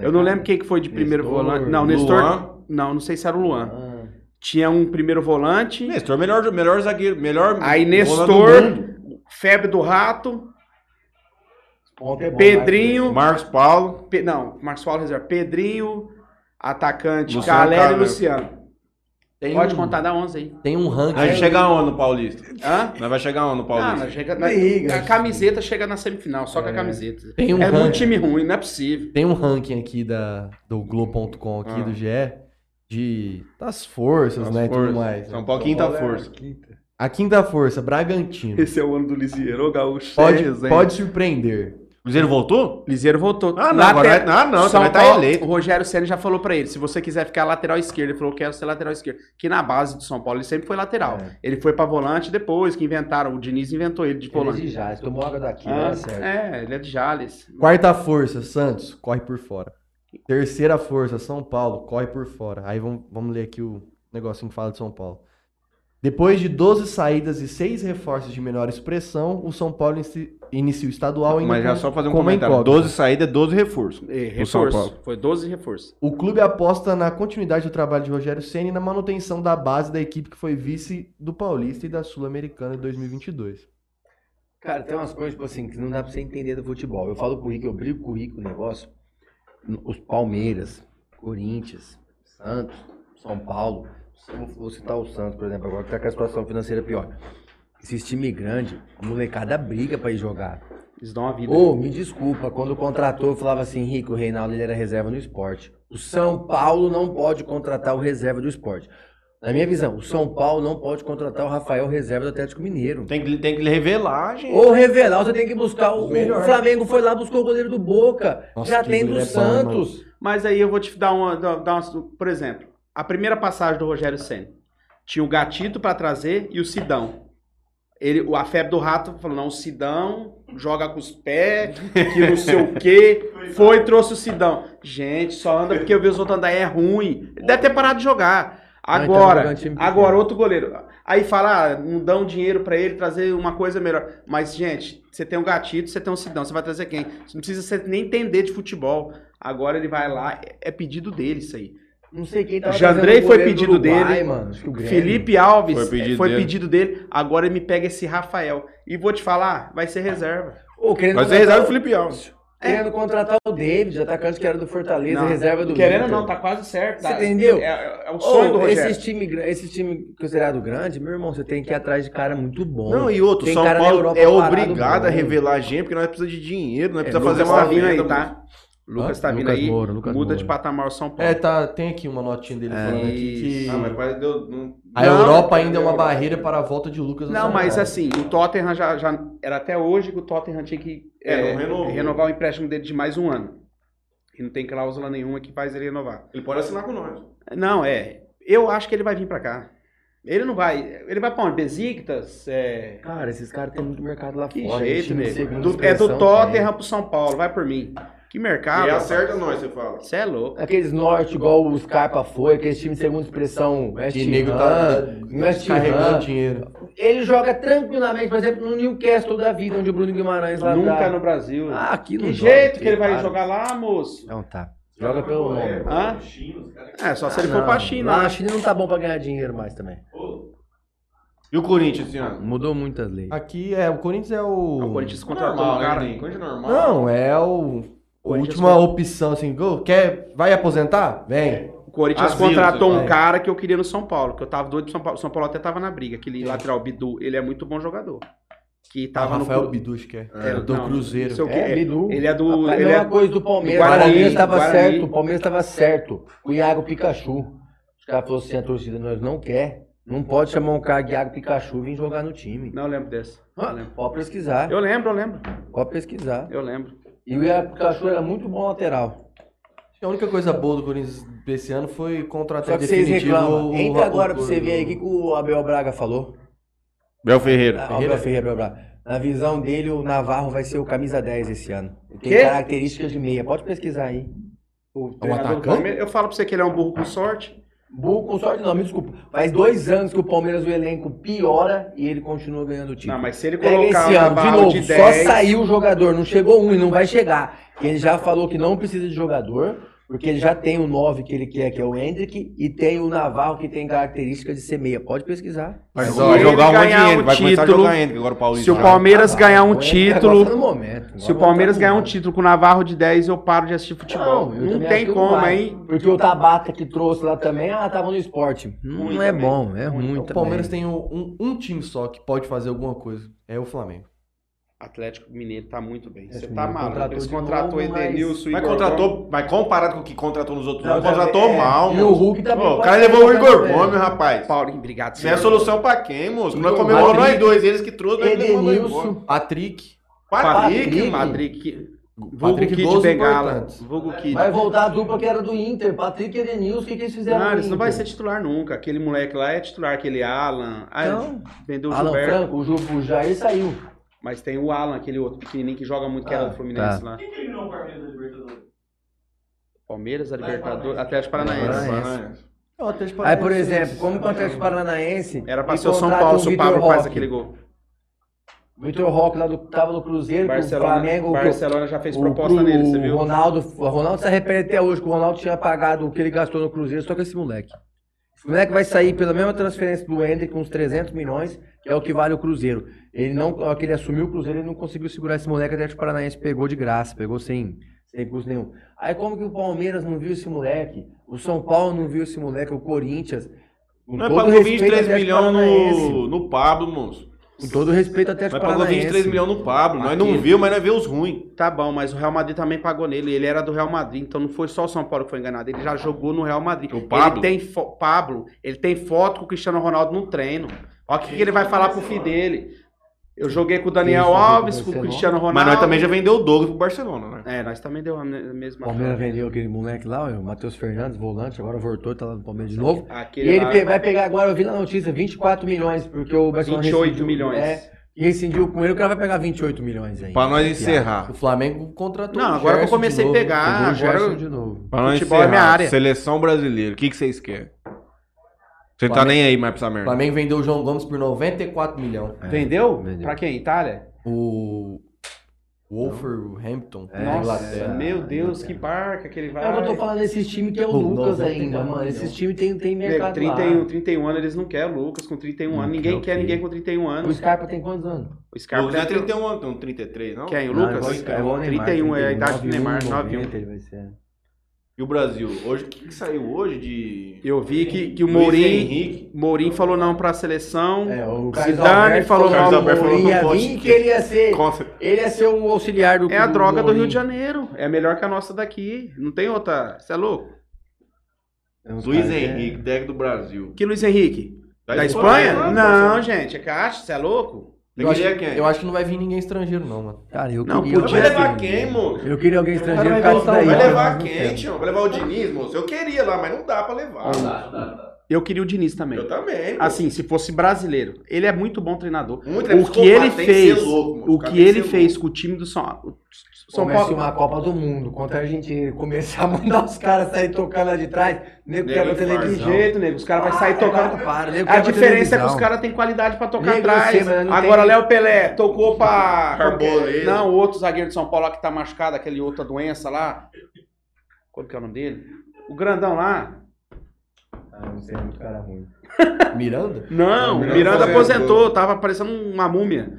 eu não lembro quem que foi de primeiro
Nestor,
volante. Não, Nestor. Não, não sei se era o Luan.
Ah,
Tinha um primeiro volante.
Nestor, é melhor, melhor zagueiro, melhor.
Aí
bola do mundo.
Nestor, Febre do Rato,
Ponto é bom,
Pedrinho.
Marcos Paulo.
Pe- não, Marcos Paulo reserva. Pedrinho, atacante,
Luciano
Calera e
Calera.
Luciano.
Tem
Pode
um,
contar da 11 aí.
Tem um ranking.
Nós vai chegar onde no Paulista?
Hã?
Nós vai chegar onde no
Não,
Paulista?
mas chega,
Não liga.
a camiseta chega na semifinal, só com a camiseta.
Tem um
é
ranking.
muito time ruim, não é possível.
Tem um ranking aqui da, do Globo.com aqui,
Ah.
do GE, de das forças,
As
né? e
forças.
Tudo mais.
então.
São Paulo, É um quinta
é
força.
A quinta força, Bragantino.
Esse é o ano do Lisieiro, ô gaúcho.
Pode,
sério, hein?
pode surpreender.
Cruzeiro voltou?
Lisieiro voltou.
Ah, não,
Late-
agora vai- ah, não, você
São
vai tá
Paulo-
eleito.
O Rogério Senna já falou pra ele, se você quiser ficar lateral esquerdo, ele falou, eu quero ser lateral esquerdo. Que na base do São Paulo ele sempre foi lateral.
É.
Ele foi pra volante depois, que inventaram, o Diniz inventou ele de
Ele é
volante.
de Jales, tomou água daqui,
Ah,
dá certo.
é, ele é de Jales.
Quarta força, Santos, corre por fora. Terceira força, São Paulo, corre por fora. Aí vamos, vamos ler aqui o negocinho que fala de São Paulo. Depois de 12 saídas e 6 reforços de menor expressão, o São Paulo inici- inicia o estadual ainda
Mas já
com-
só fazer um
como é
comentário.
incógnita.
12 saídas, 12 reforços.
É,
O São
reforço.
Paulo.
Foi 12 reforços.
O clube aposta na continuidade do trabalho de Rogério Ceni e na manutenção da base da equipe que foi vice do Paulista e da Sul-Americana em 2022.
Cara, tem umas coisas, tipo assim, que não dá pra você entender do futebol. Eu falo pro Rico, eu brigo com o Rico o negócio. Os Palmeiras, Corinthians, Santos, São Paulo. Se eu vou citar o Santos, por exemplo, agora que tá com a situação financeira pior. Esses times grandes, a molecada briga pra ir jogar.
Eles dão a vida.
Ô, me desculpa, quando contratou, eu falava assim, Rico, o Reinaldo ele era reserva no esporte. O São Paulo não pode contratar o reserva do esporte. Na minha visão, o São Paulo não pode contratar o Rafael reserva do Atlético Mineiro.
Tem que, tem que revelar, gente.
Ou revelar, você tem que buscar o,
Os melhores.
o Flamengo foi lá buscou o goleiro do Boca,
Nossa,
já
que
tem do
goleiro é bom,
Santos.
Mas aí eu vou te dar uma, dar dar uma- Por exemplo, a primeira passagem do Rogério Senna. Tinha o Gatito pra trazer e o Sidão. Ele, o- a febre do rato falou: não, o Sidão joga com os pés, que não sei o quê. Foi e trouxe o Sidão. Gente, só anda porque eu vi os outros andar, é ruim. Ele deve ter parado de jogar.
Ah, então joga
Agora,
um time pequeno.
agora, outro goleiro. Aí fala, ah, não dão dinheiro pra ele trazer uma coisa melhor. Mas, gente, você tem um gatito, você tem um Sidão, você vai trazer quem? Você não precisa você nem entender de futebol. Agora ele vai lá, é- é pedido dele isso aí.
Não sei quem tava
Jandrei
trazendo o
foi
goleiro do
pedido
Uruguai,
dele.
mano, acho que o Grêmio.
Felipe Alves é,
Foi
foi
pedido
pedido,
dele.
dele, agora ele me pega esse Rafael. E vou te falar, vai ser é reserva.
Ô, querendo
Vai ser
contratar- É,
reserva o Felipe Alves.
Querendo contratar o David, tá atacante que era do Fortaleza,
Não,
reserva do
Querendo ou
Inter.
não, tá quase certo.
Você
tá?
entendeu?
É, é- é o sonho do
Ou
Rogério.
esses time, gra- esses time considerado grande, meu irmão, você tem que ir atrás de cara muito bom.
Não, e outro,
Tem
São
cara na
Paulo
Europa
é
parado
obrigado a
bom.
revelar gente, porque nós precisamos de dinheiro, nós
É,
precisamos
Lucas
fazer uma
Salvino
venda,
tá aí, tá? Lucas
Hã?
tá vindo
Lucas
aí,
Moura, Lucas
muda de
Moura.
patamar o São Paulo.
É, tá, tem aqui uma notinha
É,
dele falando aqui que
Isso.
Ah, mas quase deu. Não...
É, né? a Europa ainda é uma barreira para a volta de Lucas no
Não,
São
mas
Paulo.
assim, o Tottenham já, já- Era até hoje que o Tottenham tinha que
É,
é,
não renovou.
renovar o empréstimo dele de mais um ano. E não tem cláusula nenhuma que faz ele renovar.
Ele pode assinar com nós.
Não, é. Eu acho que ele vai vir pra cá. Ele não vai. Ele vai pra onde? Besiktas? É.
Cara, esses caras têm muito mercado lá
Que
fora.
jeito,
time de
nego.
segunda
Do- é
expressão,
do Tottenham pro São Paulo, vai por mim. Que mercado.
ele acerta nós, você fala.
Você é louco.
tem. Aqueles norte, igual o Scarpa foi, aqueles times de segunda expressão. West
Que nego
Ham,
tá
West
carregando
Ham.
dinheiro.
Ele joga tranquilamente, por exemplo, no Newcastle da vida, onde o Bruno Guimarães lá
Nunca
tá.
no Brasil.
Ah, aqui
que
não joga,
jeito que ele vai
cara.
jogar lá, moço?
Não, tá. Joga pelo nome.
Hã? É, só se ele for
Não,
pra China.
lá
né?
A China não tá bom pra ganhar dinheiro mais também.
E o Corinthians, assim, ó.
Mudou muitas leis.
Aqui é, o Corinthians é o.
O Corinthians contratou
Normal,
um cara.
né? Corinthians normal.
Não, é o. a
Corinthians
última opção, assim, go, quer, vai aposentar? Vem.
O Corinthians
Asilo,
contratou
você
um
vai.
cara que eu queria no São Paulo, que eu tava doido pro São Paulo. São Paulo até tava na briga. Aquele lateral Bidu, ele é muito bom jogador. Que tava
Ah, Rafael
no.
Bidu, acho que é.
É,
do Cruzeiro.
não sei o quê.
É, Bidu.
Ele é do.
Rapaz,
ele
mesma
é-
coisa do Palmeiras.
Guarani,
o Palmeiras estava
Guarani.
certo. O Palmeiras estava certo. O Iago Pikachu. Os caras falaram assim, a torcida nós não quer. Não pode chamar um cara de Iago Pikachu e vir jogar no time.
Não eu lembro dessa. Eu lembro.
Pode pesquisar.
Eu lembro, eu lembro.
Pode pesquisar.
Eu lembro.
E o Iago Pikachu era muito bom lateral.
A única coisa boa do Corinthians desse ano foi contratar
Só que vocês
É definitivo
reclamam.
o-
Entra
o-
agora pra
o-
você ver aí o que que o Abel Braga falou.
Bel Ferreira.
Ah, Abel Ferreira, Abel Braga. Na visão dele, o Navarro vai ser o camisa 10 esse ano. Ele Tem
Quê?
características de meia. Pode pesquisar aí.
O treinador do
atacante?
Palmeiras- Eu falo pra você que ele é um burro com sorte.
Burro com sorte não, me desculpa. Faz dois anos que o Palmeiras, o elenco piora e ele continua ganhando o título.
Não, mas se ele
Pega
colocar
É, esse
o
ano, de
Navarro
novo,
de
só
10.
saiu o jogador, não chegou um e não vai chegar. Ele já falou que não precisa de jogador, porque ele já tem o 9 que ele quer, que é o Hendrick, e tem o Navarro, que tem característica de ser meia. Pode pesquisar.
Mas
Se
ó, vai
ele
jogar um monte de
ganhar
Henrique,
o
vai começar a
título,
jogar Henrique agora o Paulista. né?
Se o
já.
Palmeiras ganhar um
O Hendrick agora tá no
título.
momento, agora
Se o
não tá
Palmeiras
no
ganhar um
momento.
título com o Navarro de 10, eu paro de assistir futebol.
eu
Não,
também acho
tem
que
como,
vai.
hein?
Porque o Tabata que trouxe lá também, ah, tava no esporte. Não
Ruim
é
também.
bom, é ruim.
O Palmeiras tem um, um- um time só que pode fazer alguma coisa. É o Flamengo.
Atlético Mineiro tá muito bem. Você
Atlético
tá
Mineiro
maluco.
contratou
Eles
de novo,
contratou
mas-
Edenilson e.
Mas contratou, mas comparado com o que contratou nos outros anos,
Não,
contratou
é,
mal,
E o
moço.
Hulk também. é.
Ô, o
pode
cara
ser
levou o Igor
também. né?
Gomes, rapaz.
Paulinho, obrigado.
Isso não é
senhor.
solução pra quem, moço? Nós
Igor
comemorou
Gomes.
nós dois, eles que trouxeram, nós levamos nós embora.
Edenilson.
Patrick.
Patrick,
Patrick.
Madrid.
Patrick. Vulgo
Patrick
Kid
gols
Bengala.
importantes.
Vulgo Kid.
Vai voltar a dupla que era do Inter, Patrick e Edenilson, o que, que eles fizeram?
Não,
no
isso não vai
Inter?
ser titular nunca. Aquele moleque lá é titular, aquele Alan. Ah,
Então,
vendeu o
Alan
Gilberto.
Franco, o, Ju, o Jair saiu.
Mas tem o Alan, aquele outro pequenininho que joga muito, que era
Ah,
do Fluminense
tá.
lá.
Quem que eliminou o Palmeiras da Libertadores?
Palmeiras, a Libertadores,
Paranaense.
Atlético Paranaense.
É o Atlético
Aí, por
Paranaense.
exemplo, como contra o Atlético Paranaense.
Era pra
e
ser o São
contrata
Paulo, se o
Vitor
Pablo faz
Roque.
aquele gol.
Vitor Roque lá do, tava no Cruzeiro, que o
Barcelona,
Flamengo. que o-
Barcelona já fez
o
proposta
Cru-
nele, você
o
viu?
Ronaldo, o Ronaldo se arrepende até hoje, que o Ronaldo tinha pagado o que ele gastou no Cruzeiro só com esse moleque. Esse moleque vai sair pela mesma transferência do Hendrick, uns 300 milhões, que é o que vale o Cruzeiro. Ele não, a hora que ele assumiu o Cruzeiro, ele não conseguiu segurar esse moleque, até o Atlético Paranaense pegou de graça, pegou sem, sem custo nenhum. Aí como que o Palmeiras não viu esse moleque? O São Paulo não viu esse moleque? O Corinthians? Com
Nós
todo
pagou
respeito,
23
Atlético
milhões
Paranaense.
no, no Pablo, moço.
Com todo respeito até
Nós pagou 23 milhões no Pablo. Nós não
Aqui.
viu, mas nós viu os ruins.
Tá bom, mas o Real Madrid também pagou nele. Ele era do Real Madrid, então não foi só o São Paulo que foi enganado. Ele já jogou no Real Madrid.
O Pablo?
Ele tem fo- Pablo, ele tem foto com o Cristiano Ronaldo no treino. Olha o que, que ele vai falar pro filho dele. Eu joguei com o Daniel
Isso,
Alves,
você
com o
não.
Cristiano Ronaldo.
Mas nós também já vendeu o Douglas pro Barcelona, né?
É, nós também deu a me- a mesma.
O Palmeiras vendeu aquele moleque lá, ó, o Matheus Fernandes, volante, agora voltou, tá lá no Palmeiras de novo. E
Aquele
ele
lá,
pe- vai pegar agora, eu vi na notícia, 24 milhões, porque o Barcelona
28
rescindiu,
milhões.
É, e rescindiu com ele, o cara vai pegar 28 milhões
É,
aí.
Pra nós encerrar.
O Flamengo contratou.
Não,
o
agora que eu
Gerson
comecei
de
a
novo.
pegar.
Pegou o
Ah, Agora
Gerson
eu-
de novo.
Pra nós
Futebol é
encerrar.
minha área.
Seleção brasileira. O que que vocês querem? Você não tá
Flamengo-
nem aí mais pra essa
O
merda.
Flamengo vendeu o João Gomes por 94 milhões.
Vendeu?
Vendeu.
Pra quem? Itália?
O Wolverhampton.
É,
da
Nossa,
Inglaterra.
meu Deus,
Inglaterra.
que barca que ele vai.
É o que eu tô falando desse time que é o
Pô,
Lucas
90
ainda, mano.
milhões.
Esses times tem, tem
Nego,
mercado
31,
lá.
31 anos eles não querem o Lucas com 31
Não
anos.
quer
Ninguém
o
quer
quê?
ninguém com 31
O
anos.
Scarpa tem quantos anos?
O Scarpa
Douglas é
deve ter-
31 anos, tem um 33, não?
Quem? O
Não,
Lucas?
igual- igual o é Neymar,
31 é a idade do
91,
Neymar, 91.
90 ele vai ser.
E o Brasil? Hoje, o que, que saiu hoje de.
Eu vi que, que o
Luiz
Mourinho,
Henrique.
Mourinho falou não pra seleção.
É, o
Zidane
Carlos Alberto
falou
que o
mal do
Alberto
Mourinho,
ia
não
vir
pode-
que ele ia ser.
Contra-
Ele ia ser um auxiliar do
É a droga do Rio de
Mourinho.
Janeiro. É melhor que a nossa daqui. Não tem outra. Você é louco?
Luiz
Cara, é.
Henrique, deck do Brasil.
Que Luiz Henrique? Da Espanha? Não, gente. É caixa. Você é louco?
Eu acho que
Eu acho que não vai vir ninguém estrangeiro, não, mano.
(laughs)
Cara, eu
Não,
queria. assim.
Vai levar quem, moço?
Eu queria alguém estrangeiro
Cara,
por causa disso
vai
daí.
Vai
mas
levar
não
quem,
tem.
tio? Vai levar o Diniz, moço? Eu queria lá, mas não dá pra levar.
Eu queria o Diniz também.
Eu também. moço.
Ah, Assim, se fosse brasileiro. Ele é muito bom treinador.
Muito
é
o que ele fez, o que ele fez
com
com o time do São Paulo. São
Começa
Paulo.
uma Copa do Mundo contra a Argentina. Começar a mandar os caras sair tocando lá de trás.
Nego
Nego quebra a
infarta,
De
televisão.
jeito, nego. Os caras vão sair tocando.
Para, nego
A
quebra
diferença é que os
televisão.
caras têm qualidade pra tocar
Nego,
atrás.
eu sei, mas não
Agora,
tem-
Léo Pelé tocou pra. é?
Arboleda.
Não, o outro zagueiro de São Paulo lá que tá machucado, aquele outra doença lá. Qual que é o nome dele? O grandão lá.
Ah, não sei, é muito cara ruim.
Miranda?
Não, o
Miranda
Miranda
é,
aposentou.
aposentou, tava parecendo uma múmia.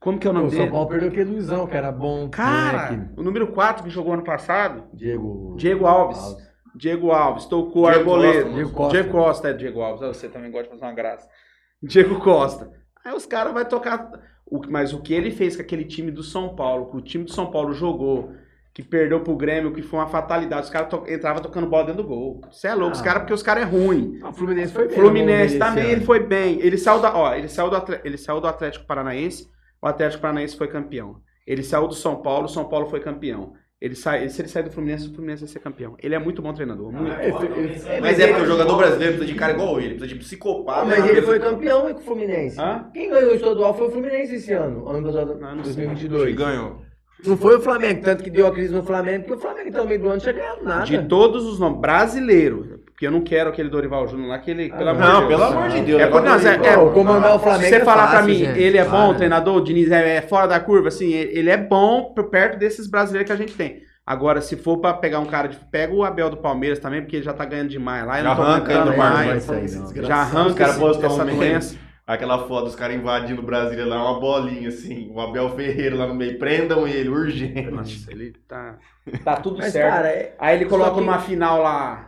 Como que é o nome
O São
dele?
Paulo perdeu aquele Luizão, que era bom.
Cara,
moleque.
o número 4 que jogou ano passado,
Diego.
Diego Alves. Diego Alves, tocou Arboleda.
Diego
Costa.
Costa.
Diego Costa é Diego Alves. Ah, Você também gosta de fazer uma graça. Diego Costa. Aí os caras vão tocar. o- Mas o que ele fez com aquele time do São Paulo, que o time do São Paulo jogou, que perdeu pro Grêmio, que foi uma fatalidade. Os caras to... entravam tocando bola dentro do gol. Você é louco, os
Ah. É
caras, porque os caras é ruim.
O Ah, Fluminense foi bem.
Fluminense tá
no Palmeiras
também,
esse
ele foi bem. Ele saiu, da... Ó, ele, saiu do Atle- ele saiu do Atlético Paranaense, o Atlético Paranaense foi campeão. Ele saiu do São Paulo, o São Paulo foi campeão. Ele sai... Se ele sair do Fluminense, o Fluminense vai ser campeão. Ele é muito bom treinador. Muito.
ano. Ele- ele- ele-
Mas é porque o jogador brasileiro precisa de cara igual ele, precisa de
Ah,
psicopata.
Mas ele foi campeão com o Fluminense.
Hã?
Quem ganhou o estadual foi o Fluminense esse ano, ano
Ah, não sei.
2022.
Ganhou.
Não foi o Flamengo, tanto que deu a crise no Flamengo, porque o Flamengo até o meio do ano não tinha ganhado nada.
De todos os nomes. Brasileiro. Porque eu não quero aquele Dorival Júnior lá, aquele.
Ah,
pelo amor de Deus.
pelo amor de Deus.
É, por- não,
Agora
é-
ele-
é-
Pô, comandar o Flamengo.
Se você
é
falar pra
fácil,
mim,
gente.
ele é bom
Para.
treinador, o Diniz é, é fora da curva, assim, ele ele é bom p- perto desses brasileiros que a gente tem. Agora, se for pra pegar um cara de. Pega o Abel do Palmeiras também, porque ele já tá ganhando demais lá. eu
Já
não tô
arranca
aguentando
ele do
Não
Barça.
mais.
vai sair, não.
Já arranca
Os caras
esse-
postam
essa
um meme.
doença.
Aquela foto dos caras invadindo o Brasília lá, uma bolinha assim. O Abel Ferreira lá no meio. Prendam ele, urgente.
Nossa, ele
(laughs)
tá. Tá tudo
Mas,
certo.
cara, é.
Aí ele
Só
coloca
que-
numa final lá.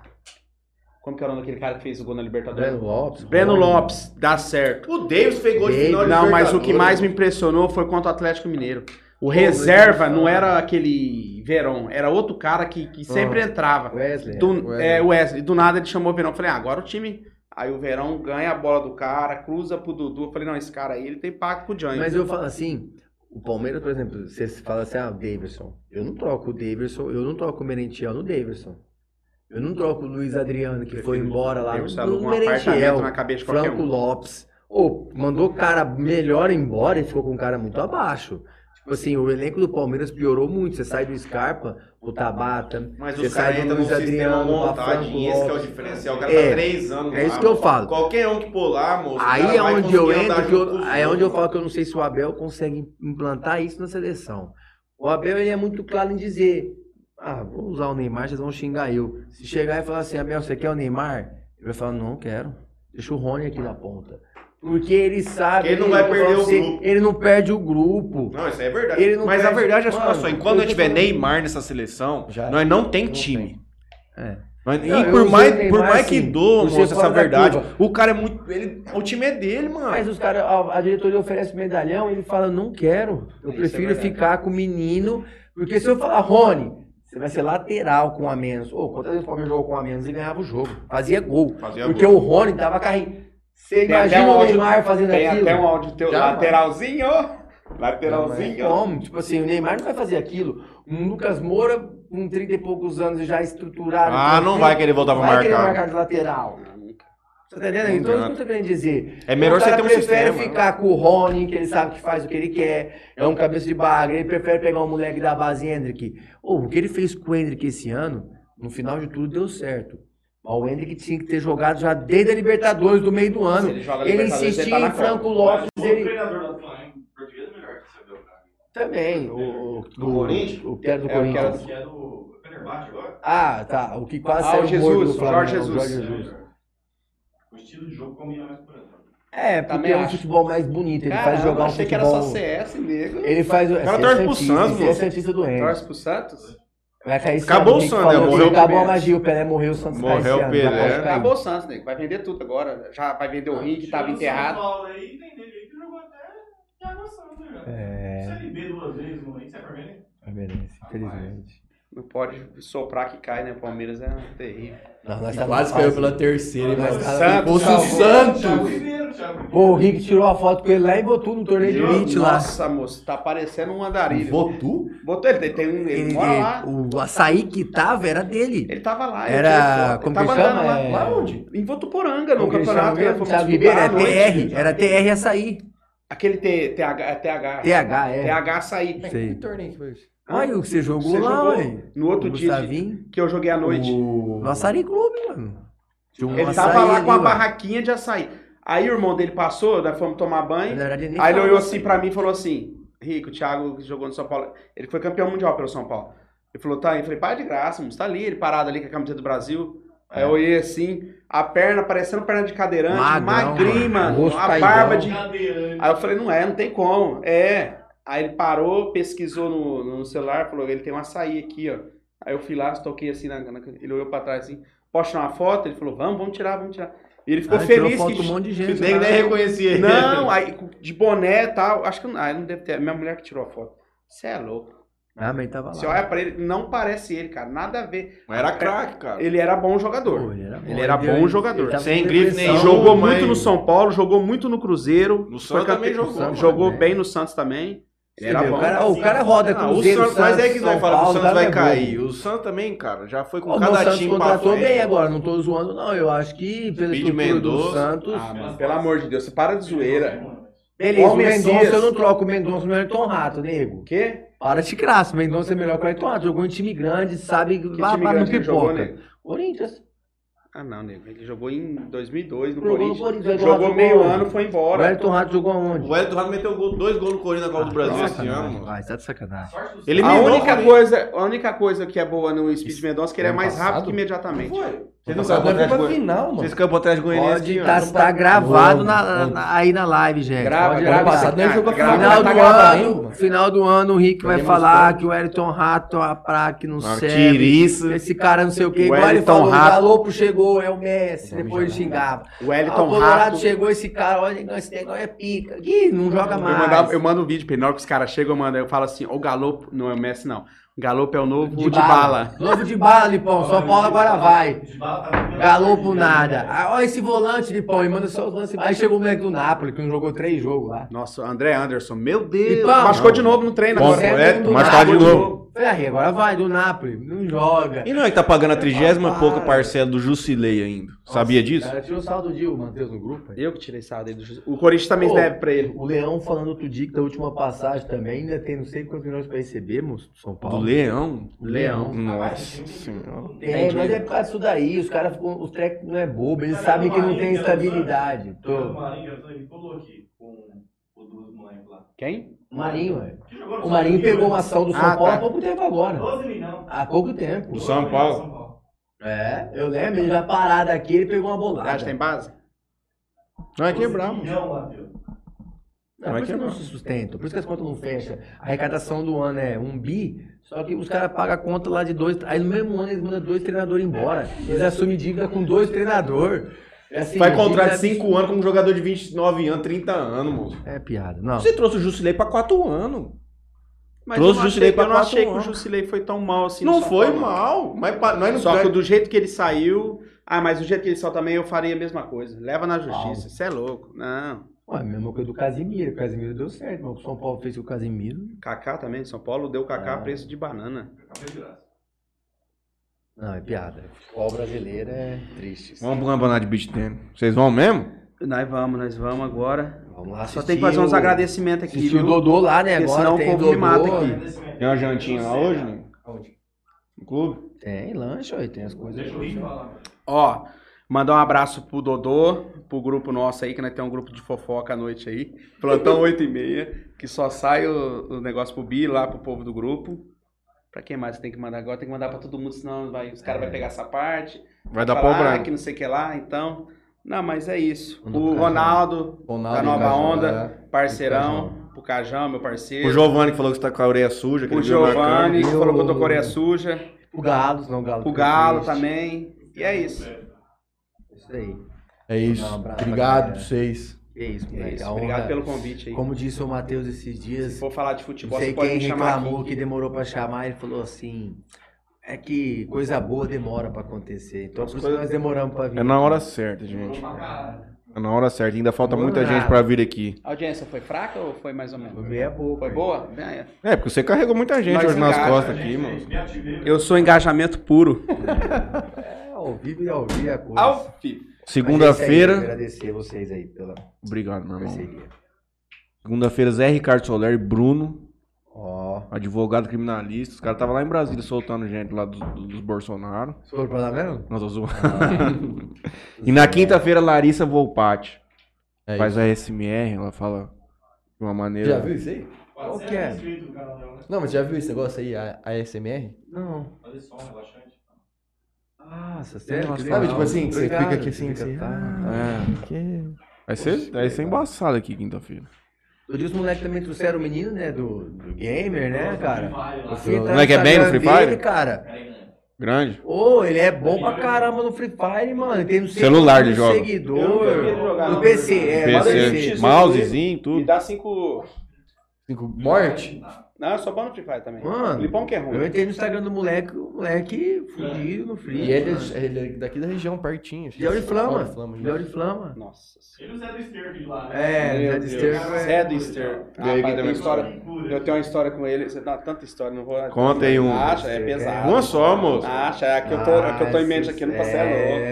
Como que era o nome daquele cara que fez o gol na Libertadores?
Breno Lopes.
Breno Lopes, dá certo.
O Davis fez gol de
Davis.
final de
Não, mas o
Libertadores.
que mais me impressionou foi contra o Atlético Mineiro. O reserva não
é.
era aquele Verón, era outro cara que, que sempre entrava.
Wesley.
Do,
Wesley.
é, o Wesley. Do nada ele chamou o Verão. Falei, ah, agora o time. Aí o Verão ganha a bola do cara, cruza pro Dudu. Eu Falei, não, esse cara aí ele tem pacto com o Johnny.
Mas eu falo assim, o Palmeiras, por exemplo, você fala assim, ah, Davidson, eu não troco o Davidson, eu não troco o Merentiel no Davidson. Eu não troco o Luiz Adriano, que foi embora lá
Eu
no,
sabe,
no
um apartamento
Merentiel,
na cabeça de qualquer
Franco
um.
Lopes. Ou mandou cara melhor embora e ficou com um cara muito abaixo. Tipo assim, o elenco do Palmeiras piorou muito. Você sai do Scarpa, o Tabata.
Mas
você
os caras
sai do
entram num
Luiz
sistema
Adriano, pra Franco
montadinho, esse que é o
Lopes.
diferencial. O cara
É.
tá três
Ah,
anos
É
lá,
isso que eu
mano.
falo.
Qualquer um que pular, moço. o cara
Aí é
vai
onde
conseguir
eu
andar
entro, que
junto com
eu,
os
aí é onde eu
outros.
falo que eu não sei se o Abel consegue implantar isso na seleção. O Abel ele é muito claro em dizer: ah, vou usar o Neymar, vocês vão xingar eu. Se chegar e falar assim, Abel, você quer o Neymar? Ele vai falar: não, quero. Deixa o Rony aqui na ponta. Porque ele sabe.
Ele não vai
eu vou
perder
falar
o
pra você,
grupo.
Ele não perde o grupo.
Não, isso aí é verdade.
Ele não
Mas a
perde-
verdade é só,
Mano,
só enquanto não
eu tô
tiver
falando-
Neymar nessa seleção,
Já
nós não tem
Não
time.
É.
Nós-
Não,
e
eu
por
usei
mais,
o Neymar,
por mais que
assim,
doa,
você
moço, essa
fala da
verdade,
curva.
o cara é muito. ele- o time é dele, mano.
Mas os caras, a, a diretoria oferece medalhão, ele fala, não quero. Eu
Isso
prefiro
é verdade.
ficar com o menino, porque se eu falar, Rony, você vai ser lateral com um a menos. Ô, quantas vezes o Palmeiras jogou com um a menos e ganhava o jogo? Fazia gol.
Fazia
porque
gol.
o Rony dava carrinho. Você
um- Tem até
imagina
um
o
áudio-
Neymar fazendo
Tem
aquilo?
até um áudio teu.
Já,
lateralzinho, ó.
Não tem
Lateralzinho. ó.
como. Tipo assim, o Neymar não vai fazer aquilo. Um Lucas Moura, com 30 e poucos anos, já estruturado.
Ah, não vai querer voltar pra
Vai querer
marcar.
marcar de lateral. Você tá entendendo? Então, isso que eu tô querendo dizer.
É melhor
o cara
você ter um
prefere
sistema.
ficar com o Rony, que ele sabe que faz o que ele quer, é um cabeça de baga, ele prefere pegar um moleque da base Hendrick. Ô, o que ele fez com o Hendrick esse ano, no final de tudo, deu certo. Mas o Hendrick tinha que ter jogado já desde a Libertadores, do meio do ano.
Se ele joga a
Ele
Libertadores, ele
insistia
tá na
em
Copa.
Franco Lopes, ele
treinador do Flamengo português é melhor que o Abel Braga.
também. né? O, o,
Do Corinthians?
O que era do
É, o que era
Corinthians.
Que é do Fenerbahçe agora.
Ah, tá. O que quase
Ah, o
saiu
Jesus,
morto do
o
Flamengo,
Jorge
o
Jesus.
É melhor. O estilo de jogo combina mais com o Brasil.
É,
Também
porque é um
acho.
futebol mais bonito. Ele
Caramba,
faz jogar um
achei
futebol...
que era só CS, nego.
Ele faz. O
cara torce pro Santos,
Ele é
mano.
Santista doente.
Torce pro Santos?
Vai cair
Acabou
Santos,
o
quem
Santos,
falou
né?
que
Morreu o
Acabou a
Pelé.
magia, o Pelé morreu, o Santos cai
Morreu
esse
o
ano,
Pelé.
vai cair.
Acabou o Santos, nego. Vai vender tudo agora. Já vai vender o rim que tava enterrado.
São Paulo aí, tem dele aí que jogou até Thiago Santos, velho.
É,
Série B duas vezes, não é? Isso é vermelho?
Palmeirense, infelizmente.
Não pode soprar que cai, né? Palmeiras é terrível.
Não, nós
E
tá
tava
Quase
fácil.
caiu pela terceira, hein, mas
Nós
Ah, Santos, tá
o
salvou.
Thiago
Santos.
Mineiro, Thiago Mineiro.
Pô, o Rick tirou a foto com ele lá e botou no torneio de 20 lá.
Nossa, moço, tá parecendo um andarilho.
Votu?
Botou ele, tem um, ele, mora lá.
O açaí que tava era dele.
Ele tava lá.
Era.
Ele,
Como
tava
que chama?
andando lá.
É...
lá onde? Em Votuporanga, no
Como que ele chama
campeonato. que nós
mesmo?
fomos
Thiago
disputar
Ribeiro,
à
era
noite.
TR. Era TR açaí.
Aquele T- TH. TH.
TH, é.
TH sair.
Sei.
torneio que foi esse?
Olha o que você jogou
Você
lá,
jogou
ué.
no outro
O
dia de-
Gustavinho.
que eu joguei à noite.
O...
No açaí clube, mano. Tinha um
Ele
açaí
tava lá
ali,
com a
ué.
barraquinha de açaí. Aí o irmão dele passou, nós fomos tomar banho.
Na verdade, ele nem
Aí ele
falava
olhou
açaí.
assim pra mim e falou assim: Rico, o Thiago que jogou no São Paulo. Ele foi campeão mundial pelo São Paulo. Ele falou: tá aí. Eu falei: para de graça, moço. Tá ali, ele parado ali com a camiseta do Brasil. Aí eu olhei assim, a perna parecendo perna de cadeirante,
É. Magrão,
magrinho,
mano.
mano.
Rosto
A
caidão.
barba de.
Cadeira, né?
Aí eu falei: não é, não tem como. É. Aí ele parou, pesquisou no, no celular, falou: ele tem um açaí aqui, ó. Aí eu fui lá, toquei assim, na, na- ele olhou pra trás assim: posso tirar uma foto? Ele falou: vamos, vamos tirar, vamos tirar. E ele ficou
Ah, tirou
feliz
foto
que (laughs)
com um monte de gente.
Nem,
lá.
nem reconheci ele.
não, aí de boné e tal. Acho que não, ah, não deve ter. Minha mulher que tirou a foto. Você é louco.
Ah, mas ele tava lá.
Você olha pra ele, não parece ele, cara. Nada a ver.
Mas Era craque, cara.
Ele era bom
Pô,
jogador.
era bom,
Ele era
deu-
bom jogador.
ele tava
Sem
com
grife
depressão.
nem
jogou
mas-
muito no São Paulo, jogou muito Então, no Cruzeiro.
No
Foi
Santos também
campe-
jogou,
Jogou
mano,
bem no Santos também.
Você
Era
vê,
bom.
É. O cara, é o cara roda
Ah,
com
o
o dedo,
Santos, mas é que
Santos,
nós
São
falamos, o
Paulo,
Santos vai
é bom.
cair. O Santos também, cara, já foi com
Ô, mas O
cada
Santos
time pra
contratou
frente.
bem agora, não tô zoando não. Eu acho que pela
Speed
estrutura do
Mendonça.
Santos...
Ah, mano, pelo amor de Deus, você para de zoeira.
Beleza,
Ó,
o
Messias.
Mendonça eu não troco. O Mendonça é melhor que o Tom Rato, nego.
O quê?
Para de graça. O Mendonça é melhor que o Ayrton Rato. Jogou em time grande, sabe...
Que
lá
time
para no
grande ele jogou,
pipoca.
nego?
Corinthians.
Ah, não, nego. Ele jogou em 2002 no
Jogou no
Corinthians.
Corinthians,
Jogou,
jogou
meio
onde?
ano, foi
O
embora.
Ayrton Rato jogou aonde?
O Hélio do Rato meteu gol- dois gols no Corinthians na
Ah,
Copa do Brasil esse ano. mano.
Vai, tá de sacanagem.
Sorte do
Ele
A
eliminou o
um
única,
Corinthians.
coisa, a única coisa que é boa no Speed Mendonça é que ele é
ano
mais rápido
passado?
que imediatamente.
Vocês não
Nós
sabem
foi
atrás de
é pra
Goiânia.
final, mano.
Vocês ficam atrás de Goiânia
Pode
aqui, ó.
tá, tá gravado
Vamos,
na- na-
vamos.
na- aí na live, gente.
Grava,
Pode
grava,
Ano
gravar.
passado nem
cara,
jogou a
grava,
final.
Final
tá
do,
gravado
ano, final do ano, o Rick vai
Perdemos
falar
tudo.
que o Elton Rato é uma praia que não
Tira
serve.
isso.
Esse cara não sei o que.
O
Igual ele
Wellington
falou, o
Rato.
Galopo chegou, é o Messi. Depois ele xingava.
O
Ah, o
Wellington
Colorado
Rato.
chegou esse cara, olha, esse negócio é pica. Ih, não joga
Eu,
mais.
mandava- eu mando um vídeo pra ele. Na hora que os caras chegam, eu mando. Eu falo assim: o Galopo não é o Messi, não. O Galopo é o novo de, bala.
Novo de bala, Lipão. São Paulo agora vai.
De bala tá
Galopo nada. Ah, olha esse volante, Lipão. E manda só os lances. Aí chegou o moleque do Napoli, que não jogou três jogos lá.
Nossa, André Anderson, meu Deus.
E pá,
machucou
não.
de novo no treino
Bom,
agora.
é,
Machucou
mas tá de
novo.
Ferre, agora vai, do Napoli. Não joga.
E não é que tá pagando a trigésima
Ah,
pouca
para.
parcela do Jusilei ainda. Sabia disso?
Cara, tirou o saldo do Gil, Matheus, no grupo. aí.
Eu que tirei sarro dele. do Jesus. O Corinthians também
Pô.
deve pra ele.
O Leão falando outro dia que da última passagem também ainda tem não sei quantos milhões pra receber, moço, do São
Do
Paulo.
Leão?
Leão.
Nossa senhora.
É, mas é por causa disso daí, os caras, ficam- os técnicos não é bobo, eles sabem que não tem estabilidade.
O
Tô.
Marinho, eu tô aí, colou aqui com o dos moleques lá.
Quem?
O Marinho, velho.
Que jogou no
O Marinho
Flamengo,
pegou uma
né?
ação do São
Ah,
Paulo
tá.
há pouco tempo agora.
12 né? milhão.
Há pouco tempo.
Do São Paulo?
É, eu lembro, ele já parado aqui, ele pegou uma
Você acha que tem
bolada.
base?
é
Vai
quebrar,
quebrar,
mano.
mano.
milhão, Matheus.
Não, por
Vai
isso que não
quebrar.
se sustenta, por isso que as contas não fecham. A arrecadação do ano é um bi, só que os caras pagam a conta lá de dois. Aí no mesmo ano eles mandam dois treinadores embora. Eles assumem dívida com dois treinadores. É assim,
Vai
dívida-
contrato de 5 anos com um jogador de 29 anos, 30 anos, moço.
É piada. Não.
Você trouxe o Jusilei pra 4 anos.
Mas
Trouxe
eu
o
não
Jusilei
achei,
pra
eu não
quatro
achei que o
anos.
Jusilei foi tão mal assim. no
Não
São
foi
Paulo.
mal. Mas pa- nós não é?
Só que
ganhamos.
do jeito que ele saiu. Ah, mas do jeito que ele saiu também, eu faria a mesma coisa. Leva na justiça. Você é louco. Não.
Ué, a mesma coisa do Casimiro. O Casimiro deu certo, mas o que o São Paulo fez com o Casimiro.
Kaká também, São Paulo deu Kaká
Ah.
a
É.
preço de banana.
Acabei de graça.
Não, é piada. Futebol brasileiro é triste.
Vamos pro campeonato de beat tênis. Vocês vão mesmo?
Nós vamos, nós vamos agora.
Vamos lá,
Só
assistir
tem que fazer uns
o-
agradecimentos aqui,
Assistir o
viu?
Dodô lá, né?
Porque
Agora
senão o
tem
povo me
Dodô.
mata aqui.
Tem uma jantinha lá hoje, né?
Onde?
No clube?
Tem lanche, aí tem as coisas.
Deixa o Rick falar.
Ó, mandar um abraço pro Dodô, pro grupo nosso aí, que nós temos um grupo de fofoca à noite aí. Plantão 8 e meia, que só sai o, o negócio pro Bi, lá pro povo do grupo. Pra quem mais tem que mandar agora? Tem que mandar pra todo mundo, senão vai, os caras
É.
vão pegar essa parte.
Vai dar pau
falar "Ah,
branco.
que não sei o que lá, então... Não, mas é isso.
Manda
o
pra cá,
Ronaldo,
Ronaldo,
Da Tá nova
cara,
onda,
é.
parceirão. pro Cajão, meu parceiro.
O Giovanni que falou que você tá com a orelha suja. que
O
ele viu marcando.
Giovanni, que
Eu-
falou que eu tô com a orelha suja.
O Galo, não, o Galo.
O Galo também. E é isso.
Isso aí.
É isso.
Um abraço pra
Obrigado
galera.
pra vocês.
É isso,
É
moleque.
isso.
A
Obrigado
honra-
pelo convite aí.
Como disse o Matheus esses dias,
Se for falar de
não
futebol,
sei
você pode
quem
me chamar
reclamou
aqui.
que demorou pra chamar, ele falou assim: é que coisa boa demora pra acontecer. Então por isso que nós demoramos pra vir.
É na hora certa, gente. É na hora certa. Ainda falta
Demorou
muita gente
nada.
pra vir aqui.
A audiência foi fraca ou foi mais ou
Foi
menos?
meia boca.
Foi boa? É.
É, porque você carregou muita gente
Nós
hoje nas
carregamos,
né,
costas aqui, mano.
Me ativei.
Eu sou engajamento puro.
É, ao vivo e ao vivo a coisa.
Ao vivo.
Mas é isso aí,
Segunda-feira.
Agradecer vocês aí pela
Obrigado, meu irmão.
parceria.
Segunda-feira, Zé Ricardo Soler e Bruno,
Ó.
advogado criminalista. Os caras estavam lá em Brasília soltando gente lá dos, dos Bolsonaro.
Vocês foram pra lá mesmo?
Nós tô zoando. (laughs) E na quinta-feira, Larissa Volpatti.
É
faz a SMR, ela fala de uma
um
maneira.
Já viu isso aí?
Qual que é?
Não, mas já viu esse negócio aí, a a ASMR?
Não.
né? Fazer som né, relaxante.
Nossa, sério? que
Sabe,
legal.
tipo assim, que você
Obrigado,
fica aqui assim,
fica-
assim.
tá.
É. Vai ser, vai ser embaçado aqui quinta-feira.
Outro dia os moleques também trouxeram o menino, né? Do, do gamer, né, cara? Eu fui entrar
Moleque é bem no
Instagram
Free Fire?
dele, cara.
Grande.
Ô, ele é bom pra caramba no Free Fire, mano. Ele tem no
Celular ele joga.
Eu nunca vi ele
seguidor.
jogar,
No
não.
PC, é,
mas
PC,
eu desisti,
PC.
mousezinho,
Me
tudo.
dá cinco.
Cinco- Morte?
Não, eu sou bom no Free Fire também.
Mano,
Lipão que é
Eu
ruim.
entrei no Instagram do moleque, o moleque fudido no Free.
E ele
mano.
é, ele é daqui da região, pertinho.
é
assim. É
de Auriflama.
Flama.
De Auriflama.
Nossa. senhora.
Ele usa do esquerdo de lá, né?
É,
Meu
Zé de
Deus.
Sterco é-
Zé do Ster.
E aí, quem tem
Rapaz, tem
mais
história.
história?
Eu tenho uma história com ele. Você dá tanta história, não vou.
Conta aí um.
Acha, é pesado.
Uma só, moço.
Acha, é a que eu tô, a que eu tô em mente aqui no
Ah,
Pastel.
é,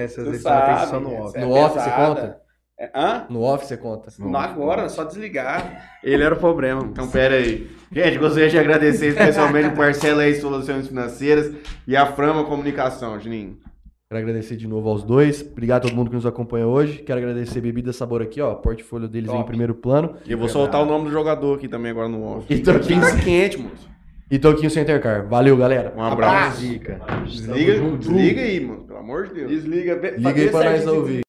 Você
essas histórias tem que
sabe.
só no off.
essa é
No off você
pesada.
conta?
É, hã?
No off você conta.
Não agora, é só desligar.
Ele era o problema. Então, pera aí. Gente, gostaria de agradecer especialmente o Marcelo aí, Soluções Financeiras e a Frama Comunicação, Juninho.
Quero agradecer de novo aos dois. Obrigado a todo mundo que nos acompanha hoje. Quero agradecer Bebida Sabor aqui, ó. Portfólio deles em
Top.
primeiro plano.
E eu vou soltar o nome do jogador aqui também agora no off.
E Toquinho,
Pinça Então, quente, moço.
e Toquinho Center Car. Valeu, galera.
Um abraço.
Zica.
Desliga, desliga aí, mano. Pelo amor de Deus.
Desliga.
Liga aí pra nós ouvir.